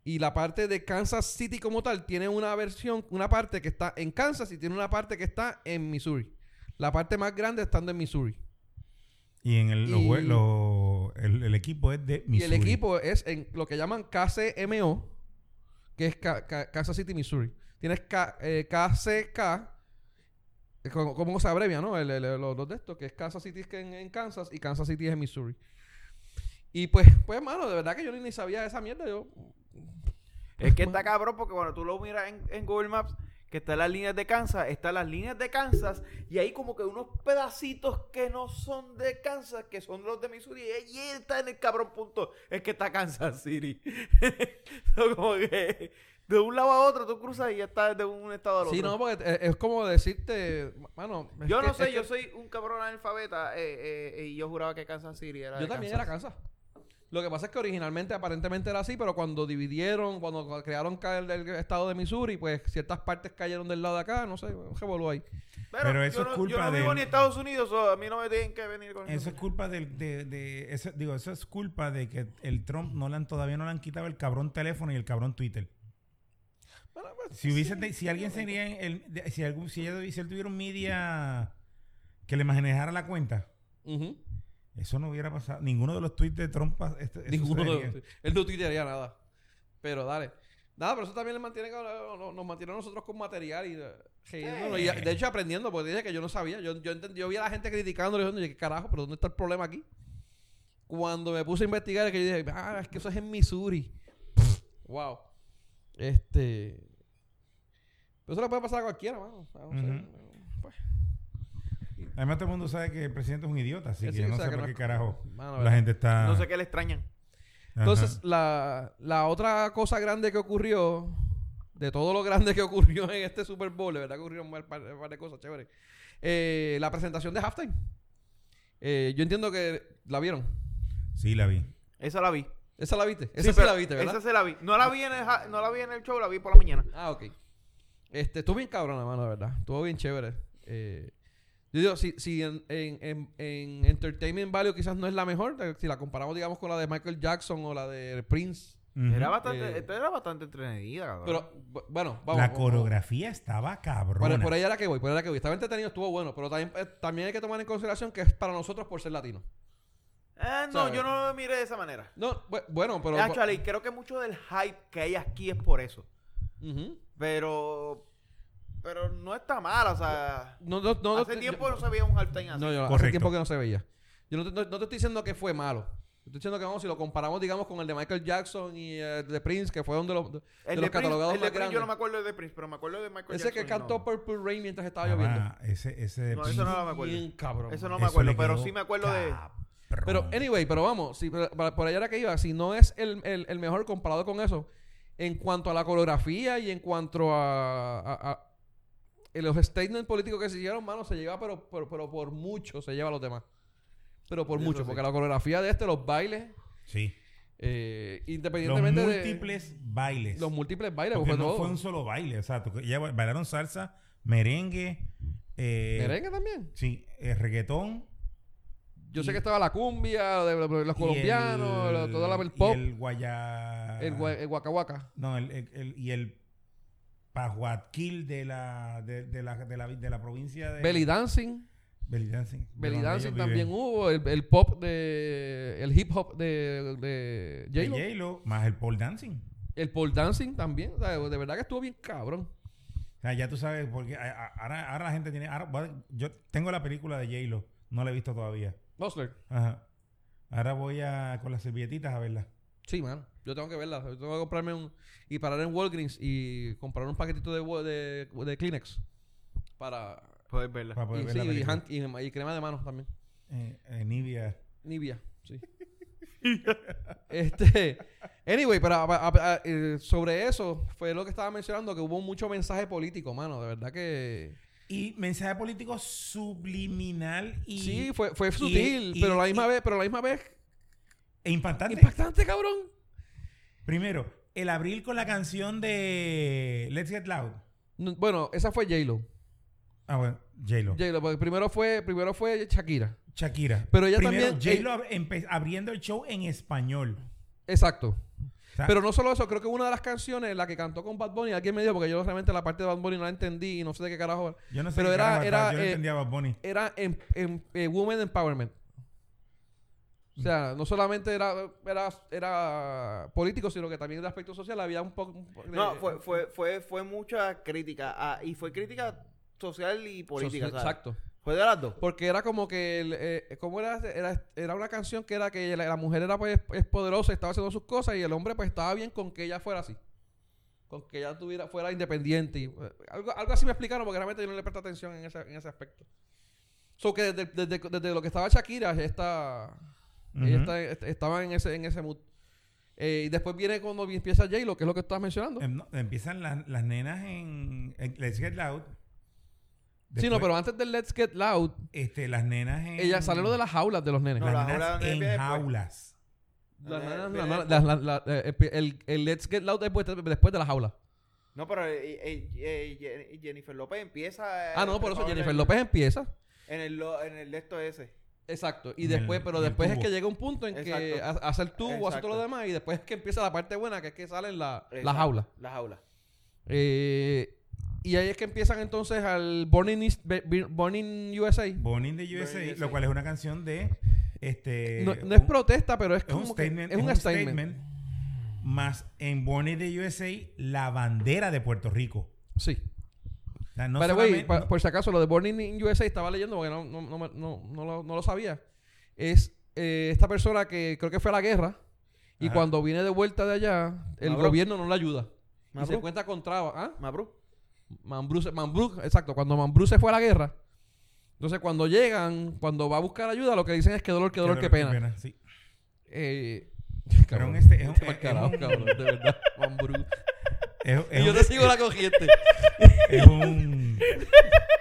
Speaker 2: Y la parte de Kansas City como tal tiene una versión, una parte que está en Kansas y tiene una parte que está en Missouri. La parte más grande estando en Missouri.
Speaker 4: Y en el, los
Speaker 2: Y-
Speaker 4: jue- lo- el, el equipo es de Missouri.
Speaker 2: Y el equipo es en lo que llaman KCMO, que es Ca- Ca- Kansas City, Missouri. Tienes K- eh, KCK, eh, como, como se abrevia, ¿no? El- el- el- los dos de estos, que es Kansas City es que en, en Kansas y Kansas City es en Missouri. Y pues, pues, mano, de verdad que yo ni, ni sabía esa mierda. Yo,
Speaker 3: Es que está cabrón porque cuando tú lo miras en, en Google Maps, que están las líneas de Kansas, están las líneas de Kansas y hay como que unos pedacitos que no son de Kansas, que son los de Missouri. Y ahí está en el cabrón punto. Es que está Kansas City. [laughs] So, como que de un lado a otro tú cruzas y ya estás de un estado al otro.
Speaker 2: sí, no, porque eh, es como decirte, mano. es
Speaker 3: yo
Speaker 2: que-
Speaker 3: no
Speaker 2: es
Speaker 3: sé,
Speaker 2: que
Speaker 3: yo soy un cabrón analfabeta eh, eh, y yo juraba que Kansas City era
Speaker 2: Yo
Speaker 3: de
Speaker 2: también
Speaker 3: Kansas.
Speaker 2: era Kansas. Lo que pasa es que originalmente aparentemente era así, pero cuando dividieron, cuando crearon ca- el, el estado de Missouri, pues ciertas partes cayeron del lado de acá, no sé, un revolú ahí.
Speaker 4: Pero
Speaker 3: yo
Speaker 4: eso es
Speaker 3: no-
Speaker 4: culpa
Speaker 3: Yo no vivo
Speaker 4: del-
Speaker 3: ni en Estados Unidos, so, a mí no me tienen que venir con
Speaker 4: Eso es culpa del- de, de- eso- digo, eso es culpa de que el Trump no le han, todavía no le han quitado el cabrón teléfono y el cabrón Twitter.
Speaker 2: Bueno, pues,
Speaker 4: Si hubiese, te- si alguien sería en el, de- si algún, si, ella- si él tuviera un media que le manejara la cuenta,
Speaker 2: ujú.
Speaker 4: eso no hubiera pasado. Ninguno de los tweets de Trump pas- este- eso
Speaker 2: Ninguno de
Speaker 4: sucedería.
Speaker 2: los- [laughs] Él no tuitearía nada. Pero dale. Nada, pero eso también les mantiene, con- nos- nos mantiene a nosotros con material y, eh, riéndonos. Y, de hecho aprendiendo, porque dije que yo no sabía. Yo, yo, entendí, yo vi a la gente criticándolo y diciendo, "Oye, ¿qué carajo? ¿Pero dónde está el problema aquí? Cuando me puse a investigar, es que yo dije, ah, es que eso es en Missouri. [laughs] Pff, wow. Este. Pero eso le puede pasar a cualquiera, mano. O sea, no sé.
Speaker 4: Ujú.
Speaker 2: Pues,
Speaker 4: Además todo el mundo sabe que el presidente es un idiota, así
Speaker 2: Sí,
Speaker 4: que yo
Speaker 2: o
Speaker 4: no
Speaker 2: sea,
Speaker 4: sé
Speaker 2: que
Speaker 4: por
Speaker 2: no
Speaker 4: qué
Speaker 2: es-
Speaker 4: carajo
Speaker 2: mano,
Speaker 4: la
Speaker 2: ¿verdad?
Speaker 4: gente está.
Speaker 3: No sé qué le extrañan.
Speaker 4: Ajá.
Speaker 2: Entonces, la, la otra cosa grande que ocurrió, de todo lo grande que ocurrió en este Super Bowl, de verdad que ocurrieron un par, un par de cosas chéveres. Eh, la presentación de Halftime. Eh, yo entiendo que la vieron.
Speaker 4: sí la vi.
Speaker 3: Esa la vi.
Speaker 2: Esa la viste. Esa
Speaker 3: Sí,
Speaker 2: sí,
Speaker 3: pero
Speaker 2: la viste, ¿verdad?
Speaker 3: Esa se la vi. No la vi, en el, ja- no la vi en el show, la vi por la mañana.
Speaker 2: Ah, ok. Este, estuvo bien cabrona, mano, de verdad. Estuvo bien chévere. Eh, yo digo, si, si en, en- en- en Entertainment Value quizás no es la mejor, eh, si la comparamos, digamos, con la de Michael Jackson o la de Prince.
Speaker 4: Ujú.
Speaker 3: Era bastante,
Speaker 2: Eh,
Speaker 3: esta era bastante entretenida, cabrón.
Speaker 2: Pero, bu- bueno, vamos. vamos-
Speaker 4: la
Speaker 2: vamos.
Speaker 4: coreografía estaba cabrona.
Speaker 2: Por, por ahí era que voy, por ahí era que voy. Estaba entretenido, estuvo bueno, pero también, eh, también hay que tomar en consideración que es para nosotros por ser latino.
Speaker 3: Ah, no,
Speaker 2: ¿sabes?
Speaker 3: yo no lo miré de esa manera.
Speaker 2: No, bu- bueno, pero...
Speaker 3: Actually, creo que mucho del hype que hay aquí es por eso.
Speaker 2: Ujú.
Speaker 3: Pero, pero no está mala, o sea.
Speaker 2: No, no, no,
Speaker 3: hace
Speaker 2: yo-
Speaker 3: tiempo no se veía un halftime así.
Speaker 2: No, yo, hace
Speaker 4: Correcto.
Speaker 2: tiempo que no se veía. Yo no te, no- no te estoy diciendo que fue malo. Yo Estoy diciendo que vamos, si lo comparamos, digamos, con el de Michael Jackson y el de Prince, que fue donde los, de,
Speaker 3: el
Speaker 2: los
Speaker 3: de Prince,
Speaker 2: catalogados
Speaker 3: el de
Speaker 2: más
Speaker 3: Prince, yo no me
Speaker 2: grandes.
Speaker 3: acuerdo del de Prince, pero me acuerdo de Michael
Speaker 2: Ese que
Speaker 3: Jackson,
Speaker 2: cantó
Speaker 3: no.
Speaker 2: Purple Rain mientras estaba lloviendo.
Speaker 4: Ah, ese, ese de
Speaker 3: No,
Speaker 4: Prince,
Speaker 3: eso no lo me acuerdo.
Speaker 2: Bien cabrón.
Speaker 3: Eso no
Speaker 4: eso
Speaker 3: me acuerdo,
Speaker 4: le
Speaker 3: pero
Speaker 4: quedó
Speaker 3: sí me acuerdo de.
Speaker 4: cabrón.
Speaker 2: Pero, eh, anyway, pero vamos, si, pero- para- por allá era que iba, si no es el, el- el mejor comparado con eso, en cuanto a la coreografía y en cuanto a, a- a- en los statements políticos que se hicieron, mano, se lleva, pero, pero, pero por mucho se lleva a los demás. Pero por
Speaker 3: Eso
Speaker 2: mucho,
Speaker 3: sí.
Speaker 2: porque la coreografía de este, los bailes,
Speaker 4: Sí.
Speaker 2: eh,
Speaker 4: Los
Speaker 2: independientemente
Speaker 4: múltiples bailes.
Speaker 2: de los múltiples bailes,
Speaker 4: Porque
Speaker 2: fue
Speaker 4: no
Speaker 2: todo.
Speaker 4: fue un solo baile. O sea, tú- ya ba- bailaron salsa, merengue. eh,
Speaker 2: Merengue también.
Speaker 4: Sí, eh, reggaetón.
Speaker 2: Yo sé
Speaker 4: y-
Speaker 2: que estaba la cumbia, de- de- de los
Speaker 4: y
Speaker 2: colombianos,
Speaker 4: el-
Speaker 2: la- toda la, el
Speaker 4: y
Speaker 2: pop,
Speaker 4: el ah, guayá.
Speaker 2: el, gua- el guacahuaca.
Speaker 4: No, el, el- el- y el pajuatquil de la, de, de la, de la, de la provincia de.
Speaker 2: Belly dancing.
Speaker 4: Belly Dancing. de
Speaker 2: Belly
Speaker 4: donde
Speaker 2: Dancing
Speaker 4: ellos
Speaker 2: también
Speaker 4: viven.
Speaker 2: hubo, el, el pop de. el hip hop de, de
Speaker 4: De
Speaker 2: J-Lo,
Speaker 4: J-Lo, más el pole dancing.
Speaker 2: el pole dancing también, o sea, de verdad que estuvo bien cabrón.
Speaker 4: O sea, ya tú sabes, porque a- a- ahora, ahora la gente tiene. ahora voy a- yo tengo la película de J-Lo, no la he visto todavía.
Speaker 2: Hustler,
Speaker 4: Ajá. Ahora voy a con las servilletitas a verla.
Speaker 2: sí, mano, yo tengo que verla, yo tengo que comprarme un. y parar en Walgreens y comprar un paquetito de, wa- de, de Kleenex para.
Speaker 3: Puedes verla.
Speaker 4: Para poder
Speaker 2: y,
Speaker 4: ver
Speaker 2: sí,
Speaker 4: Ah, pues la
Speaker 2: y
Speaker 4: película.
Speaker 2: hand- y- y crema de manos también.
Speaker 4: Eh, eh, Nivea.
Speaker 2: Nivea,
Speaker 4: [laughs]
Speaker 2: sí. este, anyway, pero a- a- a- eh, sobre eso fue lo que estaba mencionando, que hubo mucho mensaje político, mano, de verdad que...
Speaker 4: Y mensaje político subliminal y
Speaker 2: Sí, fue, fue sutil,
Speaker 4: y-
Speaker 2: pero a la
Speaker 4: y-
Speaker 2: misma vez, pero a la misma vez
Speaker 4: e impactante.
Speaker 2: impactante, cabrón.
Speaker 4: Primero, el abril con la canción de Let's Get Loud.
Speaker 2: No, Bueno, esa fue J-Lo.
Speaker 4: Ah, bueno, J-Lo.
Speaker 2: J-Lo, porque primero fue, primero fue Shakira.
Speaker 4: Shakira.
Speaker 2: Pero ella
Speaker 4: Primero,
Speaker 2: también- eh,
Speaker 4: J-Lo ab- empe- abriendo el show en español.
Speaker 2: Exacto.
Speaker 4: O sea,
Speaker 2: Pero no solo eso, creo que una de las canciones, la que cantó con Bad Bunny, alguien me dijo, porque yo realmente la parte de Bad Bunny no la entendí y no sé de qué carajo. era.
Speaker 4: yo no sé
Speaker 2: pero
Speaker 4: qué
Speaker 2: era-
Speaker 4: carajo estaba,
Speaker 2: era,
Speaker 4: yo no
Speaker 2: eh,
Speaker 4: entendía a Bad Bunny.
Speaker 2: Era en, en- eh, Women Empowerment. O sea, no solamente era, era, era político, sino que también de aspecto social había un poco... un po-
Speaker 3: No,
Speaker 2: de-
Speaker 3: fue, fue, fue, fue mucha crítica. ah, y fue crítica social y política.
Speaker 2: social-
Speaker 3: ¿sabes?
Speaker 2: Exacto.
Speaker 3: Fue de las dos.
Speaker 2: Porque era como que, el, eh, ¿cómo era? era? Era una canción que era que la, la mujer era pues es poderosa, estaba haciendo sus cosas y el hombre pues estaba bien con que ella fuera así. Con que ella tuviera, fuera independiente. y, eh, algo, algo así me explicaron porque realmente yo no le presto atención en, esa- en ese aspecto. So que desde, desde, desde lo que estaba Shakira, esta, ella
Speaker 4: Ujú.
Speaker 2: está- est- estaba en ese, en ese mood. Eh, y después viene cuando empieza J-Lo, que es lo que estás mencionando.
Speaker 4: Em, no, empiezan las, las nenas en, en Let's Get Loud.
Speaker 2: sí, no,
Speaker 4: Después,
Speaker 2: pero antes del Let's Get Loud,
Speaker 4: Este, las nenas en.
Speaker 2: ella sale lo de las jaulas de los nenes.
Speaker 3: No, las
Speaker 4: las nenas
Speaker 3: jaulas de
Speaker 4: en
Speaker 3: pie, pues.
Speaker 4: jaulas.
Speaker 2: Las
Speaker 3: Eh,
Speaker 2: nanas-
Speaker 3: viene
Speaker 2: las nanas-
Speaker 3: después.
Speaker 2: las- las- las- eh, el, el Let's Get Loud después, después de la jaula.
Speaker 3: No, pero eh, eh, eh, Jen- Jennifer López empieza. eh,
Speaker 2: Ah, no, por eso
Speaker 3: en el-
Speaker 2: Jennifer López empieza.
Speaker 3: En el, lo- en el de esto ese.
Speaker 2: Exacto. Y
Speaker 4: En el-
Speaker 2: después, pero
Speaker 4: en el
Speaker 2: después es
Speaker 4: tubo.
Speaker 2: que llega un punto en que
Speaker 3: Exacto.
Speaker 2: ha- hace el tubo, hace
Speaker 3: Exacto.
Speaker 2: todo lo demás, y después es que empieza la parte buena, que es que salen la, la
Speaker 3: Exacto.
Speaker 2: jaula.
Speaker 3: La jaula.
Speaker 2: Eh, y ahí es que empiezan entonces al Born in, East- Be- Be- Born in USA.
Speaker 4: Born in the USA,
Speaker 3: Born in the
Speaker 4: lo cual es una canción de. Este,
Speaker 2: No, no es
Speaker 4: un-
Speaker 2: protesta, pero es
Speaker 4: es un
Speaker 2: como que-
Speaker 4: statement.
Speaker 2: es un statement.
Speaker 4: Más en Born in the USA, la bandera de Puerto Rico.
Speaker 2: Sí.
Speaker 4: O sea, no
Speaker 2: By the way,
Speaker 4: solamente-
Speaker 2: pa- pues,
Speaker 4: no-
Speaker 2: por si acaso, lo de Born in, in USA estaba leyendo porque no, no, no, me- no- no lo, no lo sabía. Es eh, esta persona que creo que fue a la guerra y
Speaker 4: Ajá.
Speaker 2: cuando viene de vuelta de allá, el
Speaker 3: Mabro.
Speaker 2: gobierno no le ayuda. Y se
Speaker 3: Mabro.
Speaker 2: cuenta con trabas. ¿Ah?
Speaker 3: Mabru.
Speaker 2: Mambrú, se- Mambrú, exacto. Cuando Mambrú se fue a la guerra, entonces cuando llegan, cuando va a buscar ayuda, lo que dicen es que dolor, que dolor, que
Speaker 4: qué
Speaker 2: pena.
Speaker 4: sí.
Speaker 2: Eh, [laughs]
Speaker 4: un este- es un-
Speaker 2: vete pa'l
Speaker 4: es
Speaker 2: carajo,
Speaker 4: un-
Speaker 2: cabrón, de verdad, Mambrú.
Speaker 4: Es, es
Speaker 2: Y yo
Speaker 4: un-
Speaker 2: te sigo la este.
Speaker 4: [laughs]
Speaker 2: corriente.
Speaker 4: es un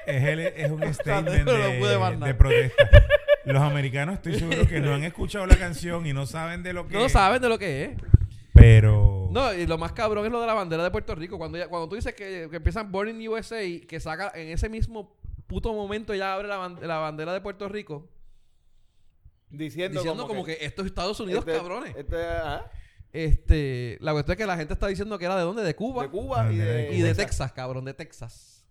Speaker 4: es, el- es un statement
Speaker 2: [laughs] no lo
Speaker 4: de,
Speaker 2: pude mandar.
Speaker 4: de protesta. Los americanos estoy seguro que no han escuchado la canción y no saben de lo que
Speaker 2: No saben de lo que es.
Speaker 4: Pero
Speaker 2: No, y lo más cabrón es lo de la bandera de Puerto Rico. Cuando, ella- cuando tú dices que, que empiezan Born in USA, que saca en ese mismo puto momento ya abre la, ban- la bandera de Puerto Rico,
Speaker 3: Diciendo,
Speaker 2: diciendo como, que, esto es Estados Unidos,
Speaker 3: este-
Speaker 2: cabrones.
Speaker 3: este, ajá,
Speaker 2: Este, la cuestión es que la gente está diciendo que era de dónde, de Cuba,
Speaker 3: de Cuba y
Speaker 4: Ah, de
Speaker 3: de,
Speaker 4: Cuba.
Speaker 2: y de
Speaker 3: Exacto.
Speaker 2: Texas, cabrón, de Texas.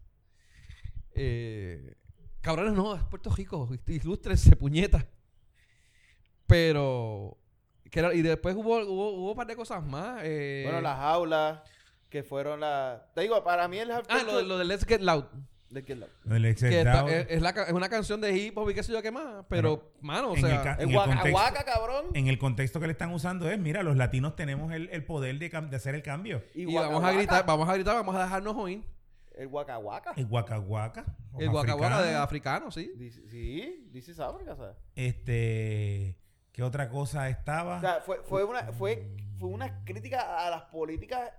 Speaker 2: Eh, cabrones, no, es Puerto Rico, ilústrense, puñeta. Pero, que era- y después hubo, hubo, hubo un par de cosas más. eh,
Speaker 3: Bueno, las jaulas que fueron las. Te digo, para mí el hard
Speaker 2: Ah, lo, de-
Speaker 3: culture-
Speaker 2: lo de Let's Get Loud.
Speaker 3: ¿De quién lado?
Speaker 4: el Excel
Speaker 2: que está- eh,
Speaker 4: Down,
Speaker 2: es, es la ca- es una canción de hip hop y qué sé yo qué más, pero, mano, o
Speaker 4: en el
Speaker 2: sea,
Speaker 4: ca-
Speaker 3: Es
Speaker 4: En
Speaker 3: Huaca,
Speaker 4: contexto-
Speaker 3: Huaca, cabrón.
Speaker 4: en el contexto que le están usando es, mira, los latinos tenemos el, el poder de, cam- de hacer el cambio.
Speaker 2: y,
Speaker 3: Huaca
Speaker 2: vamos a
Speaker 3: Huaca.
Speaker 2: gritar, vamos a gritar, vamos a dejarnos oír.
Speaker 3: El guacahuaca.
Speaker 4: El guacahuaca. o
Speaker 2: El guacaguaca de
Speaker 4: Pues africano.
Speaker 2: africano, sí.
Speaker 3: Sí, dice Sábrica, ¿sabes?
Speaker 4: Este, ¿qué otra cosa estaba?
Speaker 3: O sea, fue, fue, una, fue, fue una crítica a las políticas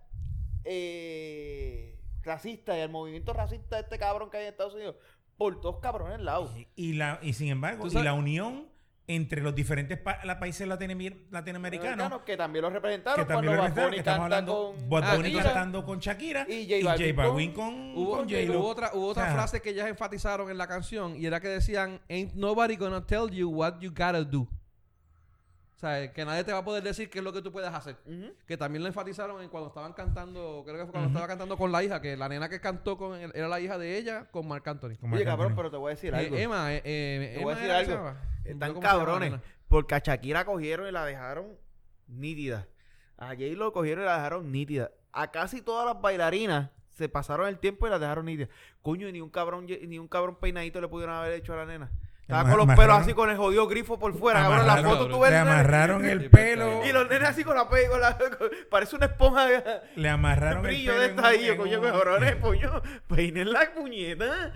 Speaker 3: eh, racistas y al movimiento racista de este cabrón que hay en Estados Unidos por dos cabrones lados.
Speaker 4: y la y sin embargo,
Speaker 2: ¿Tú
Speaker 4: y
Speaker 2: sabes?
Speaker 4: la unión entre los diferentes pa- la- países latinoamir- latinoamericanos
Speaker 3: que también los representaron
Speaker 4: que también lo
Speaker 3: cuando Bad
Speaker 4: representaron,
Speaker 3: Bunny
Speaker 4: que estamos
Speaker 3: canta
Speaker 4: hablando
Speaker 3: con...
Speaker 4: Bad
Speaker 2: Ah,
Speaker 4: Bunny
Speaker 2: y J-
Speaker 4: cantando con Shakira
Speaker 3: y
Speaker 4: y
Speaker 3: J
Speaker 4: J
Speaker 3: Balvin
Speaker 4: Balvin con,
Speaker 2: Hubo,
Speaker 4: con J-Lo.
Speaker 2: hubo otra, hubo otra
Speaker 4: Ajá.
Speaker 2: frase que ellas enfatizaron en la canción y era que decían, ain't nobody gonna tell you what you gotta do. O sea, que nadie te va a poder decir qué es lo que tú puedes hacer.
Speaker 3: Ujú.
Speaker 2: Que también lo enfatizaron en cuando estaban cantando, creo que fue cuando
Speaker 4: Ujú.
Speaker 2: estaba cantando con la hija, que la nena que cantó con él era la hija de ella con Marc Anthony.
Speaker 4: Con Marc
Speaker 3: Oye, cabrón,
Speaker 4: Anthony.
Speaker 3: pero te voy a decir
Speaker 2: Eh,
Speaker 3: algo.
Speaker 2: Emma, eh, eh,
Speaker 3: Te voy a
Speaker 2: Emma
Speaker 3: decir
Speaker 2: era que se
Speaker 3: algo.
Speaker 2: llamaba.
Speaker 3: Están
Speaker 2: ¿Cómo se llama
Speaker 3: Eh,
Speaker 2: la
Speaker 3: cabrones.
Speaker 2: nena?
Speaker 3: Porque a Shakira cogieron y la dejaron nítida. A J lo cogieron y la dejaron nítida. A casi todas las bailarinas se pasaron el tiempo y la dejaron nítidas. Coño, y ni un cabrón, ye- ni un cabrón peinadito le pudieron haber hecho a la nena. Estaba
Speaker 4: Ama-
Speaker 3: con los pelos
Speaker 4: amarraron-
Speaker 3: así con el jodido grifo por fuera. Cabrón, la
Speaker 4: Amarraron-
Speaker 3: foto tú ves.
Speaker 4: le
Speaker 3: el pues, nene-
Speaker 4: amarraron
Speaker 2: Sí,
Speaker 4: el
Speaker 2: pero-
Speaker 4: pelo,
Speaker 3: Y los nenes así con la pe- con la- con- parece una esponja de
Speaker 4: le amarraron el
Speaker 3: brillo
Speaker 4: pelo
Speaker 3: de
Speaker 4: en
Speaker 3: esta
Speaker 4: un-
Speaker 3: ahí. Yo,
Speaker 4: en
Speaker 3: coño,
Speaker 4: un-
Speaker 3: cabrones, coño. Peinen la puñeta.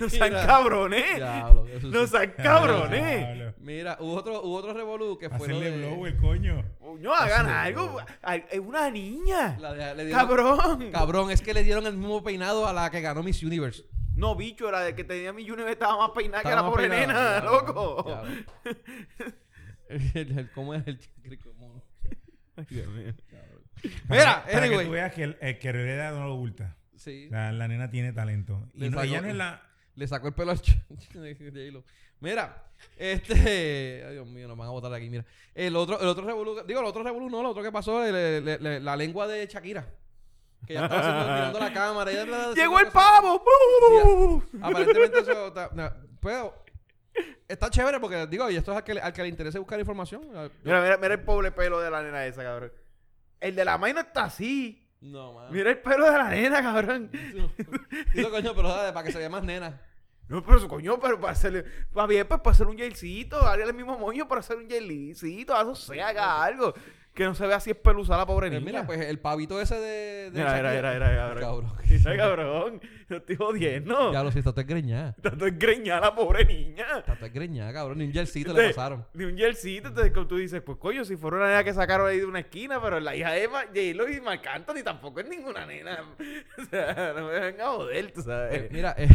Speaker 3: No sean
Speaker 2: Mira.
Speaker 3: cabrones.
Speaker 2: Diablo, eso
Speaker 3: No
Speaker 2: sí.
Speaker 3: sean
Speaker 4: Ah,
Speaker 3: cabrones.
Speaker 4: diablo.
Speaker 2: Mira, hubo otro, hubo otro revolú que fue lo
Speaker 4: Hacerle
Speaker 2: de-
Speaker 4: blow el coño.
Speaker 3: No hagan algo. Ay, Es una niña.
Speaker 2: la de- le dieron-
Speaker 3: Cabrón.
Speaker 2: Cabrón, es que le dieron el mismo peinado a la que ganó Miss Universe.
Speaker 3: No, bicho, la de que tenía mi Universe estaba más peinada que
Speaker 2: Estaba
Speaker 3: la
Speaker 2: más
Speaker 3: pobre
Speaker 2: peinado,
Speaker 3: nena,
Speaker 2: diablo,
Speaker 3: [laughs] loco.
Speaker 2: diablo. El- el- ¿Cómo es el tigre común? Mira,
Speaker 4: para que
Speaker 2: anyway.
Speaker 4: tú veas que el, el que hereda no lo oculta.
Speaker 2: Sí.
Speaker 4: O sea, la nena tiene talento. Y
Speaker 2: Le
Speaker 4: no- ella
Speaker 2: sacó-
Speaker 4: no es la...
Speaker 2: Le sacó el pelo al ch- [laughs] de- de J-Lo. Mira, este. Ay, Dios mío, nos van a botar de aquí. Mira, el otro, el otro revolú. Digo, el otro revolú no, el otro que pasó, le- le- le- la lengua de Shakira. Que ya estaba haciendo- mirando la cámara. ella- bla, bla, bla,
Speaker 3: ¡Llegó el
Speaker 2: cosa-
Speaker 3: pavo!
Speaker 2: Sí, a- Aparentemente eso está, na- pues, está chévere porque digo, y esto es al que, le- al que le interese buscar información. a-
Speaker 3: [laughs] Mira, mira, mira el pobre pelo de la nena esa, cabrón. El de la main no está así.
Speaker 2: No, man.
Speaker 3: Mira el pelo de la nena, cabrón.
Speaker 2: [laughs] Digo, coño, pero dale, para que se vea más nena.
Speaker 3: No, pero su coño, pero para hacerle. Para bien, pues para hacer un gelcito. Hágale el mismo moño para hacer un gelcito. Eso sea, haga algo. Que no se vea así espeluzada la pobre
Speaker 2: Pues
Speaker 3: niña.
Speaker 2: mira, pues el pavito ese de. de
Speaker 3: Mira, mira,
Speaker 2: Shakira.
Speaker 3: mira, mira, mira,
Speaker 2: Cabrón.
Speaker 3: Mira, cabrón. No estoy jodiendo.
Speaker 2: Ya lo siento, está engreñada.
Speaker 3: Tanto engreñada la pobre niña.
Speaker 2: Está engreñada, cabrón. Ni un jersey
Speaker 3: De-
Speaker 2: le pasaron.
Speaker 3: De un jerseycito, entonces como tú dices, pues coño, si fuera una nena que sacaron ahí de una esquina, pero la hija de Emma, J-Lo y Marc Anthony tampoco es ninguna nena. [laughs] O sea, no me vengan a joder, tú
Speaker 2: Eh,
Speaker 3: sabes.
Speaker 2: mira, eh,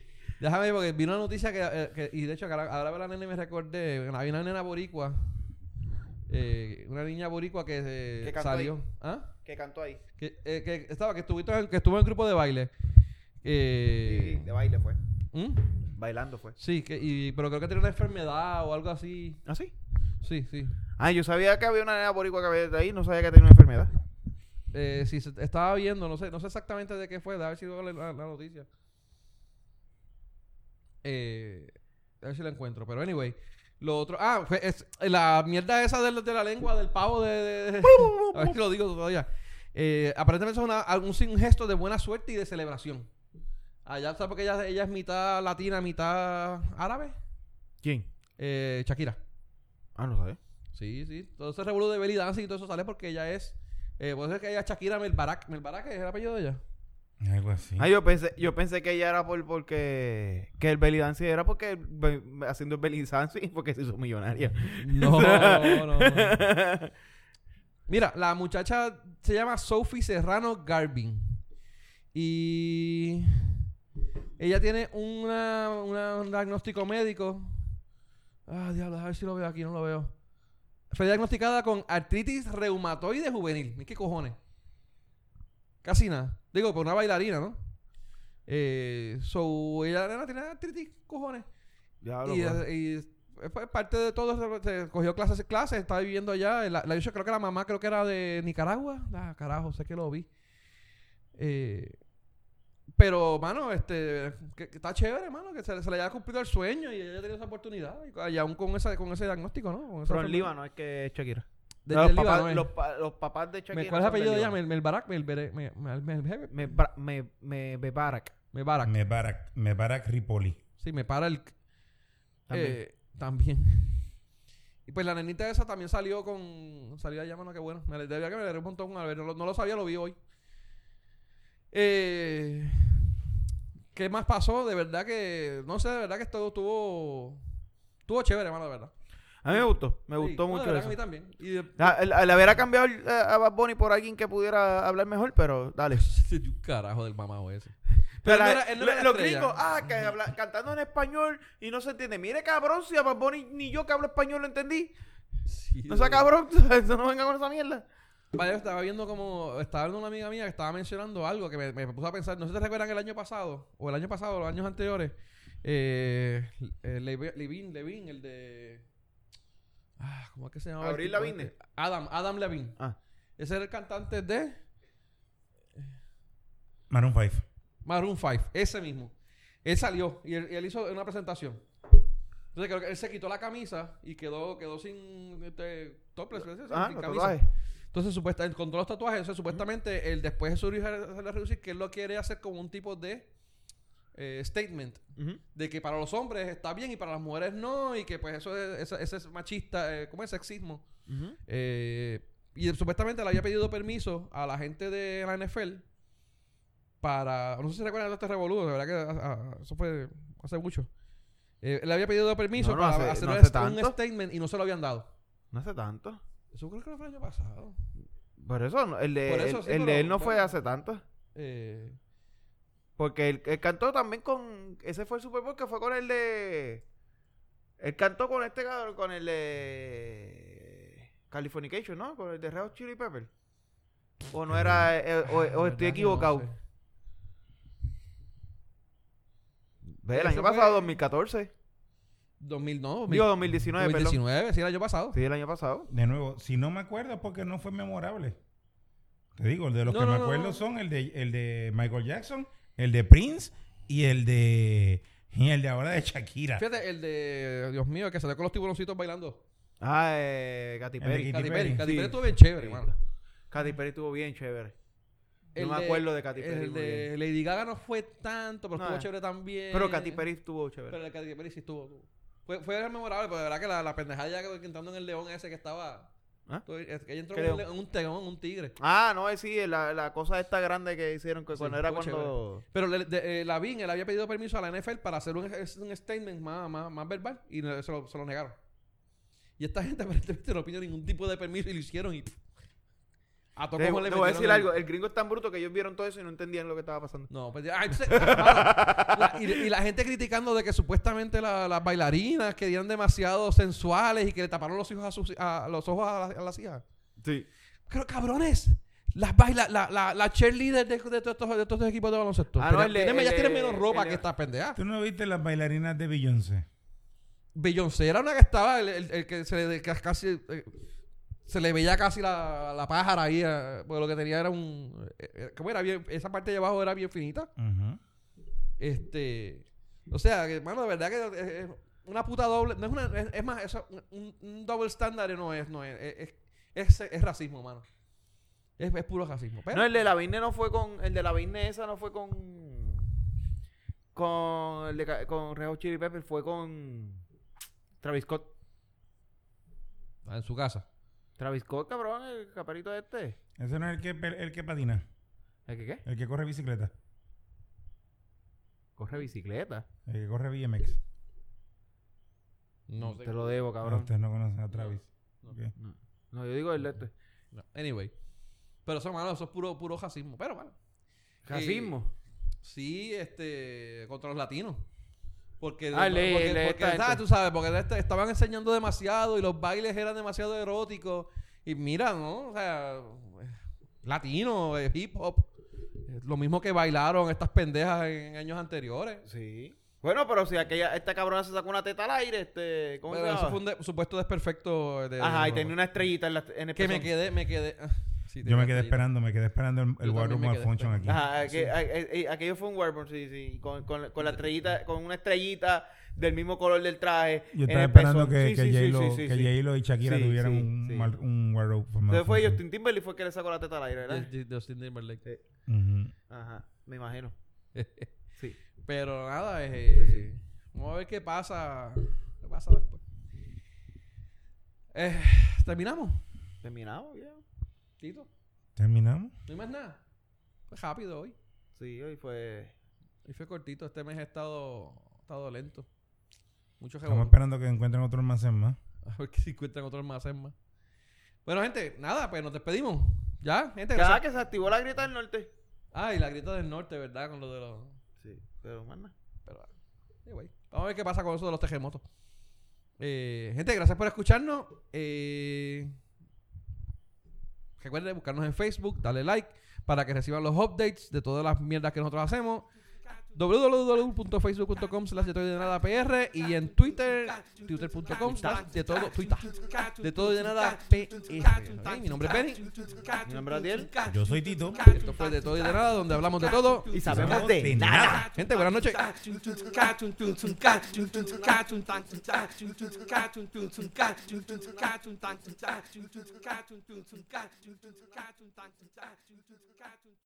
Speaker 2: [laughs] déjame ver, porque vi una noticia que, eh, que- y de hecho, que ahora, ahora veo la nena y me recordé, bueno, había una nena boricua, eh, una niña boricua que eh,
Speaker 3: Que cantó
Speaker 2: salió,
Speaker 3: ahí.
Speaker 2: ¿ah?
Speaker 3: ¿Qué cantó ahí?
Speaker 2: Que, eh, que estaba, que estuvo, que estuvo en el grupo de baile. Eh,
Speaker 3: baile fue.
Speaker 2: ¿Mm?
Speaker 3: Bailando fue.
Speaker 2: Sí, que, y, pero creo que tenía una enfermedad o algo así.
Speaker 3: ¿Ah, sí?
Speaker 2: Sí, sí.
Speaker 3: Ah, yo sabía que había una nena boricua que había de ahí, no sabía que tenía una enfermedad.
Speaker 2: Eh, sí, se- estaba viendo, no sé, no sé exactamente de qué fue, de haber sido la, la- la noticia. Eh, a ver si la encuentro, pero anyway. Lo otro, ah, fue es- la mierda esa del- de, la lengua del pavo de. de- de- [laughs] a ver si lo digo todavía. Eh, aparentemente es una, algún sin- un gesto de buena suerte y de celebración. Allá, ¿sabes? Porque ella, ella es mitad latina, mitad árabe.
Speaker 3: ¿Quién?
Speaker 2: Eh, Shakira.
Speaker 3: Ah, no sabía.
Speaker 2: Sí, sí. Todo ese revuelo de belly dancing y todo eso sale porque ella es. Eh, puede ser que ella es Shakira Melbarak. ¿Melbarak es el apellido de ella?
Speaker 4: Algo así.
Speaker 3: Ah, yo pensé, yo pensé que ella era por porque que el belly dancing era porque el be- haciendo el belly dancing [laughs] porque se hizo millonaria.
Speaker 2: [laughs] No, no, no. Mira, la muchacha se llama Sophie Serrano Garvin. Y. Ella tiene una, una- un diagnóstico médico. Ah, diablo, a ver si lo veo aquí, no lo veo. Fue diagnosticada con artritis reumatoide juvenil. ¿Qué cojones? Casi nada. Digo, por una bailarina, ¿no? Eh, so, ella la nena tiene artritis, cojones.
Speaker 3: Diablo,
Speaker 2: Y,
Speaker 3: pues.
Speaker 2: y fue parte de todo, se se cogió clases, clases, estaba viviendo allá. La, la- yo creo que la mamá creo que era de Nicaragua. Ah, carajo, sé que lo vi. Eh, pero, mano, este, que, que está chévere, mano, que se, se le haya cumplido el sueño y ella ha tenido esa oportunidad. Y, co- y aún con, esa, con ese diagnóstico, ¿no? Con esa
Speaker 3: From
Speaker 2: enfermedad.
Speaker 3: Líbano es que es Shakira.
Speaker 2: De-
Speaker 3: No,
Speaker 2: del
Speaker 3: los, papás,
Speaker 2: Líbano, eh.
Speaker 3: los, pa- los papás de Shakira.
Speaker 2: Me- ¿Cuál
Speaker 3: son
Speaker 2: es el
Speaker 3: del
Speaker 2: apellido de ella?
Speaker 3: Líbano.
Speaker 2: Mel, Melbarak, Melbere- Mel- Mel- Mel- Mel-
Speaker 3: Me, bra- me, me, me barak.
Speaker 2: Melbarak.
Speaker 4: Me para, me para Ripoli.
Speaker 2: Sí, me para el...
Speaker 3: También.
Speaker 2: Eh, también. [laughs] Y pues la nenita esa también salió con. Salió allá, mano, que bueno. Me le- de verdad que me alegré un montón al ver. No, lo- no lo sabía, lo vi hoy. Eh, ¿Qué más pasó? De verdad que. No sé, de verdad que esto estuvo. Estuvo chévere, mano, de verdad.
Speaker 3: A mí me gustó, me
Speaker 2: Sí,
Speaker 3: gustó
Speaker 2: no, de
Speaker 3: mucho
Speaker 2: verdad que
Speaker 3: eso.
Speaker 2: a mí también. Y de- [laughs]
Speaker 3: La- El, el haber cambiado eh, a Bad Bunny por alguien que pudiera hablar mejor, pero dale.
Speaker 2: Un carajo del mamado ese.
Speaker 3: Pero
Speaker 2: él no
Speaker 3: la-
Speaker 2: era- él no
Speaker 3: lo-
Speaker 2: era
Speaker 3: los
Speaker 2: estrella.
Speaker 3: gringos, ah, que habla- cantando en español y no se entiende. Mire, cabrón, si a Bad Bunny ni yo que hablo español lo entendí.
Speaker 2: Sí,
Speaker 3: No
Speaker 2: de
Speaker 3: sea
Speaker 2: verdad.
Speaker 3: cabrón, [laughs] eso no venga con esa mierda.
Speaker 2: Vaya, estaba viendo como. Estaba viendo una amiga mía que estaba mencionando algo que me, me puso a pensar. No sé si te recuerdan el año pasado, o el año pasado, los años anteriores. Eh, eh, Leve- Levin, Levin, el de. Ah, ¿Cómo es que se llama?
Speaker 3: ¿Avril Lavigne?
Speaker 2: este? Adam, Adam Levin.
Speaker 3: Ah.
Speaker 2: Ese era el cantante de
Speaker 4: Maroon 5.
Speaker 2: Maroon 5, ese mismo. Él salió y él, y él hizo una presentación. Entonces creo que él se quitó la camisa y quedó, quedó sin este, topless, ¿sí? sin,
Speaker 3: Ah,
Speaker 2: sin
Speaker 3: los
Speaker 2: camisa.
Speaker 3: tatuajes.
Speaker 2: Entonces, supuesta, con todos los tatuajes, entonces, supuestamente, el después de surgir a la reducir, que él lo quiere hacer como un tipo de eh, statement.
Speaker 3: Ujú.
Speaker 2: De que para los hombres está bien y para las mujeres no, y que pues eso es, eso- eso es machista, eh, ¿cómo es sexismo? Eh, y él, supuestamente le había pedido permiso a la gente de la NFL para. No sé si recuerdan de este revoludo, de verdad que ah, ah, eso fue hace mucho. Eh, le había pedido permiso
Speaker 3: No, no
Speaker 2: para
Speaker 3: hace-
Speaker 2: hacer
Speaker 3: no
Speaker 2: un
Speaker 3: hace
Speaker 2: est-
Speaker 3: tanto.
Speaker 2: un statement y no se lo habían dado.
Speaker 3: No hace tanto.
Speaker 2: Eso creo que fue el año pasado.
Speaker 3: Por eso, no, el
Speaker 2: Por
Speaker 3: de,
Speaker 2: eso
Speaker 3: el-
Speaker 2: sí,
Speaker 3: el de
Speaker 2: pero-
Speaker 3: él no fue
Speaker 2: pero-
Speaker 3: hace tanto.
Speaker 2: Eh.
Speaker 3: Porque él, él cantó también con. Ese fue el Super Bowl que fue con el de. Él cantó con este cabrón, con el de. Californication, ¿no? Con el de Red Hot Chili Pepper. O no era. eh, o, o
Speaker 2: Ah, ¿Verdad que
Speaker 3: estoy
Speaker 2: no
Speaker 3: equivocado.
Speaker 2: sé?
Speaker 3: Ve, el
Speaker 2: Ese
Speaker 3: año
Speaker 2: fue-
Speaker 3: pasado, 2014.
Speaker 2: 2000, no,
Speaker 3: Digo,
Speaker 2: 2000,
Speaker 3: 2019, perdón.
Speaker 2: 2019, sí, el año pasado.
Speaker 3: Sí, el año pasado.
Speaker 4: De nuevo, si no me acuerdo es porque no fue memorable. Te digo, de los
Speaker 2: No,
Speaker 4: que
Speaker 2: no,
Speaker 4: me
Speaker 2: no,
Speaker 4: acuerdo
Speaker 2: no.
Speaker 4: son el de, el de Michael Jackson, el de Prince y el de y el de ahora de Shakira.
Speaker 2: Fíjate, el de, Dios mío, que salió con los tiburoncitos bailando.
Speaker 3: Ah, eh, Katy
Speaker 4: El de
Speaker 3: Perry.
Speaker 4: Katy
Speaker 2: Katy
Speaker 4: Perry,
Speaker 2: Perry. Katy
Speaker 3: sí.
Speaker 2: Perry estuvo bien chévere,
Speaker 3: Sí.
Speaker 2: mano.
Speaker 3: Katy Perry estuvo bien chévere.
Speaker 2: El
Speaker 3: no me acuerdo de Katy Perry.
Speaker 2: El
Speaker 3: muy bien.
Speaker 2: de Lady Gaga no fue tanto, pero
Speaker 3: No,
Speaker 2: estuvo
Speaker 3: eh.
Speaker 2: chévere también.
Speaker 3: Pero Katy Perry estuvo
Speaker 2: Pero
Speaker 3: chévere.
Speaker 2: el de Katy Perry sí estuvo. estuvo. Fue, fue el memorable, pero de verdad que la, la pendejada ya que- que entrando en el león ese que estaba.
Speaker 3: ¿Ah?
Speaker 2: Tú- es que Ella entró
Speaker 3: ¿Qué
Speaker 2: en un,
Speaker 3: león?
Speaker 2: león, en un tegón, un tigre.
Speaker 3: Ah, no, eh, sí, la, la cosa esta grande que hicieron que
Speaker 2: Sí,
Speaker 3: cuando era
Speaker 2: estuvo
Speaker 3: cuando.
Speaker 2: Pero le, de, eh, Lavín, él había pedido permiso a la NFL para hacer un, es- un statement más, más, más verbal y no- se lo, se lo negaron. Y esta gente [laughs] aparentemente no pidió ningún tipo de permiso y lo hicieron y... A
Speaker 3: Te,
Speaker 2: todos
Speaker 3: te voy a decir algo. El gringo es tan bruto que ellos vieron todo eso y no entendían lo que estaba pasando.
Speaker 2: No, pues, ah, entonces, la- y, y la gente criticando de que supuestamente la- las bailarinas que eran demasiado sensuales y que le taparon los, hijos a sus, a, los ojos a, la- a las hijas.
Speaker 3: Sí.
Speaker 2: Pero cabrones, las baila, la, la, la cheerleader de, de, todos estos- de todos estos equipos de baloncesto.
Speaker 3: Ah, no,
Speaker 2: Tenían-
Speaker 3: el de-
Speaker 2: tienen-
Speaker 3: el
Speaker 2: ellas tienen
Speaker 3: de-
Speaker 2: menos ropa
Speaker 3: el de-
Speaker 2: que estas pendejas.
Speaker 4: ¿Tú no viste las bailarinas de Beyoncé?
Speaker 2: Beyoncé era una que estaba, el, el- el que se le de- ca- casi eh, se le veía casi la, la pájara ahí, eh, porque lo que tenía era un eh, eh, ¿cómo era? Bien- esa parte de abajo era bien finita.
Speaker 4: Ujú.
Speaker 2: Este, o sea, que, mano, de verdad que es, es una puta doble, no es una es, es más eso un, un double standard no es, no es es, es, es racismo, mano. Es, es puro racismo. Pero
Speaker 3: No, el de la Vine no fue con. El de la Vine esa no fue con. Con. El de, Ca- con Rejo Chili Pepper fue con. Travis Scott.
Speaker 2: Ah, en su casa.
Speaker 3: Travis Scott, cabrón, el caparito este.
Speaker 4: Ese no es el que, pe- el que patina,
Speaker 3: ¿El que qué?
Speaker 4: el que corre bicicleta,
Speaker 3: Corre bicicleta.
Speaker 4: el que corre BMX.
Speaker 2: No
Speaker 3: Mm, Te lo debo,
Speaker 4: Ahora
Speaker 3: cabrón.
Speaker 4: ustedes no conocen a Travis.
Speaker 2: No.
Speaker 4: Ok.
Speaker 3: No, yo digo el de este.
Speaker 2: No. Anyway. Pero eso, mano, eso es puro puro racismo, pero bueno.
Speaker 3: Racismo.
Speaker 2: Sí, este, contra los latinos. Porque,
Speaker 3: Ah, le-
Speaker 2: porque-
Speaker 3: le-
Speaker 2: porque,
Speaker 3: esta
Speaker 2: ah,
Speaker 3: gente.
Speaker 2: tú sabes, porque est- estaban enseñando demasiado y los bailes eran demasiado eróticos. Y mira, ¿no? O sea, eh, latino, eh, hip hop. Eh, Lo mismo que bailaron estas pendejas en años anteriores.
Speaker 3: Sí. Bueno, pero si aquella, esta cabrona se sacó una teta al aire, este. ¿Cómo
Speaker 2: Pero
Speaker 3: se
Speaker 2: eso
Speaker 3: llama?
Speaker 2: fue un de- supuesto desperfecto de...
Speaker 3: Ajá, y
Speaker 2: de-
Speaker 3: tenía una estrellita en, la- en el
Speaker 2: Que me
Speaker 3: pezón.
Speaker 2: quedé, me quedé... ah, sí, tenía
Speaker 4: Yo me
Speaker 2: una
Speaker 4: quedé
Speaker 2: estrellita.
Speaker 4: esperando, me quedé esperando el, el
Speaker 2: Yo
Speaker 4: Water
Speaker 2: también me quedé
Speaker 4: Malfunction aquí.
Speaker 3: Ajá, aqu- a- a- a- aquello fue un Warburg, sí, sí. Con, con, con la estrellita, con una estrellita del mismo color del traje.
Speaker 4: Yo
Speaker 3: en
Speaker 4: estaba
Speaker 3: el
Speaker 4: esperando
Speaker 3: pezón.
Speaker 4: que,
Speaker 3: Sí,
Speaker 4: que
Speaker 3: sí, sí,
Speaker 4: J-Lo
Speaker 3: sí, sí,
Speaker 4: que
Speaker 3: sí.
Speaker 4: J-Lo y Shakira
Speaker 3: Sí,
Speaker 4: tuvieran
Speaker 3: sí,
Speaker 4: un,
Speaker 3: sí.
Speaker 4: mal- un Wardrobe
Speaker 3: Entonces fue
Speaker 4: Malfunction.
Speaker 3: Justin Timberlake fue el que le sacó la teta al aire, ¿verdad?
Speaker 2: De- de Justin Timberlake.
Speaker 4: Eh, Ujú.
Speaker 3: Ajá, me
Speaker 2: [laughs]
Speaker 3: imagino. Sí.
Speaker 2: Pero nada, eh, vamos a ver qué pasa. ¿Qué pasa después? Eh, Terminamos,
Speaker 3: Terminamos ya.
Speaker 2: Tito.
Speaker 4: ¿Terminamos?
Speaker 2: No hay más nada. Fue rápido hoy.
Speaker 3: Sí, hoy fue.
Speaker 2: Hoy fue cortito. Este mes ha estado, ha estado lento. Mucho
Speaker 4: Estamos
Speaker 2: rebón.
Speaker 4: esperando que encuentren otro almacén más.
Speaker 2: A ver si encuentran otro almacén más. Bueno, gente, nada, pues nos despedimos. Ya, gente,
Speaker 3: Cada
Speaker 2: gracias.
Speaker 3: que se activó la grieta del norte.
Speaker 2: Ah, y la grita del norte, ¿verdad? Con lo de los.
Speaker 3: Sí, pero más nada.
Speaker 2: Pero, anyway, vamos a ver qué pasa con eso de los terremotos. Eh, gente, gracias por escucharnos. Eh, recuerden buscarnos en Facebook, darle like para que reciban los updates de todas las mierdas que nosotros hacemos. www.facebook.com slash de todo y de nada PR y en Twitter, twitter.com slash de todo, Twitter, de todo y de nada PR. Ok, ¿eh? Mi nombre es Benny.
Speaker 3: Mi nombre es Adiel.
Speaker 4: Yo soy Tito.
Speaker 2: Esto fue de todo y de nada, donde hablamos de todo.
Speaker 3: Y
Speaker 4: Sabemos
Speaker 3: sabemos de,
Speaker 4: de
Speaker 3: nada.
Speaker 4: nada.
Speaker 2: Gente, buenas noches.
Speaker 1: Cartoon